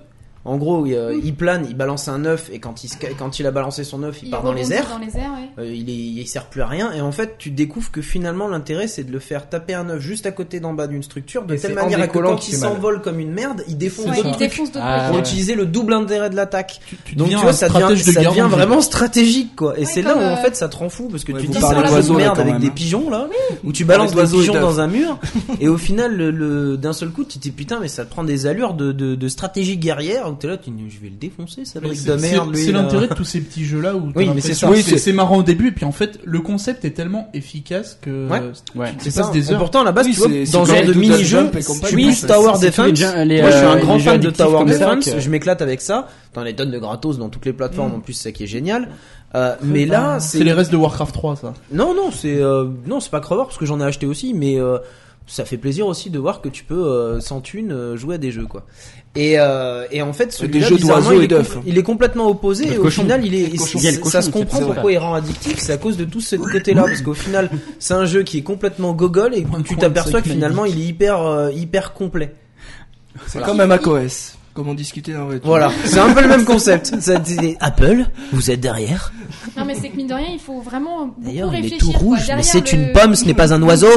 H: En gros, il, euh, il plane, il balance un œuf et quand il, se ca- quand il a balancé son œuf, il,
E: il
H: part dans les
E: rebondit
H: airs.
E: Dans les airs, ouais.
H: Euh, il, est- il sert plus à rien et en fait tu découvres que finalement l'intérêt c'est de le faire taper un œuf juste à côté d'en bas d'une structure de
A: Et
H: telle
A: c'est en
H: manière à que
A: décollant
H: quand
A: qu'il
H: il
A: fait mal.
H: s'envole comme une merde il défonce
E: Ouais,
H: d'autres
E: il
H: trucs
E: défonce d'autres
D: Ah,
H: pour
D: ouais.
H: utiliser le double intérêt de l'attaque
G: Tu, tu
H: donc tu
G: deviens
H: vois
G: un
H: ça devient,
G: stratège de
H: ça
G: guerre
H: devient
G: en jeu.
H: vraiment stratégique quoi et
E: Ouais,
H: c'est là où
E: comme,
H: en
E: euh,
H: fait ça te rend fou parce que
B: Ouais,
H: tu
B: vous
H: dis
E: parlez
H: c'est la
E: d'oiseaux,
H: bonne
B: là,
H: merde
B: quand
H: avec
B: même,
H: des
B: hein.
H: pigeons là où tu
B: Avec
H: balances des
B: l'oiseau et
H: pigeons
B: l'œuf.
H: dans un mur et au final le, le- d'un seul coup tu te dis putain mais ça te prend des allures de, de, de stratégie guerrière où t'es là tu dis je vais le défoncer ça
G: Mais
H: brique
G: c'est-
H: de
G: C'est
H: merde lui,
G: c'est
H: là.
G: l'intérêt de tous ces petits jeux là où t'as
H: Oui, mais c'est
G: l'impression
H: ça.
G: que
B: Oui,
G: c'est
B: c'est-
G: c'est marrant au début et puis en fait le concept est tellement efficace que
H: Ouais.
G: euh,
D: Ouais.
G: tu
H: C'est
G: tu passes
H: ça.
G: des
H: Et
G: heures.
H: Pourtant, à la base,
B: Oui,
H: tu vois,
B: c'est-
H: dans
B: c'est comme
H: ce genre de
B: les Doodle
H: mini-jeu,
B: Jump et compagnie.
H: je suis plus
D: C'est-
H: Tower
D: c'est tous les
H: Defense.
D: jeux- les,
H: Moi, je suis un
D: euh,
H: grand
D: les
H: fan
D: jeux
H: de
D: addictifs
H: Tower
D: comme ça,
H: Defense.
D: que-
H: Je m'éclate avec ça. T'en les donnes de gratos dans toutes les plateformes. En plus, c'est ça qui est génial. Euh, mais là,
G: c'est les restes de Warcraft 3 ça.
H: non, non, c'est euh, non, c'est pas crevard parce que j'en ai acheté aussi, mais euh, ça fait plaisir aussi de voir que tu peux euh, sans thune euh, jouer à des jeux quoi. Et, euh, et en fait, celui-là,
B: Des jeux
H: bizarrement,
B: d'oiseaux
H: il
B: et
H: est
B: d'œufs.
H: com- Il est complètement opposé et au
D: cochon.
H: final, il est, il-
D: cochon. Il y a le
H: ça
D: cochon,
H: se
D: c'est
H: comprend
D: ça.
H: pourquoi il rend addictif, c'est à cause de tout ce côté-là parce qu'au final, c'est un jeu qui est complètement gogol et
G: Point,
H: tu
G: point,
H: t'aperçois
G: c'est
H: que finalement,
G: magique.
H: il est hyper euh, hyper complet.
B: C'est comme un macOS, comme on discutait en vrai.
H: Voilà, c'est un peu le même (laughs) concept. Ça, c'est- Apple, vous êtes derrière.
E: Non, mais c'est que mine de rien, il faut vraiment beaucoup
H: D'ailleurs, il
E: réfléchir.
H: est tout
E: quoi.
H: rouge, mais
E: Derrière
H: c'est
E: le-
H: une pomme, ce n'est pas un oiseau.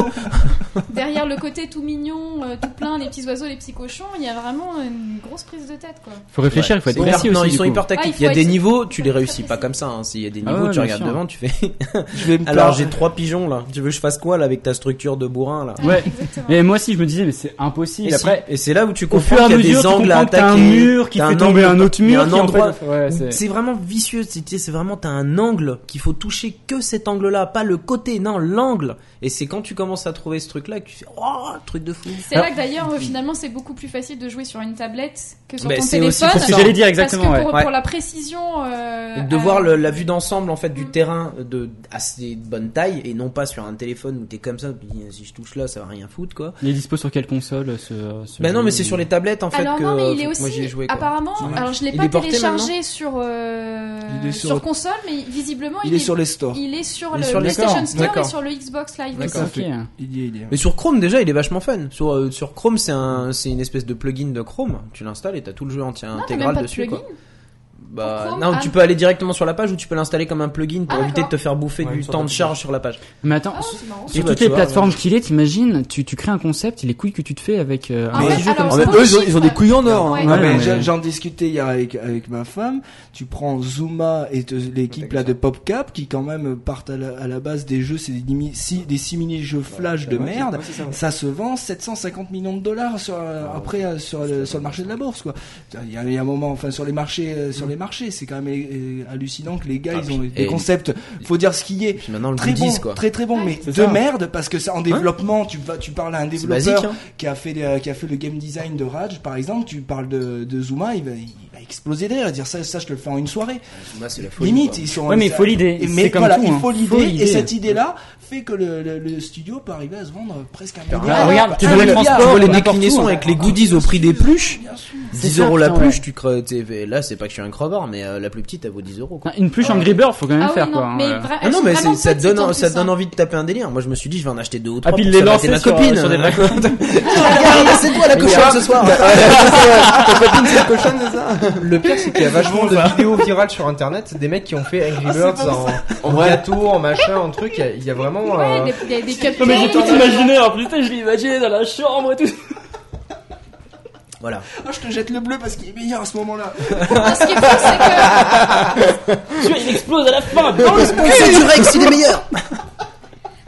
E: Derrière le côté tout mignon, euh, tout plein, les petits oiseaux, les petits cochons, il y a vraiment une grosse prise de tête, quoi.
D: Faut réfléchir, il faut être
H: Hyper-
D: précis
H: non,
D: aussi.
H: ils
D: du
H: sont
D: coup.
H: hyper
E: Ah,
H: tactiques.
E: il faut
H: il y a des
E: être-
H: niveaux, tu
E: faut
H: les
E: être
H: réussis
E: très
H: pas
E: précis.
H: comme ça. hein. S'il y a des
D: Ah
H: niveaux,
D: ouais,
H: tu
D: bien
H: regardes
D: sûr.
H: devant, tu fais.
B: Je vais me
H: Alors
B: Alors,
H: j'ai trois pigeons là. Tu veux que je fasse quoi là avec ta structure de bourrin là
D: Ouais.
E: (laughs) Exactement.
D: Mais moi aussi, je me disais, mais c'est impossible.
H: Et, si-
D: Après,
H: et c'est là où tu
D: au fur et
H: comprends
D: à
H: qu'il y a
D: mesure,
H: des
D: tu
H: angles à
D: comprends que
H: attaquer.
D: t'as un mur qui
H: t'as
D: fait tomber
H: angle-
D: un autre
H: il y a
D: mur.
H: un
D: qui en
H: endroit-
D: fait- Ouais, c'est-
H: C'est vraiment vicieux, c'est tu sais, c'est vraiment t'as un angle qu'il faut toucher que cet angle-là, pas le côté, non l'angle. Et c'est quand tu commences à trouver ce truc-là que tu fais oh truc de fou.
E: C'est là que d'ailleurs, euh, finalement, c'est beaucoup plus facile de jouer sur une tablette que sur
H: Mais
E: ton
H: Bah, c'est aussi
E: téléphone.
H: pour
D: ce que j'allais dire exactement.
E: Parce
D: ouais.
E: que pour,
H: ouais.
E: pour la précision. euh,
H: de
E: à-
H: voir le- la vue d'ensemble en fait du
E: Mm.
H: terrain euh, de assez bonne taille et non pas sur un téléphone où t'es comme ça puis, euh, si je touche là ça va rien foutre quoi.
D: Il est dispo sur quelle console ce, ce
H: Bah non
D: jeu
H: mais c'est sur les tablettes en fait
E: alors
H: que
E: non, mais il est
H: faut que moi j'y
E: aussi
H: ai joué quoi.
E: apparemment. Alors je l'ai
H: Il
E: pas
H: est porté
E: téléchargé sur euh,
B: Il est
E: sur...
B: sur-
E: console, mais visiblement il,
B: il est sur les stores.
E: il est sur
H: Il
E: le
H: est sur les-
E: PlayStation
H: D'accord,
E: Store et
H: d'accord.
E: sur le Xbox Live.
H: D'accord.
E: aussi.
D: Ah, Ok.
B: Il y est, il y est.
H: Mais sur Chrome déjà il est vachement fun. Sur euh, sur Chrome c'est un c'est une espèce de plugin de Chrome. Tu l'installes et t'as tout le jeu entier
E: Non, Ah, t'as même
H: intégral
E: pas de
H: dessus
E: plugin.
H: quoi. Bah
E: Chrome,
H: non
E: ah.
H: tu peux aller directement sur la page ou tu peux l'installer comme un plugin pour
E: Ah,
H: éviter de
E: d'accord.
H: te faire bouffer
C: Ouais,
H: du
C: sur
H: temps
C: ta
H: de charge sur la page.
D: Mais attends,
E: Ah,
D: sur-
E: c'est marrant.
H: Et
D: sur
H: bah,
D: toutes
H: tu
D: les
H: vois,
D: plateformes qu'il est, t'imagines, tu, tu crées un concept, les couilles que tu te fais avec euh,
E: Ah
D: un
E: ouais,
D: petit jeu
E: alors,
D: comme ça.
E: c'est pour
C: eux,
E: le
C: ils ont,
E: chiffre.
C: ils ont des couilles en or. hein.
E: Ouais.
B: Non,
D: Ouais,
B: mais
D: ouais.
B: j'a- J'en discutais hier avec, avec ma femme. Tu prends Zuma et te- l'équipe là de PopCap qui quand même partent à la, à la base des jeux, c'est des, dimi- si- des simili-jeux flash de merde.
C: Ouais, c'est ça, ouais.
B: Ça se vend 750 millions de dollars sur, euh, après euh, sur, le, sur le marché de la bourse quoi. Il y a, il y a un moment, enfin sur les marchés, euh, sur les marchés, c'est quand même euh, hallucinant que les gars
H: Ah,
B: ils ont
H: puis-
B: des
H: et-
B: concepts. Faut dire ce qui est.
H: Puis maintenant le
B: Très bon,
H: goodies quoi.
B: très très bon, mais de merde parce que ça
C: Hein
B: en développement, tu vas, tu parles à un
H: C'est
B: développeur
H: basique hein.
B: qui a fait euh, qui a fait le game design de Raj par exemple tu parles de, de Zuma il va, il va exploser derrière il va dire ça ça je te le fais en une soirée
H: Bah, c'est la folie,
B: limite
H: quoi.
B: ils sont
D: Ouais, mais il
B: ça-
D: faut l'idée.
B: et-
D: C'est
B: mais
D: comme
B: voilà
D: tout,
B: il
D: hein.
B: faut
D: Faut
B: l'idée
D: l'idée.
B: et cette idée là fait que le, le- le studio peut arriver à se vendre presque un milliard
D: regarde, regarde, tu
B: un
D: vois les
B: milliard.
H: Tu
D: transports,
H: vois les
D: n'importe
H: déclinaisons
D: où,
H: avec les goodies au prix des pluches.
B: Bien sûr.
H: 10
D: ça,
H: euros la
D: putain,
H: pluche,
D: ouais.
H: tu crées. t'es- Là, c'est pas que je suis un crevard, mais euh, la plus petite, elle vaut 10 euros. Quoi.
D: Enfin, Une pluche en Gribber, faut quand même
E: Ah
D: faire
E: oui,
D: quoi.
E: non,
D: hein,
E: mais
D: euh.
E: vra-
H: Ah
E: elles
H: non,
E: sont
H: mais
E: vraiment
H: c'est- ça te
E: petites,
H: donne,
E: en
H: ça te
E: plus,
H: donne
E: hein.
H: envie de taper un délire. Moi, je me suis dit, je vais en acheter deux ou
D: Ah,
H: trois.
D: puis
H: pour
D: les
H: que ça
D: lancer
H: batte ma
D: sur- euh,
H: copine.
D: sur des hein. vacances.
H: (laughs) Ah, Regarde,
D: (laughs)
H: c'est toi la cochonne ce soir.
D: Bah,
A: Le pire, c'est qu'il y a vachement de vidéos virales sur internet, des mecs qui ont fait
D: Ah,
A: Angry Birds en, en gâteau, en machin, en truc. Il y a- il y, a vraiment. euh,
E: Ouais, des- des- des cupcakes. euh,
D: (laughs) imaginé, en plus, putain, je l'imaginais dans la chambre et tout. (laughs)
H: Voilà.
B: Oh, je te jette le bleu parce qu'il est meilleur à ce moment là
E: Ah, Ce qui est fou, c'est
H: (laughs)
E: que
D: Tu vois, il explose à la fin. (laughs)
H: C'est du Rex, il est meilleur.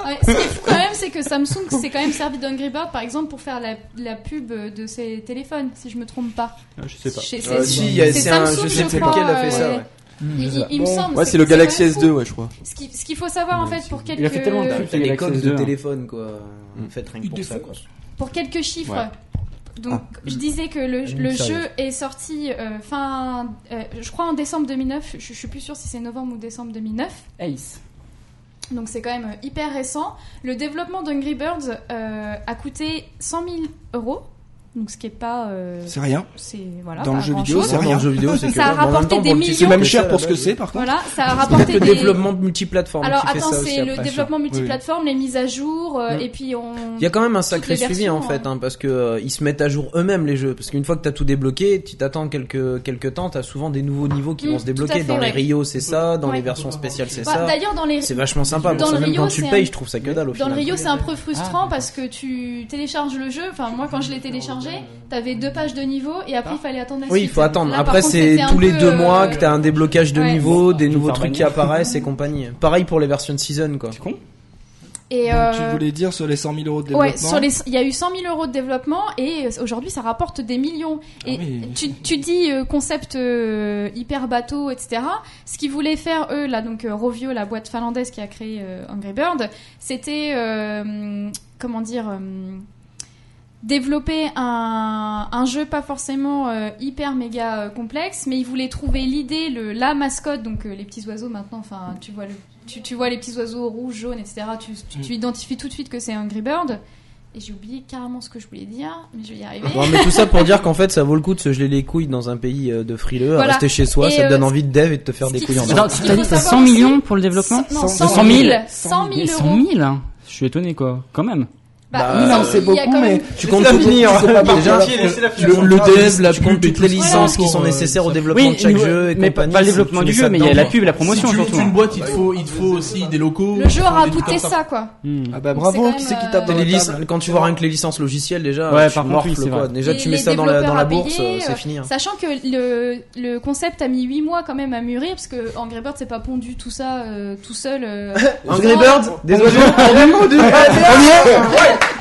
E: Ouais, ce qui est fou quand même, c'est que Samsung s'est quand même servi d'Hungry Bird, par exemple, pour faire la, la pub de ses téléphones, si je me trompe pas.
D: Je sais pas.
E: Chez-
C: Euh,
E: c'est-
C: si, il y a-
E: c'est
H: c'est un-
E: Samsung,
H: je sais plus
E: crois,
H: lequel a fait ça,
E: euh,
H: ouais.
E: Il, il- il me semble.
C: Ouais, c'est le
E: quand même
C: Galaxy
E: fou.
C: S2, ouais, je crois.
E: Ce qui- ce qu'il faut savoir en fait pour
D: a
E: quelques,
D: fait tellement de
H: T'as
D: pubs.
H: t'as les codes de
D: Hein.
H: téléphone, quoi. Faites rien que
G: Il
H: pour ça,
G: défonce.
H: quoi.
E: pour quelques chiffres.
D: Ouais.
E: Donc, je disais que le, le jeu est sorti euh, fin, euh, je crois en décembre 2009. Je, je suis plus sûre si c'est novembre ou décembre 2009.
D: Ace.
E: Donc c'est quand même euh, hyper récent. Le développement d'Hungry Birds euh, a coûté 100 000 euros. Donc ce qui est pas, euh,
B: C'est rien.
E: c'est
D: Ah,
E: voilà.
B: Dans le
E: pas
B: jeu vidéo,
E: grand-chose.
B: c'est
G: Dans
B: rien.
G: le jeu vidéo, c'est que
E: Ça
G: dalle.
E: a
G: Mais en même
E: rapporté
G: temps,
E: des
G: pour le petit
E: millions.
B: C'est même cher
G: là-bas,
B: pour ce que
G: oui.
B: c'est, par contre.
E: Voilà, ça a
H: Peut-être
E: rapporté
H: le
E: des...
H: développement multiplateforme.
E: euh, Alors
H: qui fait
E: attends,
H: ça aussi
E: c'est le
H: après.
E: développement multiplateforme, les mises à jour, euh,
H: Mm.
E: et puis on.
H: Il y a quand même un
E: Toutes
H: sacré
E: les
H: suivi
E: versions,
H: en fait,
E: hein.
H: hein, parce que euh, ils se mettent à jour eux-mêmes les jeux. Parce qu'une fois que t'as tout débloqué, tu t'attends quelques quelques temps, t'as souvent des nouveaux niveaux qui
E: Mm,
H: vont se
E: tout à
H: débloquer.
E: fait,
H: dans les
E: ouais.
H: Rio, c'est ça. Dans les
E: Ouais.
H: versions spéciales, c'est
E: Bah,
H: ça.
E: D'ailleurs, dans les
H: C'est vachement sympa.
E: Dans
H: Pour ça,
E: le
H: même
E: Rio,
H: quand tu le
E: c'est
H: payes,
E: un-
H: je trouve ça que dalle au
E: Dans
H: final.
E: le Rio, c'est un peu frustrant
B: Ah.
E: parce que tu télécharges le jeu. Enfin, moi, quand je l'ai téléchargé, t'avais deux pages de niveau et après, il fallait attendre la
H: Oui, il
E: suite.
H: faut attendre.
E: Là, par
H: Après,
E: contre,
H: c'est
E: c'était un
H: tous les
E: peu,
H: deux
E: euh,
H: mois que t'as un déblocage de
E: ouais.
H: niveau, des
D: Tu
H: nouveaux
D: pars
H: trucs qui
D: manier.
H: apparaissent et compagnie. Pareil pour les versions de season, quoi.
D: C'est con
E: Et
B: Donc, tu
E: euh,
B: voulais dire sur les 100 000 euros de développement.
E: Ouais, sur les, il y a eu 100 000 euros de développement et euh, aujourd'hui ça rapporte des millions. Et
B: Ah oui.
E: tu, tu dis euh, concept euh, hyper bateau, etc. Ce qu'ils voulaient faire eux là, donc euh, Rovio, la boîte finlandaise qui a créé euh, Angry Bird, c'était euh, comment dire. euh, développer un, un jeu pas forcément euh, hyper méga euh, complexe, mais ils voulaient trouver l'idée, le la mascotte, donc euh, les petits oiseaux maintenant, enfin tu vois le, tu, tu vois les petits oiseaux rouges, jaunes, etc. Tu, tu, tu identifies tout de suite que c'est un Bird. Et j'ai oublié carrément ce que je voulais dire, mais je vais y arriver.
H: Non, mais tout ça pour dire qu'en fait, ça vaut le coup de se geler les couilles dans un pays euh, de frileux, à
E: Voilà.
H: rester chez soi,
E: Et,
H: ça te
E: euh,
H: donne envie de dev et de te faire
E: ce
H: des
E: qui-
H: couilles en
E: ce
H: or.
E: qui-
D: Attends, t'as dit
E: faut
D: t'as
E: savoir
D: 100
E: aussi-
D: millions pour le développement
E: Non, 100
D: 100
E: 000
D: 000
E: 100
D: Mais
E: 000
D: 100
E: euros
D: 000 hein. Je suis étonné, quoi. Quand même.
E: Bah,
H: Bah,
E: il y a
B: non, c'est
E: quand même-
B: beaucoup, mais
H: Tu comptes
C: la
H: toutes-
E: hein.
C: finir.
H: tu sais pas, déjà,
G: Le, le dev, la pub, et
H: toutes les
G: tout ça,
H: licences qui
G: pour,
H: sont
G: euh,
H: nécessaires au
G: ça.
H: développement de chaque
D: niveau-
H: jeu et
D: mais pas,
H: compagnie,
D: pas le
H: si
D: développement
H: tu
D: du
H: mets
D: jeu,
H: ça
D: mais il y a
H: dedans,
D: la pub, la
G: Si
D: promotion
G: tu
D: surtout.
G: montes une boîte, il te faut, il te faut aussi des locaux.
E: Le jeu
G: il te faut
E: aura
G: des trucs
E: coûté
G: comme
E: ça, quoi.
D: Hmm.
B: Ah bah
E: C'est
B: bravo,
E: quand
B: qui
E: même,
B: c'est qui tape
E: euh,
B: dans
H: Les
B: la
H: lic-
B: table
H: quand tu vois rien que les licences logicielles déjà,
D: Ouais,
H: tu
D: par contre,
H: morfles
D: oui, c'est
H: quoi.
D: vrai.
H: Déjà
E: Et
H: tu mets
E: les
H: ça dans la, dans
E: développeurs
H: la
E: à
H: bourse,
E: payer,
H: c'est
E: euh,
H: fini. hein.
E: Sachant que le, le concept a mis 8 mois quand même à mûrir, parce que Angry Bird c'est pas pondu tout ça euh, tout seul. euh, en
H: Angry
E: faisant-
H: Birds, des oiseaux.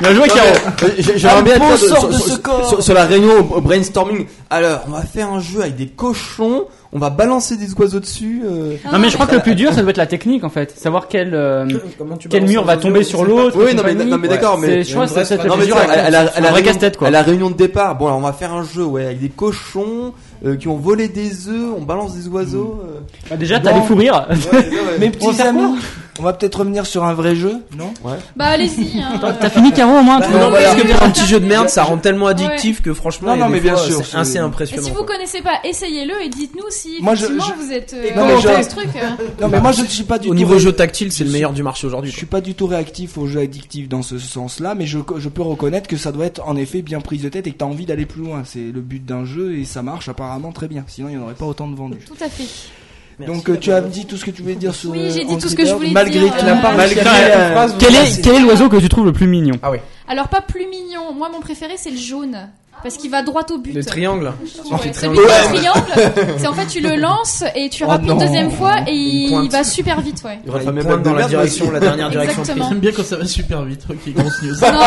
D: Bien joué, Caro
C: (laughs) J'ai- J'aimerais bien être
H: pot
C: là sur-
H: sort de
C: sur,
H: ce
C: sur-
H: corps.
C: sur- sur la réunion au, au brainstorming. Alors, on va faire un jeu avec des cochons, on va balancer des oiseaux dessus. euh.
E: Hein
D: Non, mais je crois que le plus dur, ça doit être la technique en fait. Savoir quel, euh,
H: Comment tu
D: quel
H: balances
D: mur
H: les
D: va
H: oiseaux,
D: tomber
H: je
D: sur
H: sais pas.
D: l'autre.
C: Oui,
D: et
C: non, mais-
D: compagnie.
C: non, mais d'accord,
D: C'est-
C: mais-
D: Je crois que c'est peut-être
C: Non,
D: le
C: mais
D: plus
C: tu
D: dur.
C: vois, à, à la, à
D: C'est
C: la
D: un vrai
C: réunion,
D: casse-tête quoi.
C: à la réunion de départ, bon, alors, on va faire un jeu ouais, avec des cochons euh, qui ont volé des œufs, on balance des oiseaux. euh.
D: Bah, déjà, t'as les
B: Bon.
D: fous rires.
C: Ouais, ouais,
D: (laughs)
C: ouais.
B: Mes
D: On va
B: petits
D: faire quoi
B: amis, on va peut-être revenir sur un vrai jeu, non
E: Bah allez-y.
H: (laughs)
E: hein.
D: T'as fini Caro au moins
H: Non,
D: toi
H: parce que pour un petit jeu de merde, ça rend tellement addictif que franchement,
B: Non,
H: il y a
B: non,
H: des
B: mais bien
H: fois,
B: sûr,
H: c'est
B: c'est-
H: assez
E: Et
H: impressionnant.
E: si vous
H: quoi.
E: connaissez pas, essayez-le et dites-nous si
B: Moi, je-
E: effectivement
B: je-
E: vous êtes
B: non, mais
E: euh,
B: genre-
E: dans ce truc. hein.
B: Non, mais moi je suis pas du
H: Bah, Au
B: tout
H: niveau
B: ré-
H: jeu tactile, c'est
B: je
H: le
B: suis-
H: meilleur du marché aujourd'hui.
B: Je suis pas du tout réactif aux jeux addictifs dans ce sens-là, mais je, je peux reconnaître que ça doit être en effet bien prise de tête et que t'as envie d'aller plus loin. C'est le but d'un jeu et ça marche apparemment très bien. Sinon, il n'y en aurait pas autant de vendus.
E: Tout à fait.
H: Merci.
B: Donc, euh, tu as dit tout ce que tu voulais dire sur.
E: Oui,
B: euh,
E: j'ai dit
B: Angry
E: tout ce que je
B: Birds,
E: voulais
B: malgré
E: dire,
B: Que la
E: euh,
B: part
A: Malgré la phrase,
D: Quel est, quel est l'oiseau que tu trouves le plus mignon
E: Alors pas plus mignon. Moi mon préféré c'est le jaune parce qu'il va droit au but.
H: Le triangle.
E: Ouais, celui qui est triangle, c'est en fait tu le lances et tu
B: Oh
E: rapides
B: non.
E: une deuxième fois et
H: Une
E: il,
H: pointe.
E: il va super vite, ouais.
C: Il y aura le
H: Il
C: fameux
H: pointe
C: bac
H: dans
C: de
H: la
C: merde,
H: direction, la
C: aussi.
H: dernière direction prise.
E: Exactement.
G: J'aime bien quand ça va super vite. Ok, grosse news.
E: Non, non,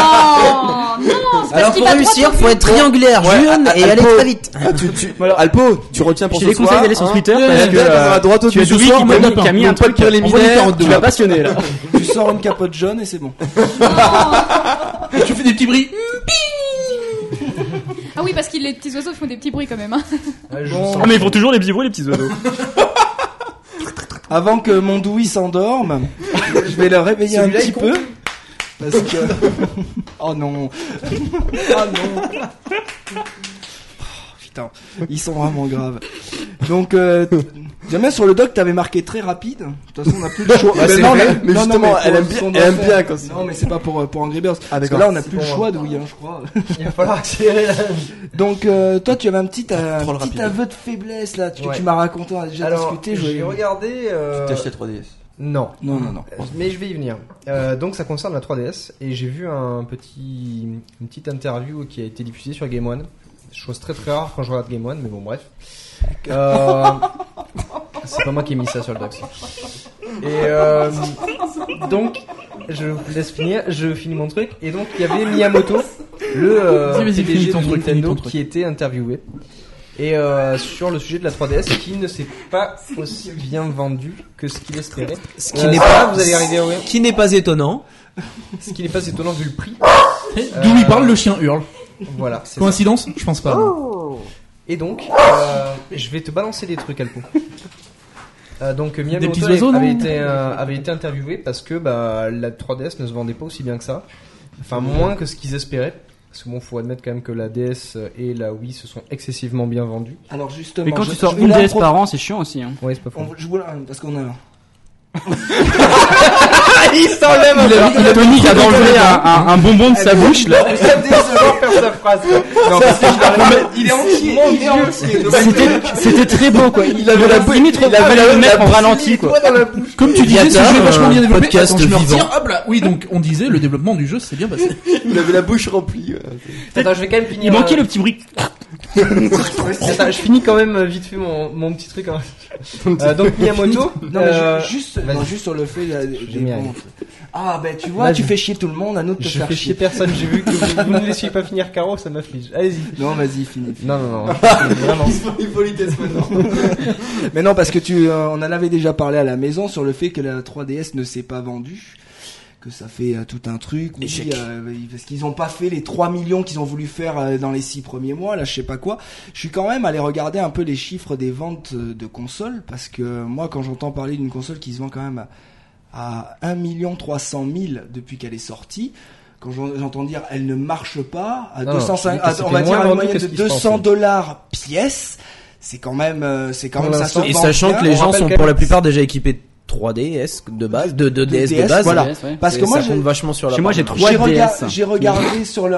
E: c'est parce qu'il
H: Alors pour
E: va droit
H: réussir,
E: au but.
H: faut être triangulaire,
C: Ouais,
H: jaune
C: à- à-
H: et aller
C: Alpo.
H: très vite.
C: Ah, tu, tu-
D: Voilà.
C: Alpo, tu retiens pour ce
D: Je te déconseille
C: soir,
D: d'aller sur
C: hein.
D: Twitter,
C: Le
D: parce
C: dev
D: que, euh,
C: à droite au
D: Tu as
C: dessus
D: Doubi
C: soir,
D: qui
C: mais
D: m'a- qui a mis un
C: pas le
D: truc euh,
C: préliminaire.
D: Tu m'as passionné là.
B: Tu sors une capote jaune et c'est bon.
G: Et tu fais des petits bruits.
E: Ah oui, parce que les petits oiseaux font des petits bruits quand même. hein.
B: Bon,
D: Ah mais ils font toujours les petits bruits les petits oiseaux.
B: avant que mon douille s'endorme, je vais le réveiller un petit peu. Parce que. Oh non. Oh non. (laughs) Oh, Putain, ils sont vraiment graves. Donc, euh, jamais sur le doc, t'avais marqué très rapide. De toute façon, on n'a plus le choix.
C: Ouais, Bah, c'est vrai, mais justement,
B: pour
C: elle aime
B: ce
C: bien-
B: qu'on
C: elle
B: doit
C: aime
B: faire.
C: bien quand c'est-
B: Non, mais c'est pas pour, euh, pour Angry Birds. parce que
C: d'accord.
B: là, on n'a
C: C'est
B: plus le
C: pour moi.
B: choix, Douille, hein, je crois.
A: Il va falloir accélérer la
B: Donc, euh, toi, tu avais un petit, euh, un
C: Troll
B: petit
C: rapide.
B: aveu de faiblesse là que
A: Ouais.
B: tu m'as raconté, on a déjà
A: Alors,
B: discuté. je
A: j'ai
B: voulais-
A: regardé. euh,
C: T'as acheté la 3DS.
A: Non.
B: Non, non, non.
A: Mais je vais y venir. Euh, donc ça concerne la 3DS et j'ai vu un petit, une petite interview qui a été diffusée sur Game One. Chose très très rare quand je regarde Game One, mais bon bref. Euh, c'est pas moi qui ai mis ça sur le doc. Et euh, donc je vous laisse finir, je finis mon truc. Et donc il y avait Miyamoto, le euh,
G: Vas-y, vas-y,
A: PDG
G: finis ton
A: de
G: truc, finis
A: Nintendo,
G: ton truc.
A: qui était interviewé. Et euh, sur le sujet de la 3DS, qui ne s'est pas aussi bien vendu que ce qu'il espérait.
H: Ce
A: Euh,
H: qui n'est
A: ça
H: pas,
A: va, vous allez arriver au-
H: ce qui n'est pas étonnant.
A: ce qui n'est pas étonnant vu le prix.
G: (laughs) D'où il parle, le chien hurle.
A: Voilà. c'est ça.
G: Coïncidence Je pense pas.
B: Oh.
G: non.
A: Et donc, euh, je vais te balancer des trucs, Alpo. Euh, donc Miyamoto
G: petits oiseaux,
A: avait,
G: non
A: été, euh, avait été interviewé parce que bah, la 3DS ne se vendait pas aussi bien que ça. Enfin, moins que ce qu'ils espéraient. Parce que bon, faut admettre quand même que la DS et la Wii se sont excessivement bien vendues.
B: Alors justement,
D: Mais quand
B: je-
D: tu sors
B: je
D: une
B: voulais
D: DS
B: appro-
D: par an, c'est chiant aussi. Hein.
A: Ouais, c'est pas faux.
B: on- je voulais- ah, parce qu'on (laughs) a
A: il s'enlève
D: Il a, il a Tony qui a enlevé un, un- un bonbon de sa bouche là.
A: faire sa phrase. Non, parce que je la remets- il est entier, il est entier. Donc,
D: C'était, c'était très beau quoi. Il avait la limite, il avait
A: la-
D: le mettre en
A: la-
D: ralenti quoi.
A: dans la bouche.
G: Comme tu disais, ce
H: Yata,
G: jeu est vachement bien
H: euh,
G: développé.
H: podcast
G: Attends, je me
H: vivant.
G: retire. Hop là. Oui, donc on disait le développement du jeu s'est
B: (laughs)
G: bien passé.
C: Il avait la bouche remplie.
A: Attends, je vais quand même
D: Il
A: finir.
D: manquait le petit brick.
A: euh, attends, je finis quand même euh, vite fait mon, mon petit truc. hein. Euh, donc Miyamoto.
B: Non, mais
A: euh,
B: ju- juste,
A: vas-y.
B: non, juste sur le fait de- des
A: mis
B: bons-
A: avec.
B: Ah, ben tu vois,
A: Vas-y.
B: tu fais chier tout le monde, un autre te
A: Je
B: faire
A: fais chier personne, j'ai vu que vous, vous ne laissiez pas finir Caro, ça m'afflige. Allez-y.
B: Non, vas-y, finis.
A: Non, non, non. Vraiment.
C: Il faut les tester maintenant.
B: Mais non, parce que tu, euh, on en avait déjà parlé à la maison sur le fait que la 3DS ne s'est pas vendue. Que ça fait euh, tout un truc. Oui,
H: Échec.
B: euh, parce qu'ils n'ont pas fait les 3 millions qu'ils ont voulu faire euh, dans les 6 premiers mois, là, je sais pas quoi. Je suis quand même allé regarder un peu les chiffres des ventes euh, de consoles, parce que euh, moi, quand j'entends parler d'une console qui se vend quand même à, à 1 300 000 depuis qu'elle est sortie, quand j'en- j'entends dire elle ne marche pas, à
A: Non, non,
B: 205,
A: je dis que
B: à- on va
A: c'était
B: dire
A: moins
B: à une
A: vendu que
B: moyenne
A: ce
B: de
A: qui se
B: 200
A: pensait.
B: dollars pièce, c'est quand même, euh, c'est quand
A: Pour
B: même ça
A: l'instant,
B: se
H: Et
B: vend
H: sachant
B: bien.
H: que les
A: on
H: gens
A: rappelle
H: sont
A: quand
H: pour
A: même-
H: la plupart déjà équipés de 3DS de base, de, de DS de
B: DS,
H: base.
B: voilà.
D: DS, ouais.
B: Parce que
H: Et
B: moi,
H: ça
B: j'ai-
H: compte vachement sur la.
D: Chez moi
H: part.
D: j'ai
B: j'ai
D: 3
B: rega-
D: DS.
B: j'ai regardé sur le.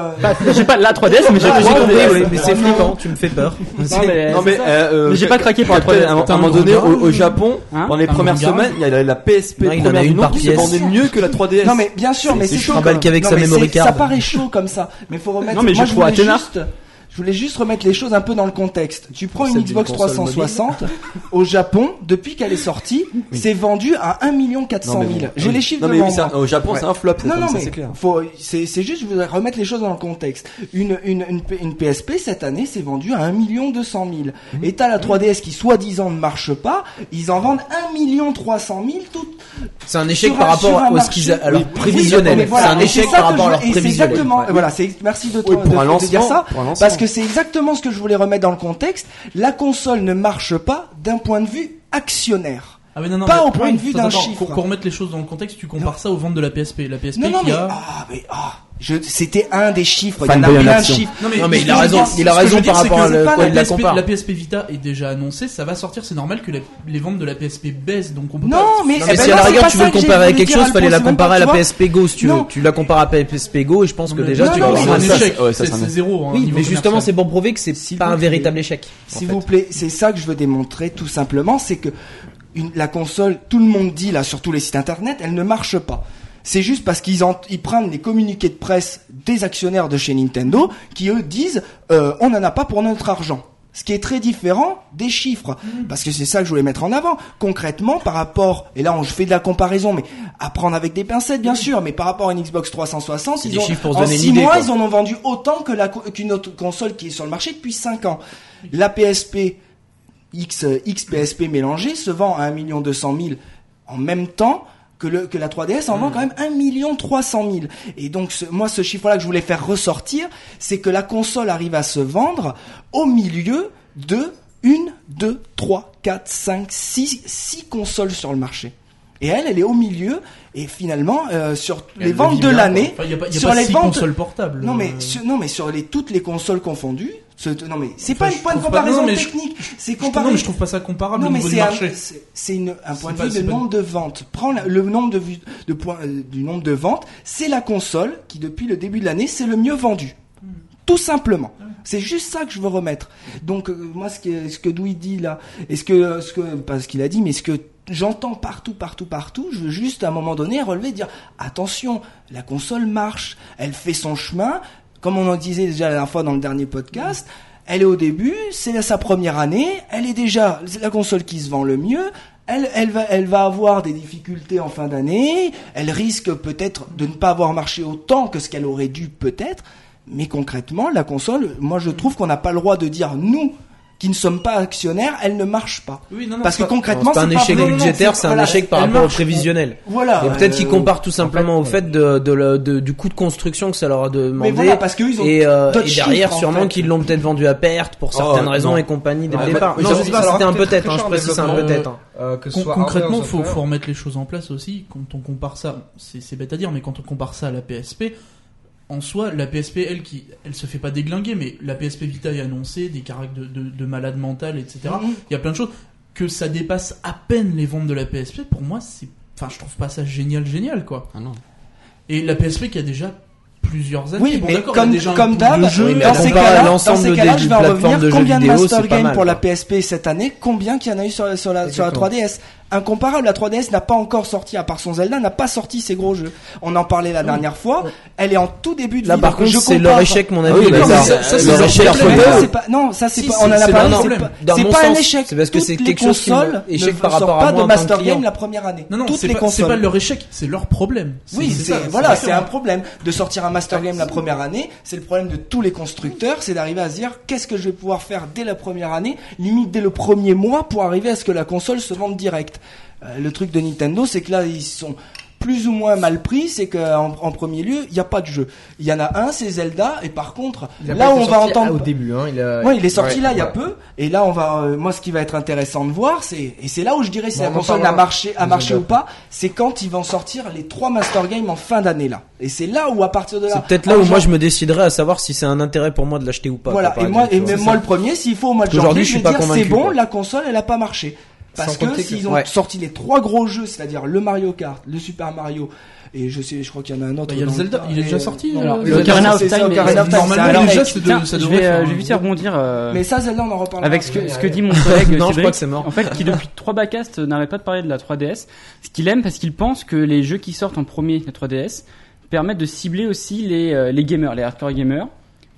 D: J'ai Bah, pas la 3DS mais j'ai
H: Ah,
D: j'ai
H: j'ai compris,
D: compris.
H: oui, mais c'est flippant, tu me fais peur.
D: Non mais,
C: Non mais, euh, euh,
D: Mais j'ai pas craqué pour la
C: Captain,
D: 3DS.
C: À un
D: Putain,
C: moment
D: gros
C: donné,
D: gars.
C: au, au Japon,
D: Hein
C: dans les
G: Un
C: premières
G: gros gars.
C: semaines, il y a la PSP
H: Non, il en
C: première
H: a
C: du
H: une
C: nom
H: par
C: qui se
H: pièce.
C: vendait mieux que la 3DS.
B: Non mais bien sûr, mais
H: c'est
B: c'est
H: chaud,
B: chaud.
H: Trabal
B: quand
H: qu'avec
B: même.
H: sa
B: Non, mais
H: memory
B: c'est-
H: card.
B: Ça paraît chaud comme ça, mais faut remettre.
D: Non, mais
B: moi,
D: je
B: je
D: crois à
B: voulais
D: Athéna.
B: juste. Je voulais juste remettre les choses un peu dans le contexte. Tu prends une
H: Concept d'une
B: Xbox
H: console
B: 360 au Japon, depuis qu'elle est sortie, c'est vendu à 1 400 000.
C: bon,
B: J'ai
C: oui.
B: les chiffres
C: Non
B: de
C: mais oui,
B: vente,
C: c'est un-
B: hein.
C: au Japon, c'est un flop. ça,
B: Non, non,
C: ça,
B: mais
C: c'est clair.
B: faut- c'est c'est juste, je voudrais remettre les choses dans le contexte. Une, une, une, P- une PSP, cette année, c'est vendue à 1 200 000.
H: Mmh.
B: Et t'as la 3DS qui, soi-disant, ne marche pas. Ils en vendent 1 300 000 tout,
H: C'est un échec
B: sur
H: par
B: un- sur
H: rapport
B: un
H: à ce qu'ils a- à leur
B: marché. Oui, mais
H: prévisionnel. C'est
B: voilà,
H: un
B: et
H: échec
B: ça
H: par
B: que
H: rapport à
B: je-
H: leur
B: et c'est
H: prévisionnel.
B: exactement,
H: Ouais.
B: voilà, c'est merci de,
C: Oui, pour
B: de-
C: un
B: de dire
C: lancement,
B: ça
C: pour un lancement.
B: parce que c'est exactement ce que je voulais remettre dans le contexte. La console ne marche pas d'un point de vue actionnaire.
G: Ah mais non, non,
B: Pas
G: mais-
B: au point de vue
G: attends,
B: d'un
G: attends,
B: chiffre.
G: Pour, pour remettre les choses dans le contexte, tu compares ça aux ventes de la PSP. La PSP
B: Non, non,
G: qui
B: mais,
G: a.
B: ah, mais, ah, je, c'était un des chiffres. Il y en
H: Fanboy en
B: a plein de
H: action.
B: chiffres.
G: mais,
H: Non mais
B: je
H: il a
B: veux
H: raison,
B: dire,
H: il a
G: ce que je
H: raison
G: veux dire,
H: par
G: c'est
H: rapport
G: que
H: à
G: c'est
H: le-
G: pas
H: quand il la
G: PSP
H: compare.
G: la PSP Vita est déjà annoncée, ça va sortir, c'est normal que les, les ventes de la PSP baissent, donc on peut pas.
B: Non, mais, eh
H: Non, mais
B: ben
H: si à
B: non,
H: la
B: c'est
H: rigueur
B: pas
H: tu
B: ça
H: veux
B: que j'ai
H: comparer à
B: voulu
H: quelque
B: dire,
H: chose, fallait la
B: Alphonse,
H: comparer à la
B: tu vois.
H: PSP Go si tu veux.
B: Non.
H: Tu la compares à PSP Go et je pense que
G: mais-
H: déjà
B: non,
H: tu
B: non,
H: vas
B: mais
G: c'est
H: avoir
G: un
H: un
C: ça,
G: échec.
C: c'est- ouais, ça,
G: C'est
C: c'est un
G: c'est zéro. hein,
H: Oui,
G: niveau
H: mais justement, c'est
G: commercial.
H: pour prouver que c'est
B: S'il
H: pas
B: vous
H: un
B: plaît.
H: véritable échec.
B: S'il vous plaît, c'est ça que je veux démontrer tout simplement, c'est que une- la console, tout le monde dit là sur tous les sites internet, elle ne marche pas. C'est juste parce qu'ils en- ils prennent les communiqués de presse des actionnaires de chez Nintendo qui eux disent euh, on n'en a pas pour notre argent. Ce qui est très différent des chiffres,
H: Mm.
B: parce que c'est ça que je voulais mettre en avant. Concrètement, par rapport, et là on, je fais de la comparaison, mais à prendre avec des pincettes bien sûr, mais par rapport à une Xbox 360,
H: C'est
B: ils
H: des
B: ont,
H: chiffres pour se
B: en
H: donner une
B: six
H: idée,
B: mois
H: quoi.
B: ils en ont vendu autant que la co- qu'une autre console qui est sur le marché depuis 5 ans. La PSP X, euh, XPSP mélangée se vend à 1 200 000 en même temps que, le, que la 3DS en vend
G: Hmm.
B: quand même 1 300 000. Et donc, ce- moi, ce chiffre-là que je voulais faire ressortir, c'est que la console arrive à se vendre au milieu de 1, 2, 3, 4, 5, 6, 6 consoles sur le marché. Et elle, elle est au milieu, et finalement, euh, sur
G: Et
B: les
G: elle le
B: ventes
G: vit
B: de
G: bien,
B: l'année,
G: quoi. Enfin, il y a pas- il y a
B: sur
G: pas
B: les
G: six
B: ventes
G: consoles portables.
B: non mais
G: euh.
B: sur, non mais sur les toutes les consoles confondues, ce, non mais c'est
G: Enfin,
B: pas
G: je
B: une point de
G: trouve pas-
B: comparaison
G: non, mais je-
B: technique, c'est
G: Je trouve-
B: comparé.
G: Non, mais je trouve pas ça comparable
B: Non,
G: au
B: mais
G: niveau du
B: c'est un,
G: marché.
B: c'est- c'est une- un
G: C'est
B: point de
G: pas-
B: vue
G: c'est
B: de
G: pas-
B: nombre de ventes. Prends la- le nombre de, vues- de points euh, du nombre de ventes, c'est la console qui depuis le début de l'année c'est le mieux vendu. Tout simplement. C'est juste ça que je veux remettre. Donc euh, moi ce que ce que Douy dit là, est ce que euh, ce que pas ce qu'il a dit, mais ce que j'entends partout partout partout, je veux juste à un moment donné relever et dire attention, la console marche, elle fait son chemin, comme on en disait déjà la dernière fois dans le dernier podcast. Elle est au début, c'est sa première année, elle est déjà c'est la console qui se vend le mieux. Elle, elle, va, elle va avoir des difficultés en fin d'année, elle risque peut-être de ne pas avoir marché autant que ce qu'elle aurait dû peut-être, mais concrètement, la console, moi je trouve qu'on n'a pas le droit de dire nous qui ne sommes pas actionnaires, elle ne marche pas.
G: Oui, non, non,
B: Parce que
G: c'est pas-
B: concrètement,
H: C'est un échec
B: non, non, non,
H: budgétaire, c'est un
B: voilà,
H: échec par
B: elle
H: rapport au
B: marche.
H: prévisionnel.
B: Voilà.
H: Et peut-être
B: euh,
H: qu'ils comparent tout simplement au fait de, de la- de- du coût de construction que ça leur a demandé.
B: Mais voilà, parce qu'eux, ils ont
H: et, euh,
B: d'autres
H: et derrière,
B: chiffres, en
H: sûrement
B: fait.
H: qu'ils l'ont peut-être vendu à perte pour certaines
C: Oh,
H: raisons
C: non.
H: et compagnie dès
C: Ah,
H: le
C: bah,
H: départ.
C: oui,
H: non,
C: ça-
H: je sais pas,
A: ça
H: c'était
A: leur
H: un
A: coûte très
H: peut-être, hein,
A: cher
H: je
A: en
H: précise un
A: développement.
H: peut-être. hein.
A: Euh, que ce
G: Con-
A: soit
G: concrètement,
A: hardware,
G: faut,
A: software.
G: faut remettre les choses en place aussi. Quand on compare ça, c'est c'est bête à dire, mais quand on compare ça à la PSP, en- en soi, la PSP, elle, qui, elle se fait pas déglinguer, mais la PSP Vita est annoncée, des caractères de, de, de malade mental, etc.
B: Mm-hmm.
G: Il y a plein de choses. Que ça dépasse à peine les ventes de la PSP, pour moi, c'est. Enfin, je trouve pas ça génial, génial, quoi.
C: Ah non.
G: Et la PSP qui a déjà plusieurs années.
B: Oui,
G: bon,
B: mais
G: d'accord,
B: comme,
G: elle a déjà un
B: comme
G: bout de
B: d'hab,
G: jeu,
H: Oui, mais
B: dans
H: on
B: ces
H: compare
B: cas-là, dans
H: l'ensemble
B: ces
H: des-
B: cas-là,
H: des
B: je vais en
H: plateformes
B: revenir.
H: de jeux
B: Combien de
H: vidéo,
B: Master
H: c'est pas
B: Game
H: mal,
B: pour la
H: quoi.
B: PSP cette année Combien qu'il y en a eu sur, sur, la, sur la
A: Exactement.
B: 3DS Incomparable, la 3DS n'a pas encore sorti, à part son Zelda, n'a pas sorti ses gros jeux. On en parlait
H: Ah
B: la dernière fois, elle est en tout début de
H: Là,
B: vie,
H: par
B: donc
H: contre,
B: je
H: c'est
B: compare-
H: leur échec, mon
F: Ah
H: avis.
C: oui,
H: les
F: bah
C: mais
H: gars.
G: ça- ça, c'est
H: Leur
G: leur
H: échec, leur
G: problème.
B: Mais
H: photo.
B: c'est pas- non, ça c'est
H: Si,
B: pas.
H: si,
B: On en a
H: c'est
B: parlé.
H: leur
B: c'est
G: problème.
B: pas-
H: Dans
B: C'est
H: mon
B: pas un
H: sens,
B: échec.
H: c'est parce que
B: Toutes
H: c'est
B: les
H: quelque chose qui me-
B: consoles ne
H: échec par
B: sortent
H: rapport à
B: pas
H: moi
B: de
H: en tant que
B: Master
H: client.
B: Game la première année.
G: Non, non,
B: Toutes
G: c'est
B: les
G: pas, c'est
B: consoles.
G: pas leur échec, c'est leur problème.
B: Oui,
G: ça,
B: c'est voilà, c'est
G: différent.
B: un problème de sortir un master game la première année. C'est le problème de tous les constructeurs, c'est d'arriver à se dire qu'est-ce que je vais pouvoir faire dès la première année, limite dès le premier mois, pour arriver à ce que la console se vende direct. Euh, le truc de Nintendo, c'est que là ils sont plus ou moins mal pris, c'est qu'en en premier lieu, il n'y a pas de jeu. Il y en a un, c'est Zelda, et par contre,
A: Il a
B: là
A: pas
B: on
A: été
B: va
A: sorti
B: entendre.
A: Au début, hein, il a.
B: Ouais, il est sorti
A: Ouais,
B: là il y a
A: ouais.
B: peu, et là on va, euh, moi ce qui va être intéressant de voir, c'est et c'est là où je dirais si
A: Bon,
B: la
A: on en
B: console a
A: parlera.
B: marché, a
A: Nous
B: marché
A: en
B: ou pas, c'est quand ils vont sortir les trois Master Games en fin d'année là. Et c'est là où à partir de là,
H: C'est peut-être là
B: en
H: où moi
B: jan-
H: je me déciderais à savoir si c'est un intérêt pour moi de l'acheter ou pas.
B: voilà
H: quoi, par
B: et moi
H: exemple,
B: et
H: tu vois.
B: même moi le premier, s'il faut au mois de janvier,
H: Aujourd'hui, je
B: je
H: suis
B: vais
H: pas
B: dire c'est
H: convaincu,
B: bon,
H: quoi.
B: la console elle a pas marché parce
A: Sans
B: que
A: compter que-
B: s'ils ont
H: ouais.
B: sorti les trois gros jeux, c'est-à-dire le Mario Kart, le Super Mario et je sais, je crois qu'il y en a un autre.
G: Bah, il y a le
B: dans
G: Zelda, il est
B: et,
G: déjà
B: euh,
G: sorti.
D: Alors,
B: euh,
D: le
B: Zelda,
D: Ocarina of
B: c'est ça,
D: Time, mais-
B: Ocarina of Time, c'est
G: Normalement,
B: un
G: déjà,
B: remake.
G: c'est de-
D: Tiens,
G: ça
D: je
G: devrait
D: vais,
G: faire
D: euh,
G: un-
D: je vais vite rebondir euh,
B: Mais ça Zelda on en reparle.
D: avec ce que, ce que dit mon collègue
H: Non, je
D: Cédric.
H: crois que c'est mort.
D: En fait, qui depuis trois backcasts euh, n'arrête pas de parler de la 3DS. Ce qu'il aime, parce qu'il pense que les jeux qui sortent en premier, la 3DS, permettent de cibler aussi les, euh, les gamers, les hardcore gamers.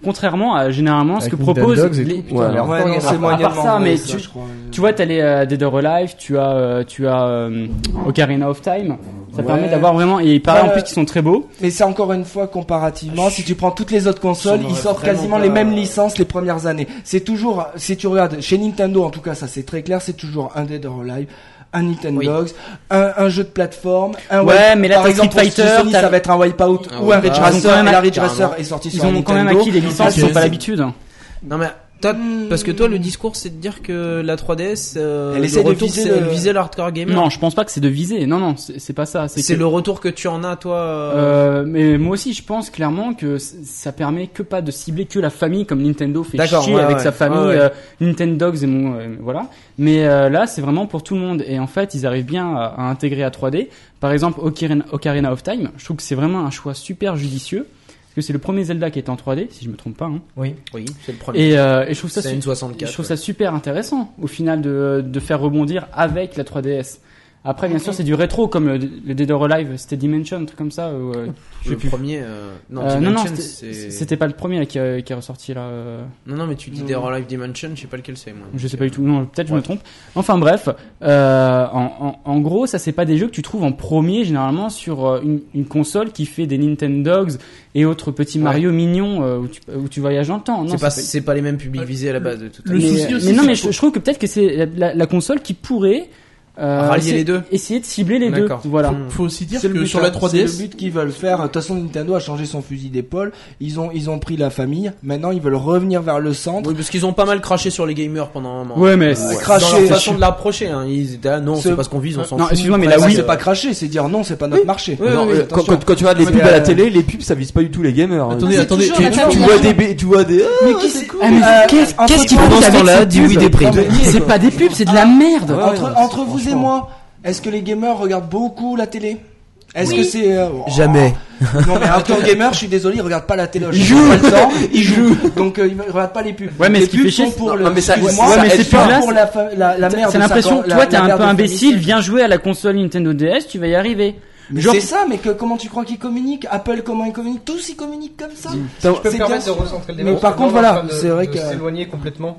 D: Contrairement à généralement ce
A: Avec
D: que
A: Ninja
D: proposent
A: Dogs et
D: les,
A: tout, putain,
C: Ouais.
A: l'air
B: Ouais,
A: fort,
B: non,
A: il y en a
B: c'est
A: pas.
B: moi
D: à part ça, mais tu-
B: je crois.
D: Tu vois, t'as les euh, Dead or Alive, tu as, euh, tu as euh, Ocarina of Time. Ça
B: Ouais.
D: permet d'avoir vraiment. Et il paraît
B: Ouais.
D: en plus qu'ils sont très beaux.
B: Mais c'est encore une fois comparativement, si tu prends toutes les autres consoles,
C: Ça
B: ils
C: m'aurait
B: sortent
C: vraiment
B: quasiment
C: pas-
B: les mêmes licences les premières années. C'est toujours, si tu regardes chez Nintendo, en tout cas ça c'est très clair, c'est toujours un Dead or Alive, un Nintendo
H: Oui.
B: Dogs, un, un jeu de plateforme, un
D: Ouais,
B: wipe-
D: mais là,
B: par
D: t'as
B: exemple
D: Street
B: pour
D: Fighter,
B: Sony,
D: t'as-
B: ça va être un Wipeout
H: Ah
B: ou
H: ouais,
B: un Ridge
D: ils
H: bah,
D: ont quand
B: Racer.
D: même
B: Et la Ridge
H: carrément.
B: Racer est sortie
D: Ils
B: sur un
D: ont quand même
B: Nintendo.
D: acquis des licences, ils n'ont pas l'habitude.
H: Non mais toi, parce que toi le discours c'est de dire que la 3DS, euh,
B: Elle
H: le
B: essaie de
H: retour,
B: viser
H: c'est-
B: le-
H: elle visait le hardcore gamer.
D: Non, je pense pas que c'est de viser. Non, non, c'est c'est pas ça.
H: c'est
D: que-
H: le retour que tu en as toi. euh,
D: Euh, mais moi aussi, je pense clairement que c- ça permet que pas de cibler que la famille, comme Nintendo fait
H: D'accord,
D: chier
H: ouais,
D: avec
H: ouais.
D: sa famille,
H: Ouais, ouais.
D: euh, Nintendo Dogs et mon, euh, voilà. Mais euh, là, c'est vraiment pour tout le monde. Et en fait, ils arrivent bien à, à intégrer à 3D. Par exemple, Ocarina, Ocarina of Time, je trouve que c'est vraiment un choix super judicieux. Parce que c'est le premier Zelda qui est en 3D, si je me trompe pas. hein.
H: Oui, c'est le premier.
D: Et, euh, et je trouve ça
H: C'est
D: su-
H: une
D: je
H: 64.
D: trouve ça super intéressant au final de, de faire rebondir avec la 3DS. Après, bien sûr, c'est du rétro comme le, le Dead or Alive, c'était Dimension, un truc comme ça. Ou, euh, je sais
H: le
D: plus.
H: premier. euh, Non,
D: Euh, non, non,
H: Dimension,
D: c'était-
H: c'est-
D: c'était pas le premier là, qui, a- qui est ressorti là. euh,
H: Non, non, mais tu dis des Live Dimension, je sais pas lequel c'est moi.
D: Je sais pas du tout. Non, peut-être je me trompe. Enfin bref, euh, en, en- en gros, ça c'est pas des jeux que tu trouves en premier généralement sur euh, une, une console qui fait des Nintendo Dogs et autres petits
H: Ouais.
D: Mario mignons euh, où, tu, où tu voyages dans le temps. Non,
H: C'est pas,
D: c'est-
H: c'est pas les mêmes publics visés à la base de tout. à
G: Le
D: mais,
H: l'heure.
G: souci aussi,
D: mais non,
G: c'est
D: mais
G: qu'il
D: je, je trouve que peut-être que c'est la, la- la console qui pourrait euh,
H: Rallier
D: essayer-
H: les deux.
D: essayer de cibler les deux.
H: D'accord.
D: Voilà.
H: Mmh.
G: faut aussi dire
B: C'est le
G: que
B: but,
G: sur la
B: hein. C'est
G: 3DS,
B: le but qu'ils veulent faire. De toute façon, Nintendo a changé son fusil d'épaule. Ils ont, ils ont pris la famille. Maintenant, ils veulent revenir vers le centre.
H: Oui, parce qu'ils ont pas mal craché sur les gamers pendant un moment.
D: Ouais, mais
B: c'est
H: Dans
B: craché.
H: leur façon de l'approcher, hein. ils étaient là, non,
B: Ce-
H: c'est pas ce qu'on
G: Euh,
H: vise, on s'en
D: Non,
H: fout.
D: excuse-moi, mais
B: Ah,
D: la Wii,
B: c'est pas cracher, c'est dire non, c'est pas notre marché.
H: Ouais,
C: Non, euh,
H: ouais, ouais,
C: quand,
H: attention.
C: quand- quand tu regardes les
B: Mais,
C: pubs à la
B: euh,
C: télé, les pubs ça vise pas du tout les gamers. hein.
G: Attendez,
E: C'est
G: attendez,
E: toujours
G: tu-
E: la
G: tu-
E: famille.
C: Tu vois des, bé- tu vois des. ah,
D: Mais qu'est-ce-
C: c'est cool.
D: Ah, mais
B: Euh,
D: qu'est-ce
B: entre-
D: qu'est-ce qu'ils
B: pendant
D: vendent
H: ce
D: avec
H: temps-là,
D: cette
H: dis oui
D: pub
H: des prix.
D: C'est pas des Ah. pubs, c'est de la merde.
C: Ouais,
B: entre
C: ouais,
B: entre vous et moi, est-ce que les gamers regardent beaucoup la télé Est-ce que c'est euh, oh,
H: Jamais.
B: Non mais hardcore gamer, je suis désolé, ils regardent pas la télé. Ils jouent, pas le temps, ils jouent. Donc euh, ils regardent pas les pubs.
D: Ouais, mais
B: les
D: ce qui
B: pubs
D: fait chier,
B: sont
D: c'est-
B: pour
C: non,
B: le.
C: mais ça-
B: excuse-moi,
D: ouais, mais
B: elles
D: ces
B: sont
D: pubs-là,
B: pour la fa- la la mère.
D: T'as
B: de
D: l'impression,
B: 50, la-
D: toi, t'es
B: la
D: un
B: mère
D: peu
B: de
D: imbécile,
B: famille.
D: viens jouer à la console Nintendo DS, tu vas y arriver.
B: Mais
D: Genre-
B: c'est ça, mais que comment tu crois qu'ils communiquent Apple comment ils communiquent Tous ils communiquent comme ça.
A: Je peux
B: C'est
A: me permettre de
B: bien.
A: recentrer le
B: Mais
A: débat.
B: par
A: parce que
B: contre,
A: là, on est en
B: voilà,
A: train de-
B: c'est vrai
A: de
B: que-
A: s'éloigner
B: (laughs)
A: complètement.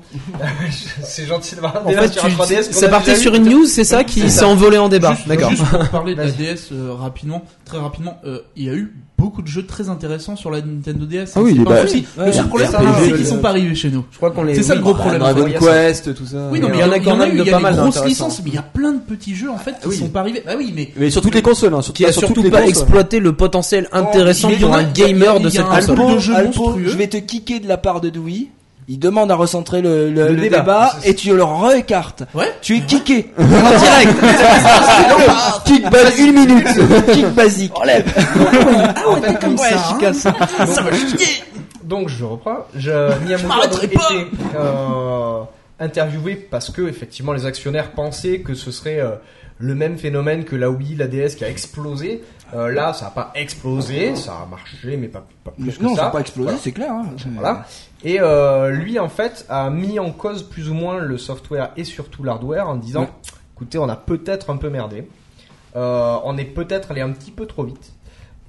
A: c'est gentil de voir.
H: En fait, tu- ça partait sur une news, c'est ça qui s'est envolé en débat.
G: Juste-
H: D'accord.
G: Juste pour parler de la
A: Vas-y.
G: DS euh, rapidement, très rapidement, euh, il y a eu beaucoup de jeux très intéressants sur la Nintendo DS.
C: Ah oui,
G: c'est pas
C: bah,
G: un souci.
H: ouais,
G: le
H: ouais,
G: seul problème,
C: RPG,
G: c'est
C: le-
G: qu'ils sont pas arrivés chez nous.
H: Je crois qu'on les.
G: C'est ça le gros problème.
C: Dragon
G: en fait.
C: Quest, tout ça.
G: Oui, non, mais il y en a quand même de pas mal. Il y a des grosses licences, mais il y a plein de petits jeux
H: Ah
G: en fait qui
C: oui.
G: sont pas arrivés. Bah oui, mais
C: Mais sur toutes les consoles, hein, sur,
H: Qui a
C: sur toutes
H: surtout
C: les
H: pas
C: consoles.
H: exploité le potentiel intéressant
G: il y en
H: pour
G: a-
H: un
G: il y a- il y a-
H: gamer de
G: il y a
H: cette
G: un
H: console.
G: nombre de jeux
B: Alpo,
G: monstrueux.
B: je vais te kicker de la part de Dewey. ils demandent à recentrer le,
A: Le
B: le- le
A: débat.
B: débat
A: C'est-
B: et tu le réécartes.
G: Ouais.
B: Tu es kické en direct. Kick bas- une minute. Kick basique.
A: Ah ouais, t'es comme ça.
G: Ça hein. va chier
A: Donc je reprends.
H: (laughs)
A: Je, Miyamoto a donc été euh, interviewé parce que effectivement les actionnaires pensaient que ce serait euh, le même phénomène que la Wii, la DS qui a explosé. Euh, là, ça n'a pas explosé, ça a marché, mais pas, pas plus
B: Non,
A: que
B: ça
A: ça.
B: n'a pas explosé,
A: Voilà.
B: c'est clair. hein.
A: Voilà. Et euh, lui, en fait, a mis en cause plus ou moins le software et surtout l'hardware en disant
B: Ouais.
A: écoutez, on a peut-être un peu merdé, Euh, on est peut-être allé un petit peu trop vite.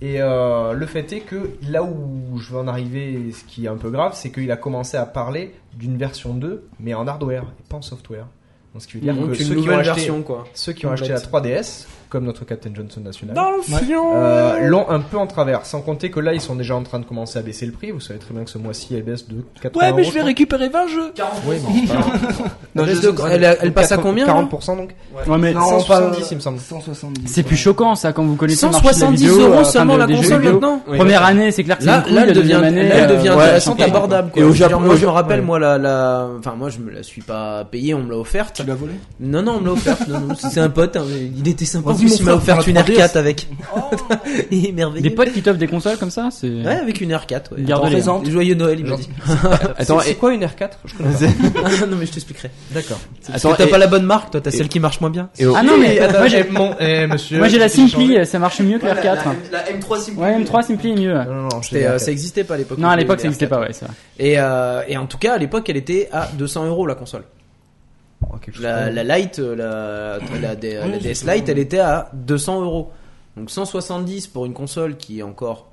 A: Et euh, le fait est que là où je veux en arriver, ce qui est un peu grave, c'est qu'il a commencé à parler d'une version 2, mais en hardware et pas en software. Donc, ce qui veut dire
H: Donc
A: que
H: une
A: ceux qui, ont
H: nouvelle
A: acheté,
H: version quoi.
A: ceux qui ont acheté la 3DS, comme notre Captain Johnson national,
B: Ouais.
A: euh, l'ont un peu en travers. Sans compter que là, ils sont déjà en train de commencer à baisser le prix. Vous savez très bien que ce mois-ci, elle baisse de 80
B: Ouais, mais
A: euros,
B: je vais
A: crois.
B: récupérer 20 jeux.
A: Oui, mais c'est pas grave.
H: Non,
A: Baisse
H: je-
A: de-
H: elle- elle passe à combien, hein là
A: 40% donc
D: Ouais, mais
A: Non,
D: c'est-
A: 70, il me semble.
B: 170.
D: c'est plus choquant ça quand vous connaissez le marché de la
H: 170
D: vidéo, euh,
H: euros
D: enfin,
H: seulement
D: de-
H: la
D: des jeux
H: console
D: vidéo.
H: maintenant.
D: Première année, c'est clair que c'est
H: Là,
D: une couille,
H: là, elle
D: la
H: devient,
D: deuxième année,
H: elle
D: euh,
H: devient
D: ouais,
H: intéressante,
D: c'est compliqué.
H: abordable. Quoi.
C: Et au
H: Je veux dire,
C: Japon-
H: moi,
C: au
H: je me
C: Japon-
H: rappelle,
C: ouais.
H: moi, la, la, enfin, moi, je me la suis pas payée, on me l'a offerte.
B: Tu l'as volé
H: Non, non, on me l'a offerte. Non, non, c'est un pote. hein, mais il était sympa. En
G: Ils
H: plus,
G: m'ont
H: il m'a
G: offert
H: offert une
G: la 3DS.
H: R4 avec. (laughs) Il est merveilleux.
D: Des potes qui t'offrent des consoles comme ça, c'est.
H: Ouais, avec une R4. Ouais.
D: Garde-les.
H: Attends, Joyeux Noël, il m'a dit. (laughs)
C: Attends, et-
A: quoi une R4 Je connais
H: Ah, non, mais je t'expliquerai.
A: D'accord.
H: Parce
C: Attends,
H: que t'as
C: et-
H: pas la bonne marque, toi, t'as
C: et-
H: celle qui marche moins bien.
C: et au-
D: Ah non, mais
A: Attends,
D: moi
A: j'ai
D: j'ai
A: mon. Eh, monsieur.
D: moi, j'ai la
A: j'ai
D: Simply,
A: changé.
D: ça marche mieux que la R4.
H: M3 Simple.
D: Ouais, M3 Simply est mieux.
A: Non, non, non, je
H: C'était,
A: l'ai
H: euh,
A: la
H: ça existait pas à l'époque.
D: Non, à l'époque
H: Les
D: ça n'existait
H: R4.
D: pas, ouais, c'est vrai.
H: Et, euh, et en tout cas, à l'époque, elle était à 200 euros la console.
A: quatre. Oh, quelque chose
H: La,
A: comme
H: la Lite, euh, la, la, D-
B: Ah,
H: la DS Lite, elle était à 200 euros. Donc 170 pour une console qui est encore.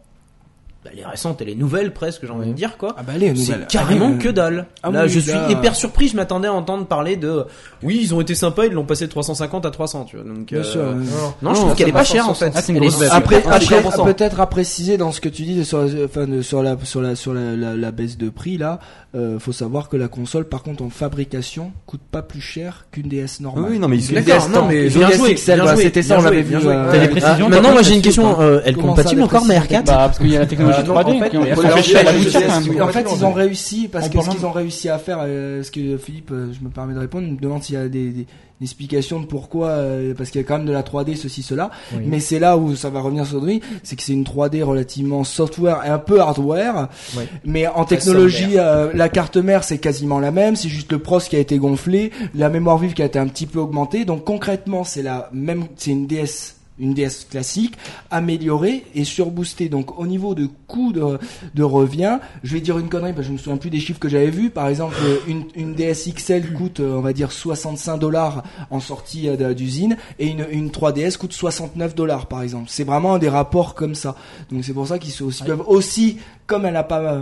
H: bah, elle est récente, elle est nouvelle presque, j'ai envie de dire quoi.
B: Ah bah allez,
H: C'est carrément que dalle.
B: Ah
H: là,
B: oui,
H: je
B: là-
H: suis hyper surpris. Je m'attendais à entendre parler de. Oui, ils ont été sympas. Ils l'ont passé de 350 à 300. Tu vois. Donc. euh,
B: Bien sûr.
A: ça. Non, non.
H: Non, je trouve qu'elle est pas chère en fait.
D: Ah, c'est une
H: Elle est
D: grosse bête.
B: Après,
H: super-
B: après,
H: 150%.
B: peut-être à préciser dans ce que tu dis sur, la- enfin, de- sur la sur la sur la, la- la baisse de prix là, euh, faut savoir que la console par contre en fabrication coûte pas plus cher qu'une DS normale.
C: Oui, non, mais ils sont
H: D'accord, non, mais bien joué,
B: XL,
H: bien
B: voilà,
H: joué,
B: c'était ça,
H: bien
B: on l'avait
H: joué,
B: vu.
H: bien joué.
B: euh,
D: T'as des précisions,
H: Ah,
D: toi,
H: Maintenant,
D: par
H: moi j'ai
D: contre,
H: une question. Ah, euh, elle
B: Comment ça,
H: compatible
B: des
H: encore ma
B: précisions
H: R4
D: Bah, parce qu'il y a la technologie
A: Euh, non,
D: 3D
A: en fait,
D: qui est-
A: il faut
D: faut
A: chercher
D: chercher à
A: la
D: la boutique,
A: justesse,
D: hein.
A: oui.
B: en fait, ils ont réussi parce
G: On
B: que ce
G: parle
B: qu'ils ont réussi à faire, euh, ce que Philippe, euh, je me permets de répondre, il me demande s'il y a des, des- une explication de pourquoi, euh, parce qu'il y a quand même de la 3D, ceci, cela.
A: Oui.
B: Mais c'est là où ça va revenir sur lui, c'est que c'est une 3D relativement software et un peu hardware.
A: Oui.
B: Mais en technologie, euh, la carte mère c'est quasiment la même, c'est juste le pros qui a été gonflé, la mémoire vive qui a été un petit peu augmentée. Donc concrètement, c'est la même, c'est une DS une DS classique améliorée et surboostée. Donc au niveau de coût de, de revient, je vais dire une connerie parce que je me souviens plus des chiffres que j'avais vus. Par exemple, euh, une, une DS XL coûte, euh, on va dire, 65 dollars en sortie euh, de- d'usine et une, une 3DS coûte 69 dollars par exemple. C'est vraiment des rapports comme ça. Donc c'est pour ça qu'ils se- aussi- peuvent aussi, comme elle a pas... euh,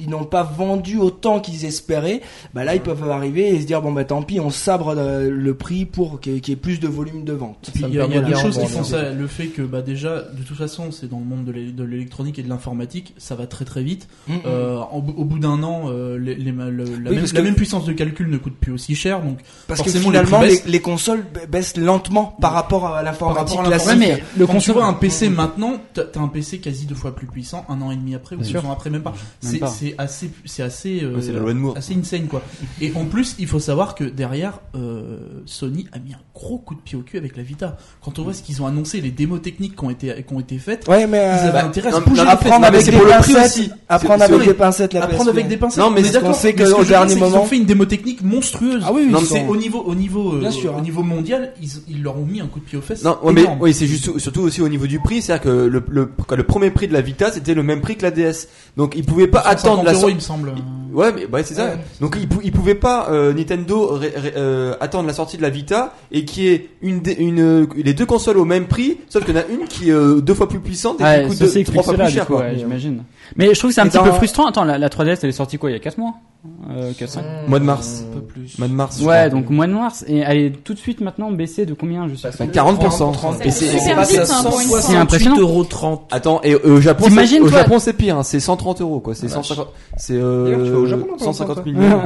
B: ils n'ont pas vendu autant qu'ils espéraient. Bah là, ils peuvent arriver et se dire bon bah tant pis, on sabre euh, le prix pour qu'il y ait- qu'il y ait plus de volume de vente.
G: Puis,
A: Ça me
G: Il y a,
A: fait
G: il y a deux
A: mal.
G: choses qui
A: Bon,
G: font
A: bon,
G: ça. Le fait que, bah, déjà, de toute façon, c'est dans le monde de l'é- de l'électronique et de l'informatique, ça va très très vite.
B: Mm, mm.
G: Euh, en- au bout d'un an, euh, les- les- le- la, même,
B: parce
G: la
B: que-
G: même puissance de calcul ne coûte plus aussi cher. Donc,
B: Parce que
G: Forcément, les prix
B: finalement, les,
G: baissent.
B: les consoles ba- baissent lentement par rapport à l'informatique
G: Par rapport à
B: classique.
G: l'informatique.
D: Ouais, mais le
G: quand
D: console-
G: tu vois un PC maintenant, t'as t'as un PC quasi deux fois plus puissant, un an et demi après ou
D: Bien
G: deux
D: sûr.
G: ans après, même pas. C'est
D: pas.
G: c'est assez, c'est assez, euh,
C: Ouais, c'est la loi de Moore.
G: assez insane quoi. Et en plus, il faut savoir que derrière, euh, Sony a mis un gros coup de pied au cul avec la Vita. Quand on voit ce qu'ils ont annoncé, les démos techniques qui ont été, qui ont été faites,
B: Ouais, mais
G: ils
B: euh,
G: avaient
B: bah,
G: intérêt à se
C: non,
G: bouger
C: non,
G: la
C: fait,
B: apprendre
C: non, mais
B: avec
C: c'est
B: des
C: pour le prix
B: pincettes,
C: aussi.
B: apprendre
C: C'est-
B: avec
G: oui.
B: des pincettes la
G: Apprendre
B: PS,
G: avec
B: ouais.
G: des pincettes.
C: Non, mais
G: on est
C: c'est
G: d'accord.
B: qu'on sait
G: Mais
B: que
G: ce
B: au
G: je veux dire,
B: dernier
G: c'est qu'ils
B: moment-
G: ont fait une démo technique monstrueuse.
B: Ah oui, oui,
C: Non,
B: ils
C: mais c'est
B: sont-
G: Au niveau, au niveau, euh,
B: Bien sûr, hein.
G: au niveau mondial, ils, ils leur ont mis un coup de pied aux fesses.
C: Non, ouais, mais
G: énorme.
C: oui, c'est juste surtout aussi au niveau du prix, c'est-à-dire que le, le, quand le premier prix de la Vita, c'était le même prix que la DS. Donc ils pouvaient pas
G: 150
C: attendre la
G: euros,
C: sortie.
G: il me semble.
C: Ouais, mais ouais, c'est ça.
B: Ouais.
C: Donc ils, pou- ils pouvaient pas euh, Nintendo ré- ré- euh, attendre la sortie de la Vita et qui est une des- une euh, les deux consoles au même prix, sauf qu'il y en a une qui est euh, deux fois plus puissante et
D: Ouais,
C: qui coûte
D: ça
C: deux,
D: c'est
C: trois fois
D: cela,
C: plus
D: du
C: cher
D: coup,
C: quoi.
D: ouais, j'imagine. Mais je trouve que c'est un
B: Et
D: petit
B: dans-
D: peu frustrant. Attends, la, la 3DS elle est sortie quoi, il y a 4 mois euh, 4, 5
H: Ah,
C: Mois de mars.
G: Un peu plus.
C: Mois de mars. je
D: Ouais,
C: crois.
D: donc mois de mars, et elle est tout de suite maintenant baissée de combien je sais
H: Bah,
D: pas.
C: Enfin, 40%.
E: Ça
C: Et
E: fait
C: c'est-
E: super
H: passe
E: vite,
H: à
E: hein, pour une fois.
D: C'est impressionnant.
H: euros 30.
C: Attends, et euh, au Japon, c'est,
D: T'imagines,
C: au
D: toi-
C: Japon c'est pire, hein, c'est 130 euros quoi, c'est 150, c'est
A: Ah, D'ailleurs, tu vas au
C: euh,
A: Japon, non, toi, toi
C: 150
A: Ah,
D: (laughs)
H: Ah,
C: millions.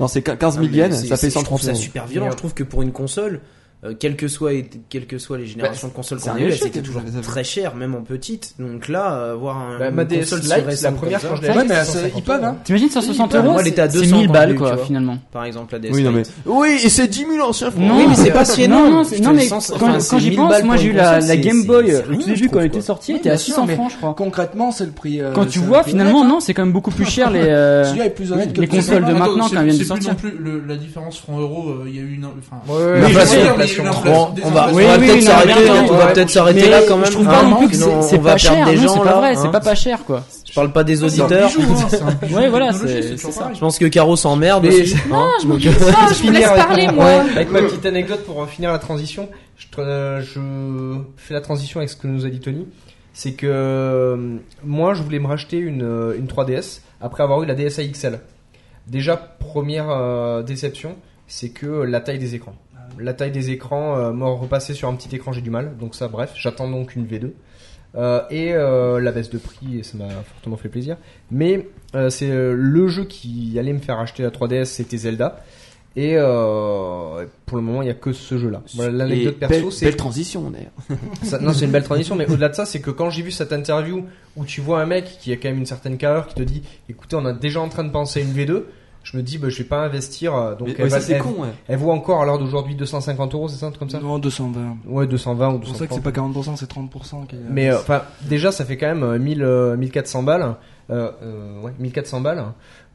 C: non, c'est 15 millions, ça fait
H: Je trouve
C: 130
H: ça
C: euros.
H: super violent.
A: Mais,
H: Je trouve que pour une console, euh, quelles que soient quelles que soient les
D: Bah,
H: générations de consoles qu'on a eues, elles
D: hein,
H: étaient toujours
C: les
H: très chères, même en petite. Donc là, euh, avoir un,
A: Bah,
H: une
A: ma DS
H: console
A: Lite,
H: sur
A: c'est la première
H: comme
A: quand
H: ça,
A: je l'ai
B: Ouais,
A: acheté,
B: mais
A: c'était
B: c'est
A: 150
B: hyper, hein.
D: T'imagines 160 euros
H: Bah, Moi, elle était à
D: C'est 1000
H: 200 quand je l'ai
D: balles,
H: eu, tu
D: quoi,
H: vois.
D: finalement.
H: par exemple la DS
C: Oui, non, mais...
H: Lite.
C: oui, et c'est 10 000 anciens francs.
D: Non,
H: oui, mais c'est pas si énorme.
D: Non, non, c'est- non, mais quand,
H: Enfin,
D: quand
H: c'est
D: j'y
H: 1000
D: pense,
H: balles
D: moi
H: pour
D: j'ai eu
H: une
D: la,
H: console,
D: la
H: c'est-
D: Game
H: c'est-
D: Boy
H: c'est
D: euh, au tout
H: rien, je
D: début quand
H: trouve,
D: elle était
H: quoi.
D: sortie, elle
B: Oui,
D: était
B: bien
D: à
B: sûr,
D: 600
B: mais-
D: francs, je crois.
B: Quand concrètement, c'est le prix. euh,
D: Quand
B: c'est
D: tu
B: un
D: vois,
B: prix
D: finalement,
B: honnête,
D: non, c'est quand même beaucoup plus cher les.
B: hein.
D: euh,
B: Celui-là est plus honnête que
D: les
B: le
D: consoles
B: précédent.
D: de maintenant, quand
G: c'est
D: elles
G: plus-
D: viennent de
G: c'est plus
D: sortir.
G: non plus le- la différence franc-euro, euh, il y a eu une. Enfin,
A: Ouais, ouais,
H: Oui,
A: ouais.
H: bah,
A: Ouais,
H: c'est-
G: l'inflation.
H: Bon, on va,
D: Oui,
H: on va
D: oui,
H: peut-être
D: non,
H: s'arrêter,
D: mais
H: on va
D: ouais.
H: peut-être s'arrêter
D: Mais
H: là quand même.
D: Je trouve
H: hein,
D: pas non plus que
H: sinon
D: c'est
H: on
D: c'est
H: va
D: pas
H: perdre
D: cher.
H: des
D: Non,
H: gens
D: c'est
H: là,
D: pas vrai,
H: hein.
D: c'est pas pas cher, quoi.
H: Je parle pas des
G: C'est un
H: auditeurs.
G: bijou, hein, c'est un bijou
D: Ouais, voilà,
G: technologique,
D: c'est-
G: c'est
D: c'est
G: toujours
D: ça.
G: pareil.
H: Je pense que Caro s'emmerde
A: Mais-
H: aussi. hein.
E: je m'occupe pas, je vous laisse parler, moi.
A: Avec Bah, ma petite anecdote pour euh, finir la transition, je, tra- euh, je fais la transition avec ce que nous a dit Tony. C'est que euh, moi, je voulais me racheter une, euh, une 3DS après avoir eu la DSi XL. Déjà, première euh, déception, c'est que euh, la taille des écrans. La taille des écrans, euh, moi, repasser sur un petit écran, j'ai du mal. Donc ça, bref, j'attends donc une V2. Euh, et euh, la baisse de prix, et ça m'a fortement fait plaisir. Mais euh, c'est euh, le jeu qui allait me faire acheter la 3DS, c'était Zelda. Et euh, pour le moment, il n'y a que ce jeu-là. Voilà, l'anecdote
C: Et
A: perso,
C: belle,
A: c'est
C: belle transition d'ailleurs.
A: ça- non, c'est une belle tradition, mais au-delà de ça, c'est que quand j'ai vu cette interview où tu vois un mec qui a quand même une certaine carrière qui te dit écoutez, on est déjà en train de penser à une V2, je me dis bah, je vais pas investir. euh, Donc
C: Mais-
A: elle,
C: mais
A: va-
C: ça c'est
A: elle-
C: con. ouais.
A: elle vaut encore à l'heure d'aujourd'hui 250 euros, c'est ça, un truc comme ça
B: Non, 220.
A: Ouais, 220 ou
B: C'est pour ça
A: 250.
B: que c'est pas 40%, c'est 30% qui est-
A: Mais euh, enfin, déjà, ça fait quand même euh, 1000, euh, 1400 balles. Euh, euh, ouais, 1400 balles.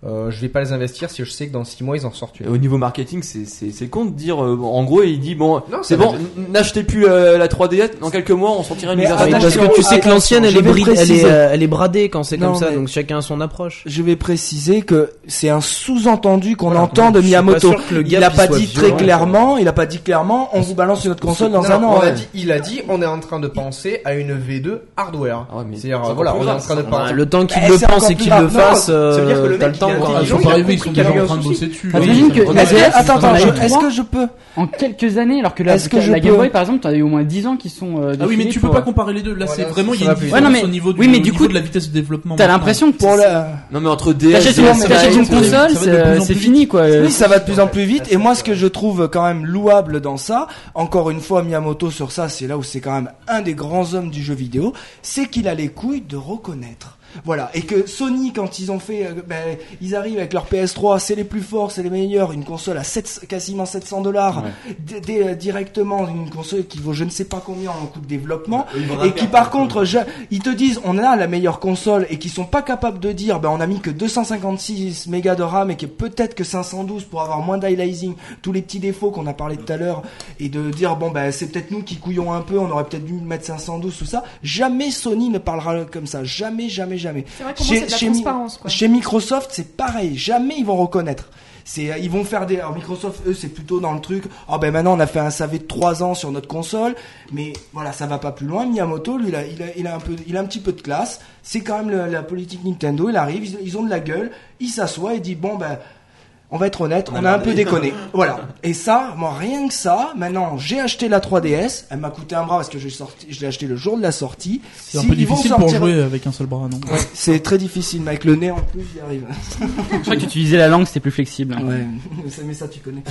A: Euh, je vais pas les investir si je sais que dans 6 mois ils en sortent. une.
C: Au niveau marketing, c'est- c'est c'est con de dire. euh, bon, en gros, il dit bon,
A: Non,
C: c'est
A: ça
C: bon, n- n'achetez plus euh, la, la 3DS. Dans quelques mois, on sortira une
B: Mais
C: mise à
H: Oui,
C: jour.
H: parce que
B: attention,
H: tu sais que l'ancienne elle
B: je
H: est
B: vais
H: bride- elle est,
B: préciser.
H: euh, elle est bradée quand c'est comme
B: Non,
H: ça,
B: mais-
H: Ah, donc chacun a son approche.
B: Je vais préciser que c'est un sous-entendu qu'on entend de
H: Je suis pas
B: Miyamoto.
H: sûr que le
B: Il
H: gap,
B: a
H: il
B: pas
H: soit
B: dit
H: violent,
B: très clairement, il a pas dit clairement, on vous balance sur notre console dans
A: Non,
B: un an. hein.
A: on a
B: ouais.
A: dit- il a dit, on est en train de penser à une V2 hardware.
C: Ah ouais, mais
A: C'est-à-dire,
C: c'est
A: euh, voilà,
C: encore
A: on est en
C: grave,
A: train de
C: ça.
A: parler.
H: Ah, le temps qu'il
B: Eh,
H: le
B: c'est
H: pense
B: encore
H: et
B: plus
H: qu'il
B: grave.
H: le
B: Non,
H: fasse,
A: ça veut dire que le
H: euh, t'as
A: mec,
H: le temps.
A: il a- il a-
H: quoi.
G: Ils sont
A: il
G: pas
A: a
G: arrivés, ils
A: compris
G: sont
A: qu'il y
G: déjà
A: avait
G: en
A: un
G: train de
A: souci.
G: bosser dessus.
D: Ah,
G: Oui,
D: t'imagines
G: ils sont
D: que
G: en train de
D: la
G: bosser.
D: DS
B: Attends, attends,
D: Attends,
B: je-
D: mais-
B: est-ce que je peux
D: En quelques années, alors que la,
B: Est-ce que je
D: la Game
B: peux-
D: Boy, par exemple, t'as eu au moins 10 ans qui
G: Ah
D: sont. euh,
G: oui, mais
D: dessinés
G: tu peux
D: pour-
G: pas comparer les deux. Là,
A: Voilà,
G: c'est vraiment, il y
A: ça
G: a une
A: va plus
G: différence
A: vite.
D: Ouais, non, mais-
G: au niveau, du,
D: oui, mais
G: au
D: du
G: niveau
D: coup,
G: de la vitesse de développement.
D: T'as
G: maintenant.
D: l'impression que
B: pour la
C: Non mais entre DS.
D: T'achètes
B: Non,
D: une,
B: mais
D: t'achètes
B: ça
D: une
B: va être-
D: console,
G: ça va de plus
D: c'est
G: en
D: c'est
G: plus
D: fini quoi.
B: Oui, ça va de plus en plus vite. Et moi, ce que je trouve quand même louable dans ça, encore une fois, Miyamoto sur ça, c'est là où c'est quand même un des grands hommes du jeu vidéo, c'est qu'il a les couilles de reconnaître. Voilà. Et que Sony, quand ils ont fait, euh, ben, ils arrivent avec leur PS3, c'est les plus forts, c'est les meilleurs, une console à 7, quasiment 700 dollars, euh, directement une console qui vaut je ne sais pas combien en coût de développement, et qui par contre, je- ils te disent on a la meilleure console et qui sont pas capables de dire ben on a mis que 256 mégas de RAM et que peut-être que 512 pour avoir moins d'highlighting, tous les petits défauts qu'on a parlé tout à l'heure et de dire bon ben c'est peut-être nous qui couillons un peu, on aurait peut-être dû mettre 512 tout ça. Jamais Sony ne parlera comme ça, jamais jamais jamais.
E: C'est vrai qu'on manque de la
B: Mi-
E: transparence, quoi.
B: chez Microsoft, c'est pareil, jamais ils vont reconnaître. C'est, euh, ils vont faire des. Alors Microsoft, eux, c'est plutôt dans le truc. Ah ben maintenant, on a fait un SAV de 3 ans sur notre console, mais voilà, ça va pas plus loin. Miyamoto, lui, il a, il a, il a un peu, il a un petit peu de classe. C'est quand même le- la politique Nintendo. Il arrive, ils, ils ont de la gueule, il s'assoit et dit bon ben. On va être honnête, on a un peu déconné. Voilà. Et ça, moi, rien que ça, maintenant, j'ai acheté la 3DS. Elle m'a coûté un bras parce que j'ai sorti, je l'ai acheté le jour de la sortie.
G: C'est un
B: Si
G: peu
B: ils vont
G: difficile pour
B: sortir-
G: jouer avec un seul bras, non
B: Ouais, c'est très difficile, mais avec le nez en plus, j'y arrive.
D: Je crois que tu utilisais la langue, c'était plus flexible.
B: Ouais, mais ça tu connais.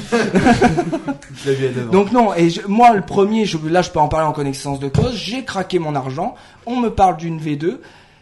C: Je l'ai vu à deux ans.
B: Donc non, et je- moi le premier, je, là je peux en parler en connaissance de cause, j'ai craqué mon argent, on me parle d'une V2,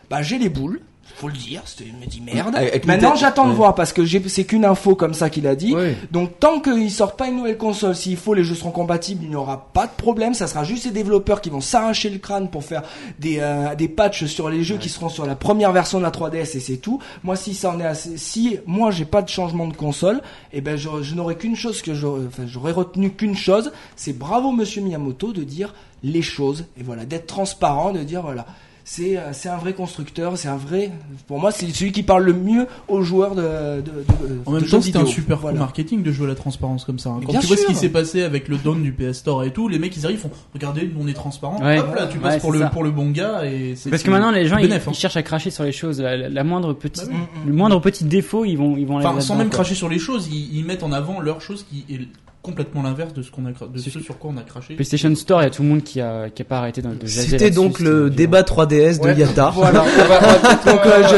B: bah j'ai les boules, faut le dire, c'était- je me dis merde.
C: Avec- avec
B: Maintenant
C: une tête,
B: j'attends de
C: ouais.
B: voir parce que j'ai- c'est qu'une info comme ça qu'il a dit.
A: Oui.
B: Donc tant qu'ils sortent pas une nouvelle console, s'il faut les jeux seront compatibles, il n'y aura pas de problème, ça sera juste les développeurs qui vont s'arracher le crâne pour faire des, euh, des patchs sur les jeux qui seront sur la première version de la 3DS et c'est tout. Moi si ça en est assez, si moi j'ai pas de changement de console, eh ben je, je n'aurais qu'une chose que j'aurais enfin, j'aurais retenu qu'une chose, c'est bravo monsieur Miyamoto de dire les choses et voilà, d'être transparent, de dire voilà, c'est euh, c'est un vrai constructeur, c'est un vrai pour moi c'est celui qui parle le mieux aux joueurs de de, de-
G: En
B: de
G: même
B: jeux
G: temps, c'était un
B: vidéo.
G: super coup
B: Voilà.
G: marketing de jouer à la transparence comme ça. hein.
B: Mais
G: Quand
B: bien
G: tu vois ce qui
B: sûr.
G: s'est passé avec le down du PS Store et tout, les mecs ils arrivent, ils font regardez, nous on est transparent.
D: Ouais.
G: Hop là, tu passes
D: Ouais,
G: pour
D: c'est
G: le
D: ça.
G: pour le bon gars et c'est
D: Parce que
G: c'est-
D: maintenant les gens
G: c'est
D: ils,
G: bénef, hein.
D: ils cherchent à cracher sur les choses, la, la- la moindre petite, le moindre petit défaut ils vont ils vont
G: Enfin,
D: aller
G: sans
D: là-dedans,
G: même
D: quoi.
G: cracher sur les choses, ils, ils mettent en avant leurs choses qui est complètement l'inverse de ce qu'on a cra- de
D: C'est
G: ce sur quoi on a craché.
D: PlayStation Store, il y a tout le monde qui a, qui a pas arrêté de, de jaser
H: C'était
D: là-dessus,
H: donc
D: c'est-
H: le débat 3DS de
A: Ouais.
H: Yata.
A: Voilà, on va- on va peut-être-
B: (laughs) Donc, euh,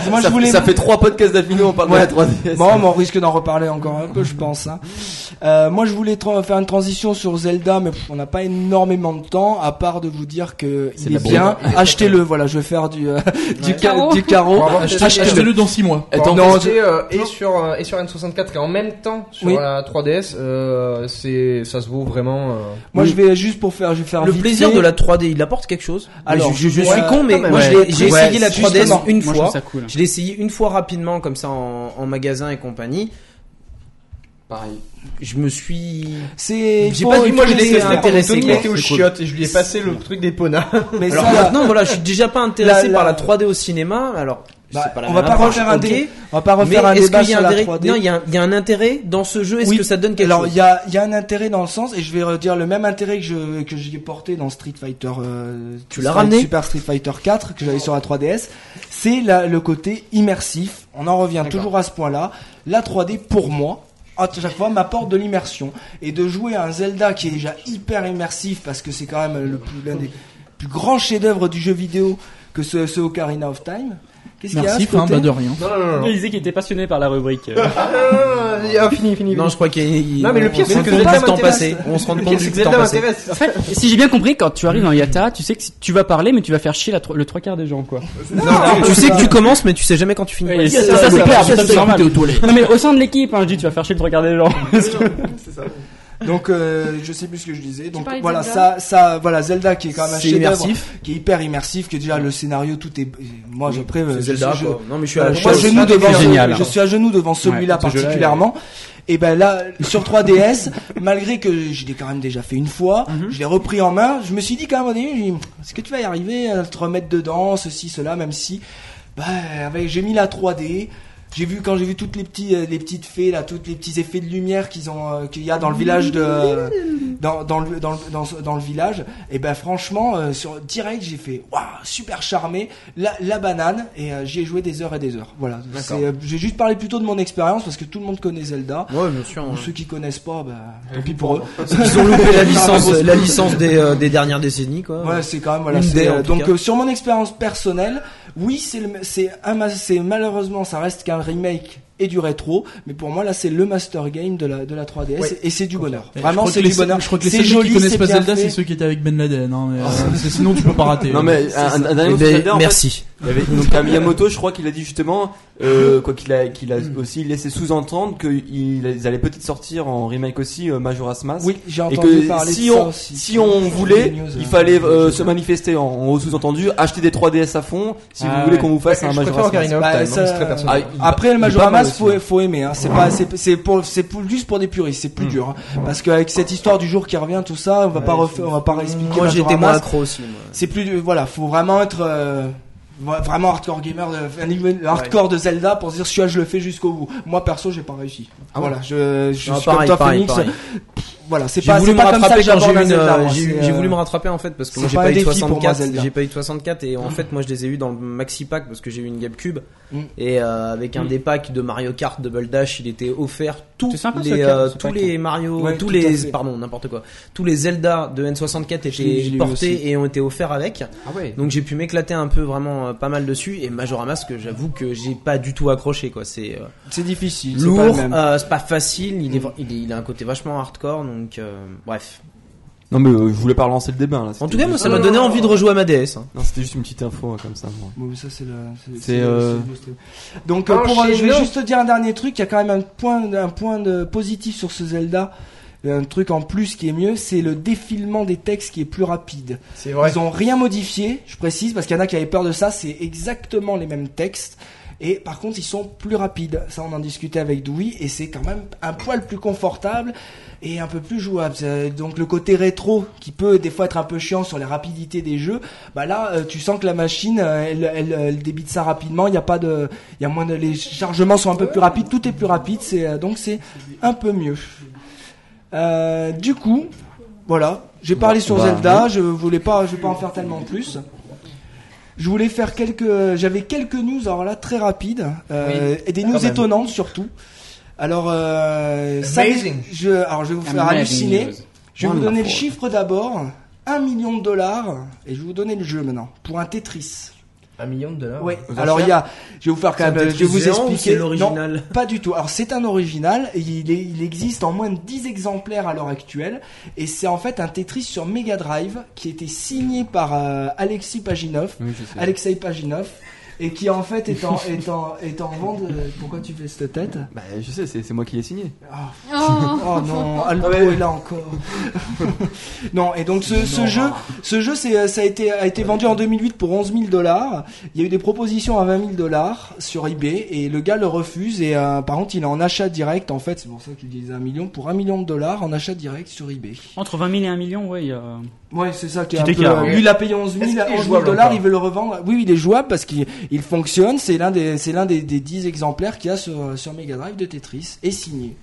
B: je, moi,
C: Ah, ça,
B: je voulais.
C: ça fait trois podcasts d'affilée, on parle de la 3DS.
B: Bon, mais on risque d'en reparler encore un peu, je pense. hein. Euh, moi, je voulais tra- faire une transition sur Zelda, mais pff, on n'a pas énormément de temps, à part de vous dire que
D: C'est
B: il
D: de
B: est
D: la
B: bien. (laughs) Achetez-le, voilà, je vais faire du, euh, (laughs) du, ca-
E: Carreau.
B: du carreau.
A: On va voir
G: Achetez-
A: peut-être-
B: Achetez-le.
G: Achetez-le dans 6 mois.
A: Attends,
B: Non,
A: tester, euh, et sur euh, et sur N64 et en même temps sur
B: Oui.
A: la 3DS, euh, c'est ça se vaut vraiment. euh,
B: Moi, je vais juste pour faire, je vais faire
H: Le
B: vite
H: plaisir
B: fait.
H: de la 3D, il apporte quelque chose.
B: Alors,
H: Alors, je, je- je
B: ouais,
H: suis con, mais
A: quand même,
H: moi, je
D: ouais.
H: l'ai- j'ai
B: Ouais,
H: essayé la 3DS
B: justement.
H: une
D: Moi, je
H: fois.
D: trouve ça cool. hein.
H: Je l'ai essayé une fois rapidement, comme ça, en, en magasin et compagnie.
C: Pareil.
H: Je me suis.
B: C'est. il
H: J'ai
B: faut-
H: pas dit-
B: il faut
H: moi, je l'ai
B: laisser
H: testé
B: un-
H: pour Intéressé,
A: Tony
H: quoi.
A: était aux
H: C'est cool.
A: chiottes et je lui ai passé le truc des ponas.
B: Mais
H: Alors
B: ça,
H: maintenant, voilà, je suis déjà pas
B: La-
H: intéressé
B: la-
H: par la 3D au cinéma. Alors,
B: Bah,
H: c'est pas la
B: on
H: même
B: va pas
H: approche,
B: refaire un
H: ok.
B: dé- on va pas refaire
H: Mais
B: un
H: est-ce
B: débat
H: qu'il y
B: sur
H: a un
B: la
H: intérêt-
B: 3D.
H: Non, il y, a un- il y a un intérêt dans ce jeu. Est-ce
B: Oui.
H: que ça donne quelque
B: Alors
H: chose
B: il y a, il y a un intérêt dans le sens et je vais redire le même intérêt que je que j'y ai porté dans Street Fighter. euh,
H: Tu l'as
B: Street-
H: ramené
B: Super Street Fighter 4 que j'avais sur la 3DS. C'est la- le côté immersif. On en revient toujours à ce point-là. La 3D pour moi à chaque fois m'apporte de l'immersion et de jouer à un Zelda qui est déjà hyper immersif parce que c'est quand même le plus l'un des plus grands chefs-d'œuvre du jeu vidéo que ce, ce Ocarina of Time. Qu'est-ce qu'il y a à
G: Merci,
B: ce
G: fin,
B: côté
G: bah de rien.
A: Non non non.
D: Il disait qu'il était passionné par la
G: (laughs)
D: rubrique. euh,
A: Ah, fini fini.
H: Non, je crois qu'il y a.
A: Non, mais le pire,
H: on
A: c'est
H: se rend
A: que
H: compte
A: Zelda
H: du temps
A: m'intéresse.
H: passé. On (laughs) se rend
A: Le
H: compte
A: pire, c'est
H: du
A: que
H: temps
A: Zelda
H: passé.
A: m'intéresse.
D: si j'ai bien compris, quand tu arrives dans Yata, tu sais que tu vas parler, mais tu vas faire chier la tro- le trois quarts des gens, quoi.
H: Tu sais que tu commences, mais tu sais jamais quand tu finis.
D: Et ça,
G: ça,
D: ça, c'est
G: ça,
D: clair,
G: ça,
D: mais ça,
G: ça,
D: c'est
G: ça,
D: normal.
G: t'es aux toilettes.
D: Non, mais au sein de l'équipe, hein, je dis, tu vas faire chier le trois quarts des gens. Parce que-
B: Donc euh, je sais plus ce que je disais. Donc
E: parlais de
B: voilà
E: Zelda
B: ça ça voilà Zelda qui est quand même un
H: C'est
B: chef-d'œuvre
H: immersif.
B: qui est hyper immersif que déjà le scénario tout est moi je prévu
H: C'est Zelda,
B: je,
H: quoi. Non, mais Euh, je suis à
B: voilà,
H: la
B: je suis à genoux
H: chasse.
B: devant
D: c'est
B: ce-
D: génial.
B: je suis à genoux devant celui-là
D: Ouais, ce jeu-là,
B: particulièrement et ben là sur 3DS malgré que je l'ai quand même déjà fait une fois je l'ai repris en main je me suis dit quand même au début j'ai dit, est-ce que tu vas y arriver à te remettre dedans ceci cela même si bah avec j'ai mis la 3D j'ai vu quand j'ai vu toutes les petits euh, les petites fées là, toutes les petits effets de lumière qu'ils ont euh, qu'il y a dans le village de euh, dans dans le dans le, dans, ce- dans le village et ben franchement euh, sur direct j'ai fait waouh super charmé la la banane et euh, j'y ai joué des heures et des heures. Voilà, c'est
H: D'accord.
B: euh, j'ai juste parlé plutôt de mon expérience parce que tout le monde connaît Zelda.
H: Ouais, bien sûr.
B: Ou
H: hein.
B: Ceux qui connaissent pas, bah, tant pis pour eux.
H: Ils ont loupé la licence, la licence des, euh, des dernières décennies, quoi.
B: Ouais, c'est quand même voilà.
H: Une
B: c'est,
H: des, en
B: euh,
H: tout
B: donc
H: cas.
B: euh, sur mon expérience personnelle, oui, c'est le- c'est un ma- c'est malheureusement ça reste qu'un remake et du rétro, mais pour moi là c'est le master game de la de la 3DS
A: Ouais.
B: et c'est du bonheur.
G: Et
B: Vraiment
G: je crois
B: c'est
G: que les
B: du
G: seuls-
B: bonheur.
G: Je crois que les
B: C'est
G: seuls qui
B: joli,
G: connaissent
B: c'est
G: pas
B: bien
G: Zelda, c'est
B: fait.
G: ceux qui étaient avec Ben Laden. hein,
B: (laughs)
G: mais, euh, parce que sinon, tu peux pas rater.
C: Non mais un, un- un dernier
H: Eh
C: mot sur
H: ben,
C: Zelda, en fait.
H: merci.
C: Il y avait donc, à Miyamoto, je crois qu'il a dit justement, euh, quoi qu'il a, qu'il a aussi laissé sous-entendre qu'ils allaient peut-être sortir en remake aussi euh, Majora's Mask.
B: Oui, j'ai
C: Et
B: entendu
C: que
B: parler
C: si
B: de ça
C: on,
B: aussi.
C: si on
B: Sur les
C: voulait,
B: news,
C: il
B: euh,
C: fallait euh,
B: je sais
C: se
B: pas.
C: manifester en, en haut sous-entendu, acheter des 3DS à fond si
D: Ah
C: vous voulez
D: ouais.
C: qu'on vous fasse un
A: Je préfère
C: Majora's Mask.
A: Ocarina of
B: Bah,
A: Time,
B: ça-
A: hein, c'est très
C: Ah,
A: personnel.
C: il-
B: Après le
C: il est pas mal
B: Majora's Mask,
C: aussi.
B: faut, faut aimer. Hein. C'est pas, c'est, c'est pour, c'est pour, juste pour des puristes, c'est
H: Hmm.
B: plus dur. hein. Parce qu'avec cette histoire du jour qui revient, tout ça, on va pas refaire, on va pas réexpliquer.
H: Moi, j'étais
B: Majora's
H: moins
B: Mask.
H: accro aussi, moi.
B: C'est plus, du- voilà, faut vraiment être euh, vra- vraiment hardcore gamer, de, un niveau- un hardcore de Zelda pour se dire celui-là je le fais jusqu'au bout. Moi perso, j'ai pas réussi.
H: Ah
B: voilà, je, je
H: Non,
B: suis comme toi, Phoenix. Voilà, c'est
H: J'ai
B: pas,
H: voulu
B: c'est
H: me
B: pas comme ça que
H: rattraper quand j'ai
B: j'aborde
H: eu
B: un
H: une,
B: Zelda,
H: euh,
B: moi,
H: j'ai eu-
B: c'est,
H: j'ai
B: euh,
H: voulu me rattraper en fait parce que moi
B: c'est
H: j'ai
B: pas
H: pas,
B: un
H: eu
B: défi pour moi,
H: 64,
B: Zelda.
H: j'ai pas eu 64 et en fait moi je les ai eu dans le maxi pack parce que j'ai eu une GameCube
B: Mm.
H: et euh, avec un des packs de Mario Kart Double Dash, il était offert tous
D: C'est sympa, ce
H: les
D: pack,
H: euh,
D: ce
H: tous
D: pack.
H: les Mario
B: Ouais,
H: tous
B: tout à
H: les
B: fait.
H: pardon, n'importe quoi. Tous les Zelda de N64
B: Je l'ai- je l'ai
H: étaient
B: eu
H: portés
B: aussi.
H: et ont été offerts avec.
C: Ah ouais.
H: Donc j'ai pu m'éclater un peu vraiment euh, pas mal dessus et Majora Mask, j'avoue que j'ai pas du tout accroché quoi, c'est euh,
B: C'est difficile. c'est pas le
H: lourd,
B: même. Mm.
H: euh, c'est pas facile, il est vra- il est- il a un côté vachement hardcore donc euh, bref.
C: Non mais euh, je voulais pas relancer le débat là.
H: En
C: C'était
H: tout cas, moi,
C: juste-
H: ça m'a donné envie de rejouer à ma DS. hein.
C: Non, c'était juste une petite info hein, comme ça. moi.
B: Bon, mais ça, c'est le- c'est-
C: C'est,
B: c'est-
C: euh,
B: c'est- c'est- Donc, euh, pour, euh, je vais
A: Enchaînons.
B: juste te dire un dernier truc. Il y a quand même un point, un point de positif sur ce Zelda. Euh, Un truc en plus qui est mieux, c'est le défilement des textes qui est plus rapide.
A: C'est vrai.
B: Ils ont rien modifié, je précise, parce qu'il y en a qui avaient peur de ça. C'est exactement les mêmes textes. Et par contre, ils sont plus rapides. Ça, on en discutait avec Dewey, et c'est quand même un poil plus confortable et un peu plus jouable. C'est- Donc le côté rétro, qui peut des fois être un peu chiant sur les rapidités des jeux, bah là, euh, tu sens que la machine, euh, elle, elle, elle débite ça rapidement. Il y a pas de, il y a moins de, les chargements sont un peu plus rapides, tout est plus rapide. C'est euh, donc c'est un peu mieux. Euh, du coup, voilà, j'ai parlé sur
C: bah,
B: Zelda. Je voulais pas, je vais pas en faire tellement plus. Je voulais faire quelques, j'avais quelques news alors là très rapides euh, et des
A: Quand
B: news
A: même.
B: étonnantes surtout. Alors, euh, ça-
A: Amazing.
B: je, alors, je vais vous faire halluciner. Je vais vous donner le chiffre d'abord. 1 million de dollars. Et je vais vous donner le jeu maintenant. Pour un Tetris.
A: Un million de dollars.
B: Ouais. Alors il y a, je vais vous faire quand même, je vais vous expliquer.
H: C'est l'original.
B: Non, (laughs) pas du tout. Alors c'est un original. et il, est- il existe en moins de 10 exemplaires à l'heure actuelle. Et c'est en fait un Tetris sur Mega Drive qui était signé par euh, Alexis Paginov, Alexei Paginov, et qui en fait est en, est en, est en vente. euh, Pourquoi tu fais cette tête
C: Bah, je sais, c'est c'est moi qui l'ai signé.
B: Ah,
E: Oh.
B: Oh non,
E: (laughs)
B: Alpo est là encore. non, et donc ce, ce jeu, ce jeu, c'est, euh, ça a été, a été vendu en 2008 pour 11 000 dollars. Il y a eu des propositions à 20 000 dollars sur eBay et le gars le refuse. Et euh, par contre, il est en achat direct. En fait, c'est pour ça qu'il disait un million pour un million de dollars en achat direct sur eBay.
D: (laughs) Entre 20 000 et 1 million, ouais. il y a- euh,
B: Ouais, c'est ça qui est
D: Petit
B: un peu,
D: écart,
B: euh,
D: ouais.
B: Lui, il a payé 11 000,
F: Est-ce qu'il est
B: 11 000
F: jouable
B: dollars,
F: encore
B: il veut le revendre. Oui, oui, il est jouable parce qu'il il fonctionne. C'est l'un des, c'est l'un des, des 10 exemplaires qu'il y a sur, sur Mega Drive de Tetris et signé.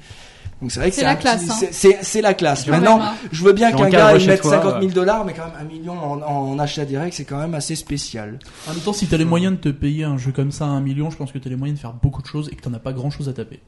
B: Donc c'est vrai que
E: C'est
B: c'est
E: la
B: un petit-
E: classe, hein.
B: c'est- C'est c'est la classe.
E: J'en ai
B: Maintenant,
E: marre.
B: je veux bien
D: Tu
B: qu'un
D: l'encadres
B: gars il
D: chez
B: mette
D: toi,
B: 50 000 dollars, mais quand même un million en, en achat direct, c'est quand même assez spécial.
G: En même temps, si t'as les moyens de te payer un jeu comme ça à un million, je pense que t'as les moyens de faire beaucoup de choses et que t'en as pas grand chose à taper.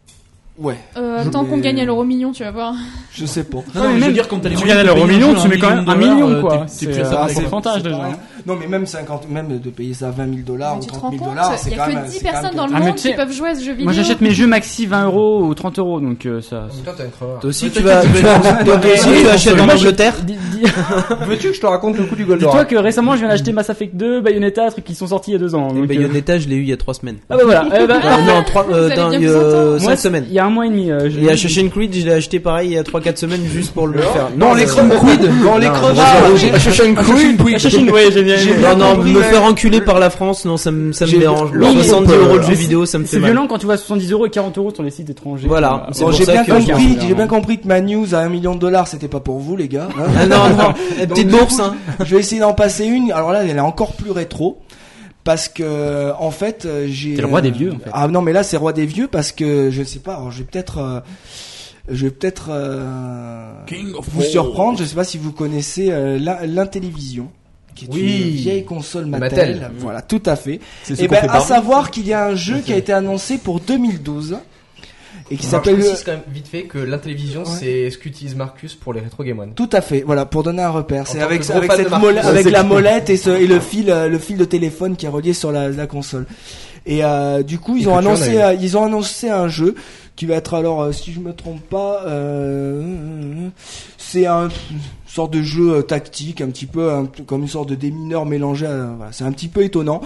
B: Ouais,
E: Euh,
B: Je
E: tant qu'on
B: l'ai-
E: gagne à l'euro million, tu vas voir.
B: je sais pas.
G: Non, mais je
D: Ouais, mais
G: veux
D: même-
G: dire, quand t'as les
D: tu
G: moyens
D: regardes
G: de te
D: l'euro
G: payer un
D: million,
G: jeu à
D: tu mets quand même un
G: dollar,
D: million,
G: euh,
D: quoi.
G: t'es-
D: C'est,
G: t'es plus
D: euh,
G: à
D: ça
G: ça.
D: va,
B: c'est-
D: c'est pourcentage,
B: c'est
D: déjà,
B: pas
D: hein.
B: rien. Non, mais même 50, même de payer ça 20 000 dollars
E: Mais
B: ou
E: tu te
B: 30
E: rends
B: 000
E: compte
B: dollars,
E: Il
B: c'est
E: y a
B: quand
E: que
B: même.
E: 10
B: c'est quand
E: personnes
B: même-
E: dans le
D: Ah, mais
E: monde
D: tu sais,
E: qui peuvent jouer à ce jeu vidéo.
D: Moi j'achète mes jeux maxi 20 euros ou 30 euros, donc euh, ça.
A: Donc Toi, t'es un crevard.
H: Toi aussi,
G: Ouais,
H: tu
G: t'inquiète,
H: vas, tu
G: tu vas-
H: vas- toi aussi, tu achètes en Angleterre.
D: Dis- dis-
A: Veux-tu que je te raconte le coup du
D: Dis-toi
A: Goldorak
D: que récemment je viens d'acheter Mass Effect 2, Bayonetta, trucs qui sont sortis il y a deux ans.
H: Et
D: donc, euh,
H: Bayonetta, je l'ai eu il y a 3 semaines.
D: Ah bah
H: (laughs)
D: voilà. eh bah,
H: Euh, non, 3,
E: Vous avez
H: dans,
E: bien pris son temps.
H: euh, 5
D: moi,
H: semaines.
D: Il y a un mois et demi. euh, je-
H: Et Assassin's Creed, je l'ai acheté pareil il y a 3-4 semaines juste pour le faire.
B: Dans les crevards, dans les
H: Non,
B: crevards, j'ai-
D: Assassin's ouais, j'ai bien
B: J'ai-
D: aimé.
H: Non, non,
B: compris,
H: me
B: ouais.
H: faire enculer par la France, non, ça me, ça me
B: J'ai-
H: dérange.
B: Oui, on
H: 70
B: peut-
H: euros de jeux
B: c'est-
H: vidéo, ça me fait
D: C'est
H: mal.
D: violent quand tu vois 70 euros et 40 euros sur les sites étrangers.
H: Voilà.
D: Euh,
H: C'est
B: Bon,
H: pour
B: j'ai
H: ça
B: bien
H: que je
B: compris,
D: regarde.
B: j'ai bien compris que ma news à un million de dollars, c'était pas pour vous, les gars. hein.
H: Ah non,
B: (laughs)
H: non, la
B: Donc,
H: (laughs) petite
B: du
H: bourse,
B: coup,
H: hein.
B: Je vais essayer d'en passer une. Alors là, elle est encore plus rétro. Parce que, en fait, euh, j'ai.
D: T'es le roi des
B: euh,
D: vieux, en fait.
B: Ah non, mais là, c'est roi des vieux parce que je sais pas. Alors, je vais peut-être. euh, je vais peut-être. euh,
G: King of
B: vous
G: War.
B: surprendre. Je sais pas si vous connaissez euh, l'in- l'Intellivision. Qui est
A: Oui.
B: une vieille console Mattel.
A: Mattel.
B: Voilà, tout à fait.
C: C'est ce
B: Et
C: qu'on fait
B: ben,
C: pas.
B: à savoir qu'il y a un jeu qui a été annoncé pour 2012 et
A: Alors,
B: qui
A: je
B: s'appelle.
A: précise quand même vite fait que la télévision,
B: Ouais.
A: c'est ce qu'utilise Marcus pour les rétro Game One.
B: Tout à fait, voilà, pour donner un repère. C'est
A: tant
B: avec,
A: que gros
B: avec,
A: fan
B: cette
A: de Marcus.
B: molle-
A: Ouais,
B: avec
C: c'est
A: (laughs)
B: la
C: clair.
B: molette et, ce, et le, fil, euh, le fil de téléphone qui est relié sur la, la console. Et euh, du coup, ils
A: Et
B: ont,
A: que tu en
B: annoncé,
A: as
B: euh, ils ont annoncé un jeu qui va être alors, euh, si je me trompe pas, euh, c'est un une sorte de jeu euh, tactique, un petit peu un- comme une sorte de démineur mélangé. à- voilà, c'est un petit peu étonnant.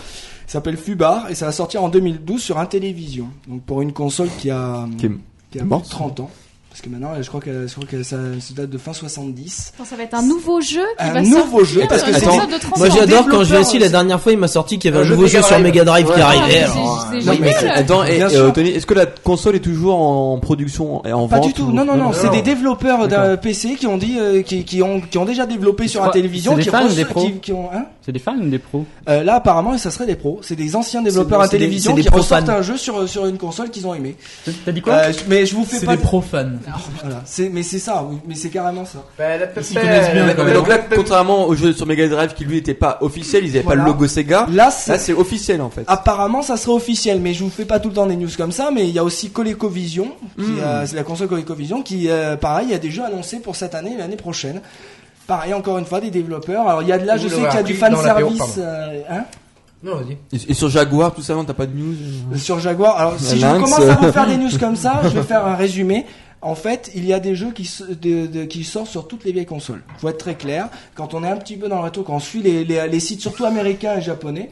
B: Ça s'appelle Fubar et ça va sortir en 2012 sur un télévision. Donc pour une console qui a
C: Qui est
B: qui a
C: morte.
B: 30 ans. Parce que maintenant, je crois que, je crois que ça, ça date de fin 70.
E: Attends, Ça va être un nouveau jeu qui
B: Un
E: va
B: nouveau jeu,
E: sortir
B: parce
E: sur
B: que
E: une
H: c'était-
E: console ben, de 30
H: Moi,
E: ans.
H: j'adore quand je l'ai
B: développeur,
H: assis, la dernière fois, il m'a sorti qu'il y avait
A: Un
H: un
A: jeu
H: nouveau jeu
A: Mega
H: sur
A: Drive.
H: Mega Drive qui
A: Ouais.
H: arrivait.
E: Ah,
H: alors,
E: C'est
C: Non,
E: c'est
C: mais
E: génial.
C: attends, et,
B: Bien
C: euh,
B: sûr.
C: Tony, est-ce que la console est toujours en production et en
B: Pas
C: vente
B: du tout,
C: ou-
B: non, non, non, c'est
A: non.
B: des développeurs d'un
C: D'accord.
B: PC qui ont dit, euh, qui, qui ont, qui ont déjà développé sur un
D: crois-
B: télévision,
D: c'est des
B: qui,
D: fans ou
B: reço-
D: des pros
B: qui- qui ont, hein
D: C'est des fans ou des pros
B: Euh, là, apparemment, ça serait des pros. C'est des anciens développeurs
H: C'est-
B: à
H: c'est des-
B: télévision
H: c'est des
B: qui
H: pros
B: ressortent
H: fans.
B: un jeu sur, sur une console qu'ils ont aimé.
D: T'as dit quoi
B: Euh, je- mais je vous fais
G: C'est
B: pas.
G: des profanes.
B: Voilà. C'est, mais c'est ça, oui, mais c'est carrément ça.
G: Ils connaissent bien, quand
C: Mais
G: même.
C: donc là, contrairement au jeu sur Mega Drive qui lui était pas officiel, ils avaient
B: Voilà.
C: pas le logo Sega.
B: Là, c'est Ah.
C: Là, c'est officiel en fait.
B: Apparemment, ça serait officiel, mais je vous fais pas tout le temps des news comme ça. Mais il y a aussi ColecoVision, qui, euh, c'est la console ColecoVision, qui, euh, pareil, il y a des jeux annoncés pour cette année et l'année prochaine. Pareil, encore une fois, des développeurs. Alors, il y a de là,
A: Vous
B: je sais
A: l'aurez
B: qu'il y a du
A: appris dans l'apéro,
B: fanservice,
A: pardon.
B: euh, hein,
A: Non, vas-y.
C: Et, et sur Jaguar, tout ça, non, t'as pas de news euh
B: sur Jaguar. Alors, si je
C: Lynx.
B: commence à vous faire des news comme ça, je vais faire un résumé. En fait, il y a des jeux qui, se- de- de- qui sortent sur toutes les vieilles consoles. Faut être très clair. Quand on est un petit peu dans le rétro, quand on suit les, les, les sites surtout américains et japonais,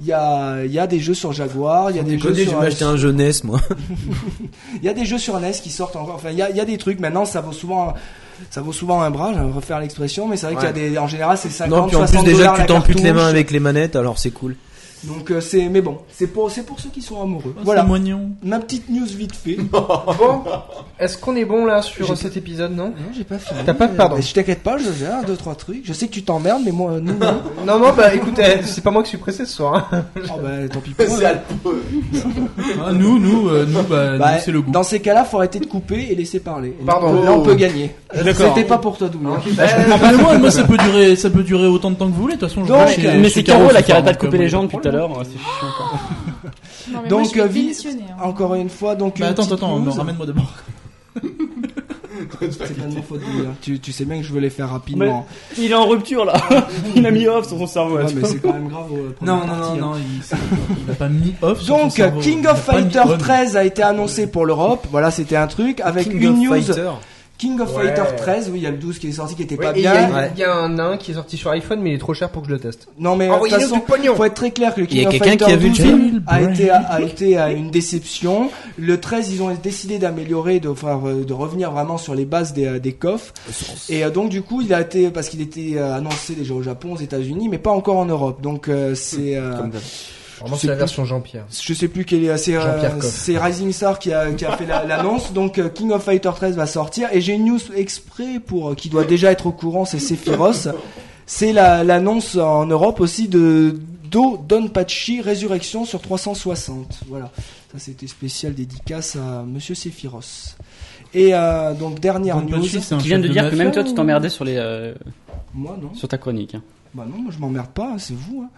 B: il y a, il y a des jeux sur Jaguar, il y a des jeux
H: Déconner, je
B: sur...
H: vais m'acheter un jeunesse, moi.
B: Il y a des jeux sur NES qui sortent encore. Enfin, il y a, il y a des trucs. Maintenant, ça vaut souvent, ça vaut souvent un bras. Je vais refaire l'expression, mais c'est vrai qu'il y a des. En général, c'est 50
H: Non, puis en plus,
B: 60
H: déjà
B: dollars
H: que tu
B: la
H: t'amputes les mains
B: cartouche.
H: avec les manettes, alors c'est cool.
B: Donc euh, c'est, mais bon, c'est pour, c'est pour ceux qui sont amoureux.
G: Oh,
B: voilà.
G: C'est moignon.
B: Ma petite news vite fait.
A: Bon, est-ce qu'on est bon là sur
B: J'ai-
A: cet épisode, non
B: Non, j'ai pas fini.
A: T'as pas- pardon.
B: Mais je t'inquiète pas, je- j'ai un, deux, trois trucs. Je sais que tu t'emmerdes, mais moi, nous,
G: (laughs)
B: non.
A: Non, non, bah écoute, eh, (laughs) c'est pas moi qui suis pressé ce soir. hein.
B: Oh, bah, tant pis pour eux.
G: Ah, nous, nous, euh, nous, bah,
B: Bah,
G: nous, c'est le goût.
B: Dans ces cas-là, faut arrêter de couper et laisser parler. Et
A: Pardon. Oh.
B: Là, on peut- là, on peut gagner.
G: D'accord.
B: C'était pas pour toi, Doumien.
A: bah,
G: Mais moi, moi, ça peut durer, ça peut durer
H: Euh,
G: autant de temps que vous voulez. De toute façon, je
B: Donc,
G: vais chez-
D: Mais
G: chez
D: c'est Caro là
G: ce
D: qui arrête
G: soir,
D: pas de
G: donc,
D: couper
G: euh,
D: les gens
G: moi,
D: depuis tout à l'heure, c'est chiant quoi.
E: Non, mais
B: Donc,
E: moi, je vais
B: euh, Vi-
E: démissionner, hein.
B: Encore une fois, donc.
G: Bah
B: une
G: attends,
B: petite
G: attends,
B: news.
G: non, ramène-moi d'abord.
B: C'est pas de ma faute, Guy, hein. tu, tu sais bien que je veux les faire rapidement.
D: Il est en rupture là. (laughs) Il a mis off sur son cerveau. là,
B: Ouais,
D: tu
B: mais
D: vois.
B: c'est quand même grave. euh, première
G: Non, non,
B: partie,
G: non,
B: hein.
G: non, il, c'est- il a pas mis off. sur
B: Donc,
G: son cerveau.
B: King
G: Il a
B: of
G: pas mis
B: Fighter
G: on.
B: 13 a été annoncé pour l'Europe. Voilà, c'était un truc. Avec
H: King
B: une
H: of
B: news.
H: Fighter.
B: King of
A: Ouais.
B: Fighter 13, oui, il y a le 12 qui est sorti qui était
A: Oui,
B: pas
A: et il y a-
B: bien.
A: il y, a un nain qui est sorti sur iPhone, mais il est trop cher pour que je le teste.
B: Non,
G: Ah
B: mais de toute
A: Envoyez-nous
B: façon,
A: du pognon
B: faut être très clair que le
H: Il y
B: King
H: a
B: of
H: quelqu'un
B: Fighter
H: qui a vu le
B: 12
G: film
B: a été, a été à une déception. Le 13, ils ont décidé d'améliorer, de, enfin, euh, de revenir vraiment sur les bases des, euh, des coffres. Et euh, donc, du coup, il a été, parce qu'il était euh, annoncé déjà au Japon, aux États-Unis, mais pas encore en Europe. Donc, euh, c'est, euh,
C: Comme d'hab.
A: Vraiment,
B: c'est
A: c'est la
B: plus-
A: version Jean-Pierre.
B: je sais plus quel est, c'est, euh,
A: Jean-Pierre Coff.
B: c'est Rising Star qui a, qui a fait la- l'annonce. Donc, euh, King of Fighter 13 va sortir. Et j'ai une news exprès pour, euh, qui doit déjà être au courant, c'est Sephiroth. C'est la- l'annonce en Europe aussi de Do Donpachi Résurrection sur 360. Voilà. Ça, c'était spécial dédicace à Monsieur Sephiroth. Et euh, donc, dernière
G: Donc,
B: news.
G: Pachi, c'est un
D: Qui vient
G: chef
D: de dire que
G: mafia
D: même toi tu
G: ou-
D: t'emmerdais sur les euh,
B: Moi, non.
D: sur ta chronique. hein.
B: Bah non, moi je m'emmerde pas, c'est vous. hein.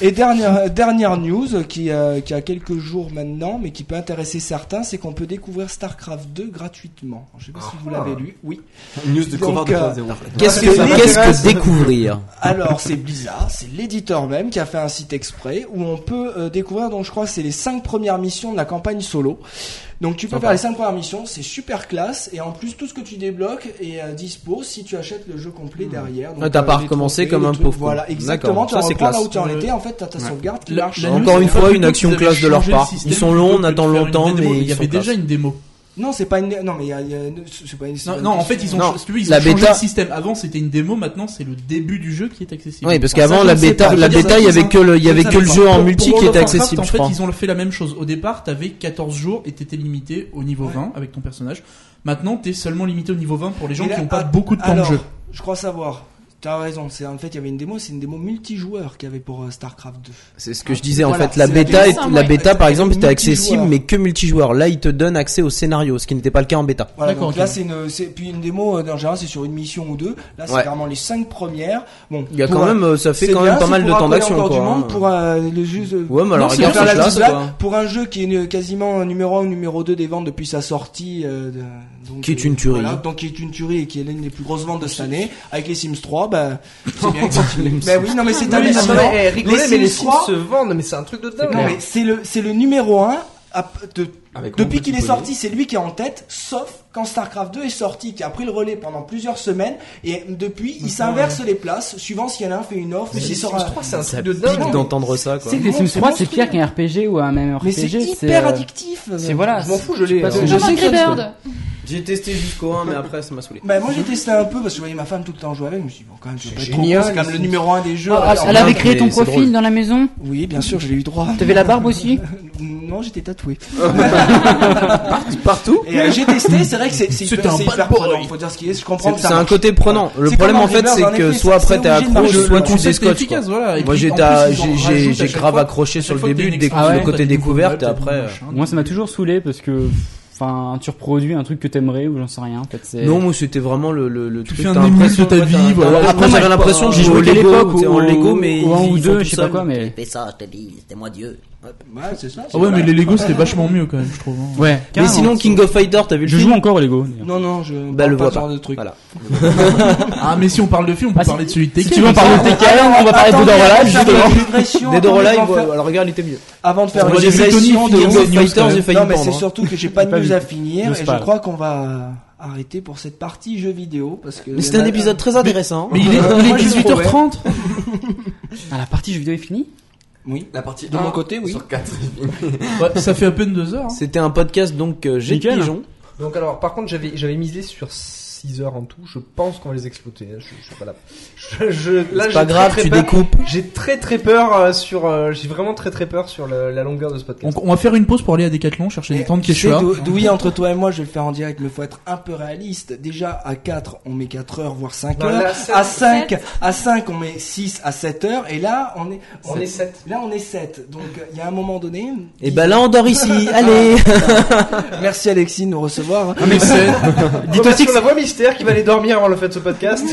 B: Et dernière, dernière news qui, euh, qui a quelques jours maintenant, mais qui peut intéresser certains, c'est qu'on peut découvrir StarCraft 2 gratuitement. Je sais pas si vous
A: Ah.
B: l'avez lu. Oui.
C: News de
B: Donc,
C: Covard de
B: euh,
C: 3-0.
H: Qu'est-ce que,
B: Ça
H: qu'est-ce
A: m'intéresse.
H: que découvrir
B: Ah, Alors c'est Blizzard, c'est l'éditeur même qui a fait un site exprès où on peut euh, découvrir, donc je crois que c'est les cinq premières missions de la campagne solo. Donc tu peux faire les cinq premières missions, c'est super classe, et en plus tout ce que tu débloques est euh, dispo si tu achètes le jeu complet
G: Hmm.
B: derrière. Donc,
H: Ouais, Ah, t'as
B: euh,
H: pas
B: les
H: recommencé
B: trophées,
H: comme
B: les
H: un
B: trucs,
H: pauvre con.
B: Voilà, exactement,
H: D'accord,
B: tu
H: ça, c'est
B: reprends là
H: classe.
B: où tu en
G: Euh,
B: étais, en fait t'as ta sauvegarde qui
G: La-
B: marche.
G: la
B: sans-
G: news,
H: Encore
G: c'est
H: une
G: la
H: fois,
G: fois
H: une
G: que vous
H: action
G: avez
H: classe de
G: changé
H: leur
G: le
H: part.
G: système
H: Ils sont
G: plutôt
H: longs,
G: que
H: on
G: de
H: attend
G: faire une
H: longtemps,
G: démo.
H: mais
G: il y
H: ils
G: avait
H: sont
G: déjà
H: classe.
G: une démo.
B: Non, c'est pas une. Non, mais il y a. il y a- c'est pas une- c'est pas
G: Non,
B: une
G: non, en fait, ils ont,
H: Non,
G: si tu veux, ils
H: la
G: ont changé
H: bêta-
G: le système. Avant, c'était une démo, maintenant, c'est le début du jeu qui est accessible.
H: Oui, parce
B: Alors,
H: qu'avant
B: ça, je
H: la
B: ne sais pas,
H: bêta,
B: je
H: la
B: veux dire, ça,
H: bêta, il y
B: ça,
H: avait que le, il y
B: ça,
H: avait
B: ça,
H: que le
B: ça,
H: jeu en
G: Pour-
H: multi
G: pour
H: qui
G: World
H: était
G: of Warcraft,
H: accessible,
G: En
H: je
G: fait,
H: crois.
G: ils ont fait la même chose. Au départ, t'avais 14 jours et t'étais limité au niveau
B: Ouais.
G: 20 avec ton personnage. Maintenant, t'es seulement limité au niveau 20 pour les gens
B: Mais
G: qui
B: là,
G: n'ont pas
B: ah,
G: beaucoup de temps
B: alors,
G: de jeu.
B: Je crois savoir. T'as raison. C'est en fait, il y avait une démo. C'est une démo multijoueur qu'il y avait pour euh, Starcraft 2.
H: C'est ce que je disais en
B: Voilà,
H: fait. La
B: c'est
H: bêta,
E: la
H: est-
E: bêta,
H: la
E: ouais.
H: bêta par exemple, était accessible
B: Multijoueur.
H: mais que multijoueur. Là, ils te donnent accès au scénario, ce qui n'était pas le cas en bêta.
B: Voilà.
G: D'accord,
B: Donc
G: ok.
B: là, c'est une, c'est puis une démo. euh, En général, c'est sur une mission ou deux. Là, c'est
H: Ouais.
B: vraiment les cinq premières. Bon,
H: Il y a
B: pour,
H: quand
B: euh,
H: même, euh, ça fait
B: c'est
H: quand
B: bien,
H: même pas
B: c'est
H: mal
B: pour
H: de temps
B: rappeler
H: d'action.
B: encore
H: quoi,
B: du monde
H: hein.
B: pour euh, le juste.
H: Ouais, mais alors
G: c'est
H: regarde
G: bien,
H: la
G: c'est
H: classe,
B: Là,
H: quoi.
B: pour un jeu qui est une- quasiment numéro 1 numéro 2 des ventes depuis sa sortie, euh, de- donc,
H: Qui est
B: euh,
H: une tuerie.
B: voilà, donc qui est une tuerie et qui est l'une des plus grosses ventes de cette année, avec les Sims 3,
H: (laughs)
B: bah, c'est bien. (laughs) bah oui, non mais c'est
A: Non, mais
B: hallucinant.
A: attends, mais, eh, rigolez, mais les
B: Sims 3,
A: Sims se vendent, mais c'est un truc de dingue.
B: non mais c'est le c'est le numéro 1 à- de-
C: Avec
B: depuis
C: Rondo
B: qu'il est
C: Piccolo.
B: sorti, c'est lui qui est en tête, sauf quand StarCraft 2 est sorti, qui a pris le relais pendant plusieurs semaines, et depuis, il s'inverse les places, suivant si l'un fait une offre,
A: Mais les
B: s'il
A: Sims
B: sort un-
A: 3, c'est un
H: Ça
A: truc de
H: pique
A: dingue.
H: d'entendre ça, quoi.
B: C'est
D: Les
B: mon-
D: Sims 3 c'est
B: monstrueux.
D: pire qu'un RPG ou un MMORPG.
B: Mais c'est
D: euh,
B: hyper addictif.
D: C'est voilà.
A: Je m'en fous, je l'ai.
D: Pas
A: euh,
D: de-
E: Comme Angry Bird.
H: J'ai testé jusqu'au 1, mais après, ça m'a saoulé.
B: Bah moi j'ai testé un peu parce que je voyais ma femme tout le temps jouer avec, je me suis dit bon quand même c'est pas trop
A: génial,
B: con, c'est quand même le numéro un des jeux.
D: Ah,
B: Alors,
D: elle avait
H: dingue,
D: créé ton
H: mais c'est
D: profil
H: drôle.
D: dans la maison.
B: Oui bien sûr j'ai eu droit.
D: T'avais la barbe aussi.
B: Non j'étais tatoué.
H: Partout
B: Et euh, j'ai testé, c'est vrai que c'est c'est
G: C'était
B: hyper,
G: un
B: c'est
G: bad
B: hyper
G: boy.
B: prenant, faut dire ce qui est, je comprends
H: C'est
B: que
H: c'est
B: ça
H: un
B: marche.
H: côté prenant. Le
B: C'est
H: problème
B: comme
H: en fait,
B: Angry
H: c'est
B: Birds, en
H: que
B: effet,
H: soit
B: c'est-
H: après
B: c'est
H: t'es
B: obligé de
H: accro,
B: marcher
H: soit
B: le
H: tu
B: concept
G: c'était
H: décroches. quoi.
G: efficace, voilà. Et
H: Moi
G: puis,
H: j'étais
G: en
H: à-
G: plus, ils en
H: j'ai
G: rajoutent
H: j'ai-
G: à
H: j'ai
G: chaque
H: grave
G: fois.
H: accroché sur
G: Chaque
H: le
G: fois que t'as
H: début,
G: une
H: dès que
D: extension,
H: le
D: ouais.
H: côté
G: t'as des
H: découverte, et
G: nouvelles, t'as des
H: après. euh,
G: machins.
D: Moi ça m'a toujours saoulé parce que enfin tu reproduis un truc que t'aimerais ou j'en sais rien en fait c'est
H: Non, moi c'était vraiment le, le, le truc.
G: fais un
H: t'as
G: émule
H: l'impression-
G: de ta
H: ouais,
G: vie,
H: t'as-
G: voilà.
H: t'as- Après
D: Après,
H: j'avais
D: moi,
H: l'impression de
D: j'ai
H: jouer au
D: joué qu'à
H: Lego,
D: l'époque,
H: tu sais, en
D: au-
H: Lego, mais
D: au un
H: ils
D: ou
H: ils
D: deux, je
H: font tout
D: sais pas
H: seuls.
D: quoi, mais-
I: Fais ça, je te dis, c'était moi Dieu.
B: Ouais c'est ça.
G: Ah ouais, mais les Lego, c'était vachement mieux quand même, je trouve. hein.
D: Ouais.
H: Mais
D: carrément.
H: sinon, King of Fighter, t'as vu le
D: je
H: film
D: joue encore au Lego.
B: Non non je
H: Bah,
B: parle
H: le
B: pas de
H: vois
B: ce genre
H: pas.
B: de truc.
H: Voilà.
G: Ah, mais si on parle de film, on peut
D: Ah, si-
G: parler de celui de Tekken.
D: Si tu veux on parle de TKL, on va parler de
B: Attendez,
D: Dora
B: avant de faire
D: justement.
B: une digression,
H: Dead or
B: attendez,
H: Alive,
B: avant de faire-
H: ouais, alors regarde, il était mieux.
B: Avant de faire
H: Moi,
B: une
H: j'ai
G: fait Tony
B: digression
H: Tony
B: de
G: Fields
H: King
G: Fields
B: King
G: News,
H: of
G: quand
H: Fighter,
G: même.
H: j'ai failli
B: non,
H: me
B: mais c'est
H: prendre. hein.
B: surtout que j'ai pas de
D: Pas
B: news
D: vu.
B: à finir
D: News
B: et je
D: pas.
B: crois qu'on va arrêter pour cette partie jeux vidéo parce que.
H: Mais c'était un épisode très intéressant.
G: Mais il est, il est
B: Moi, je
G: 18h30.
D: Ah la partie jeu vidéo est finie
B: Oui.
C: La partie
B: De mon
C: un
B: côté, oui.
C: Sur 4.
G: Ouais, ça fait à peine deux heures. hein.
H: C'était un podcast donc euh, J'ai
D: Nickel.
H: Pigeon.
A: Donc alors, par contre, j'avais j'avais misé sur 6 heures en tout. Je pense qu'on va les exploiter. hein. Je, je suis pas là. Je, je- là,
H: C'est
A: j'ai
H: pas
A: très,
H: grave,
A: très
H: tu
A: peur.
H: découpes.
A: J'ai très très peur euh, sur. euh, j'ai vraiment très très peur sur le- la longueur de ce
G: On,
A: podcast.
G: on va faire une pause pour aller à Decathlon chercher des temps de
B: Tu sais,
G: quechua.
B: Dou- Douy, entre toi et moi, je vais le faire en direct, mais faut être un peu réaliste. Déjà, à 4, on met 4 heures, voire 5
A: Non,
B: heures.
A: là, sept.
B: à 5, à 5, on met 6 à 7 heures. Et là, on est,
A: On est 7.
B: Là, on est 7. Donc, euh, il y a un moment donné. Ah,
H: Et ben là, on
B: (laughs)
H: dort ici. Allez.
B: Merci Alexis de nous recevoir.
G: On est sept.
A: Dites aussi que la voix mystère qui va aller dormir avant le fait de ce podcast.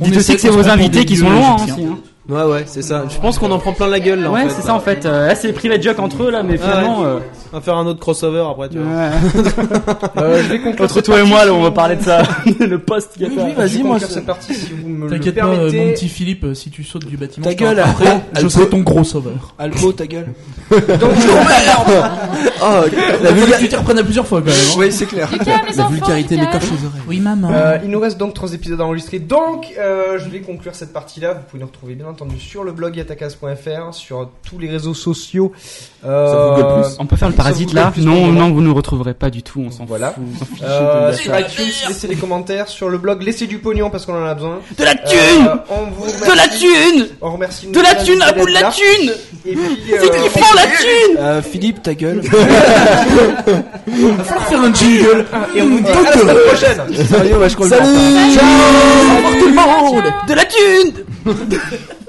G: On
H: (laughs)
D: Dites
G: est
D: aussi
G: sept,
D: que c'est
G: on se
D: vos
G: prend pour
D: invités
G: des
D: qui
G: dieux
D: sont loin
G: égyptiens.
D: aussi. hein.
J: Ouais, ouais, c'est ça. Je pense qu'on en prend plein la gueule là. en
D: ouais,
J: fait.
D: c'est ça en fait. Euh, là, c'est les private jokes entre eux là,
H: Ah
D: mais finalement. euh,
J: On va faire un autre crossover après, tu vois.
D: ouais.
H: (laughs)
F: Euh, je vais conclure
D: Entre
F: cette
D: toi et
F: partie,
D: moi, là,
F: si
D: on va
F: vous-
D: parler de ça. (laughs) le post qui a
F: Je vais
D: fait.
B: vas-y, moi,
F: conclure
B: je-
F: cette partie si vous me le
G: T'inquiète pas, euh, mon
F: permettez.
G: petit Philippe, euh, si tu sautes du bâtiment,
B: Ta
G: je te rattrape.
B: gueule, Alpo,
G: je serai ton gros sauveur.
B: Alpo, ta gueule.
K: Ah,
G: La tu t'y reprennes à plusieurs fois quand même. hein.
B: Oui, c'est clair.
E: Du calme, les enfants, du calme.
K: aux oreilles.
G: Oui, maman.
F: Euh, il nous reste donc trois épisodes à enregistrer. Donc, euh, je vais conclure cette partie-là. Vous pouvez nous retrouver bien entendu sur le blog yatakas.fr, sur tous les réseaux sociaux. Euh,
K: Sauf Google+.
D: On peut faire le parasite là
F: Plus pour
D: Non,
F: le moment.
D: non, vous nous retrouverez pas du tout. On s'en
F: Voilà.
D: fout. on s'en fiche,
F: Euh,
D: on peut
F: sur
D: dire
F: iTunes, laissez des commentaires. Sur le blog, laissez du pognon parce qu'on en a besoin.
L: De la
F: Euh,
L: thune
F: on vous remercie.
L: De la thune
F: On remercie
L: De la
F: Nicolas
L: thune, la
F: Nicolas
L: boule, la
F: Dard.
L: thune
F: Et puis, euh,
L: C'est qui prend la thune
B: Euh, Philippe, ta gueule.
G: faire un jingle.
F: et on vous dit à la semaine prochaine.
C: (laughs)
B: Sérieux, ouais, je crois que je
J: Salut
B: m'en parle.
J: Ciao Au revoir tout le monde
L: De la thune